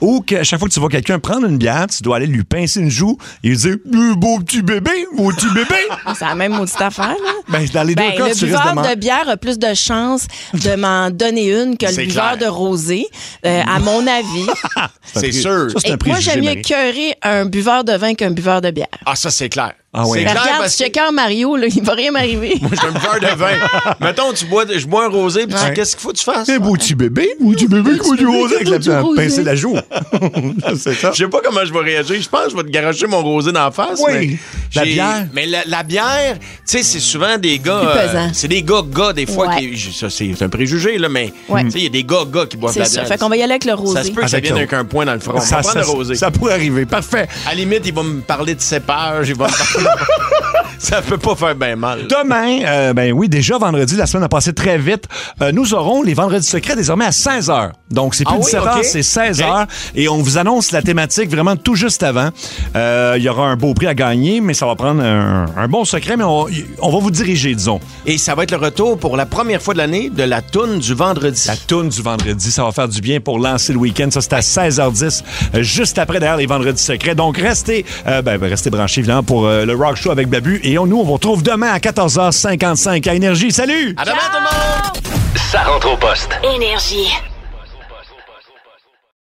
Speaker 4: Ou que chaque fois que tu vois quelqu'un prendre une bière, tu dois aller lui pincer une joue et lui dire Euh, Beau petit bébé, beau petit bébé.
Speaker 5: Ah, C'est la même maudite affaire, là.
Speaker 4: Ben, dans les deux
Speaker 5: Ben,
Speaker 4: cas,
Speaker 5: le
Speaker 4: tu risques de
Speaker 5: buveur de
Speaker 4: man-
Speaker 5: bière a plus de chances de m'en donner une que
Speaker 4: C'est
Speaker 5: le buveur
Speaker 4: clair.
Speaker 5: de rosé, euh, à mon avis.
Speaker 4: un
Speaker 6: C'est
Speaker 4: prix-
Speaker 6: sûr.
Speaker 4: ça, c'est
Speaker 5: Et
Speaker 4: un
Speaker 5: moi,
Speaker 4: préjugé,
Speaker 5: j'aime mieux
Speaker 4: Marie.
Speaker 5: curer un buveur de vin qu'un buveur de bière.
Speaker 6: Ah, ça, c'est clair.
Speaker 4: Ah oui.
Speaker 6: C'est
Speaker 4: Ben,
Speaker 6: clair
Speaker 5: Regarde,
Speaker 6: parce
Speaker 5: si checker Mario, là, il va rien m'arriver.
Speaker 6: que j'ai un buveur de vin. Mettons, tu bois, je bois un rosé, puis tu dis, qu'est-ce qu'il faut que tu fasses?
Speaker 4: Un Eh, beau petit bébé, beau petit bébé, beau du rosé avec la bière, pincer la joue. c'est ça.
Speaker 6: Je sais pas comment je vais réagir. Je pense que je vais te garocher mon rosé d'en face.
Speaker 4: Oui.
Speaker 6: mais
Speaker 4: La
Speaker 6: j'ai-
Speaker 4: bière.
Speaker 6: Mais la, la bière, tu sais, c'est souvent des gars.
Speaker 5: Plus
Speaker 6: euh,
Speaker 5: pesant.
Speaker 6: c'est des gars gars des fois
Speaker 5: Ouais.
Speaker 6: qui. je- ça, c'est c'est un préjugé, là, mais
Speaker 5: Ouais.
Speaker 6: tu sais, il y a des gars gars qui boivent de
Speaker 5: C'est
Speaker 6: la
Speaker 5: ça.
Speaker 6: bière.
Speaker 5: Fait qu'on va y aller avec le rosé.
Speaker 6: Ça se peut que ça
Speaker 4: Avec
Speaker 6: vienne
Speaker 4: le-
Speaker 6: avec un point dans le front. on va
Speaker 4: Ça,
Speaker 6: prendre
Speaker 4: ça,
Speaker 6: le rosé.
Speaker 4: ça pourrait arriver. Parfait.
Speaker 6: À la limite, il va me parler de cépage, il va me parler. ça peut pas faire bien mal.
Speaker 4: Demain, euh, ben oui, déjà vendredi, la semaine a passé très vite. euh, nous aurons les vendredis secrets désormais à 16 h. Donc, c'est plus
Speaker 6: Ah oui,
Speaker 4: 17 h,
Speaker 6: ok.
Speaker 4: c'est 16
Speaker 6: Ok.
Speaker 4: h. Et on vous annonce la thématique vraiment tout juste avant. Euh, Il y aura un beau prix à gagner, mais ça va prendre un, un bon secret, mais on, on va vous diriger, disons.
Speaker 6: Et ça va être le retour pour la première fois de l'année de la toune du vendredi.
Speaker 4: La toune du vendredi, ça va faire du bien pour lancer le week-end. Ça, c'est à 16h10, euh, juste après, derrière les vendredis secrets. Donc, restez, euh, ben, ben, restez branchés, évidemment, pour euh, le Rock Show avec Babu. Et on, nous, on vous retrouve demain à 14h55 à Énergie. Salut!
Speaker 6: À demain, tout le monde!
Speaker 2: Ça rentre au poste.
Speaker 1: Énergie.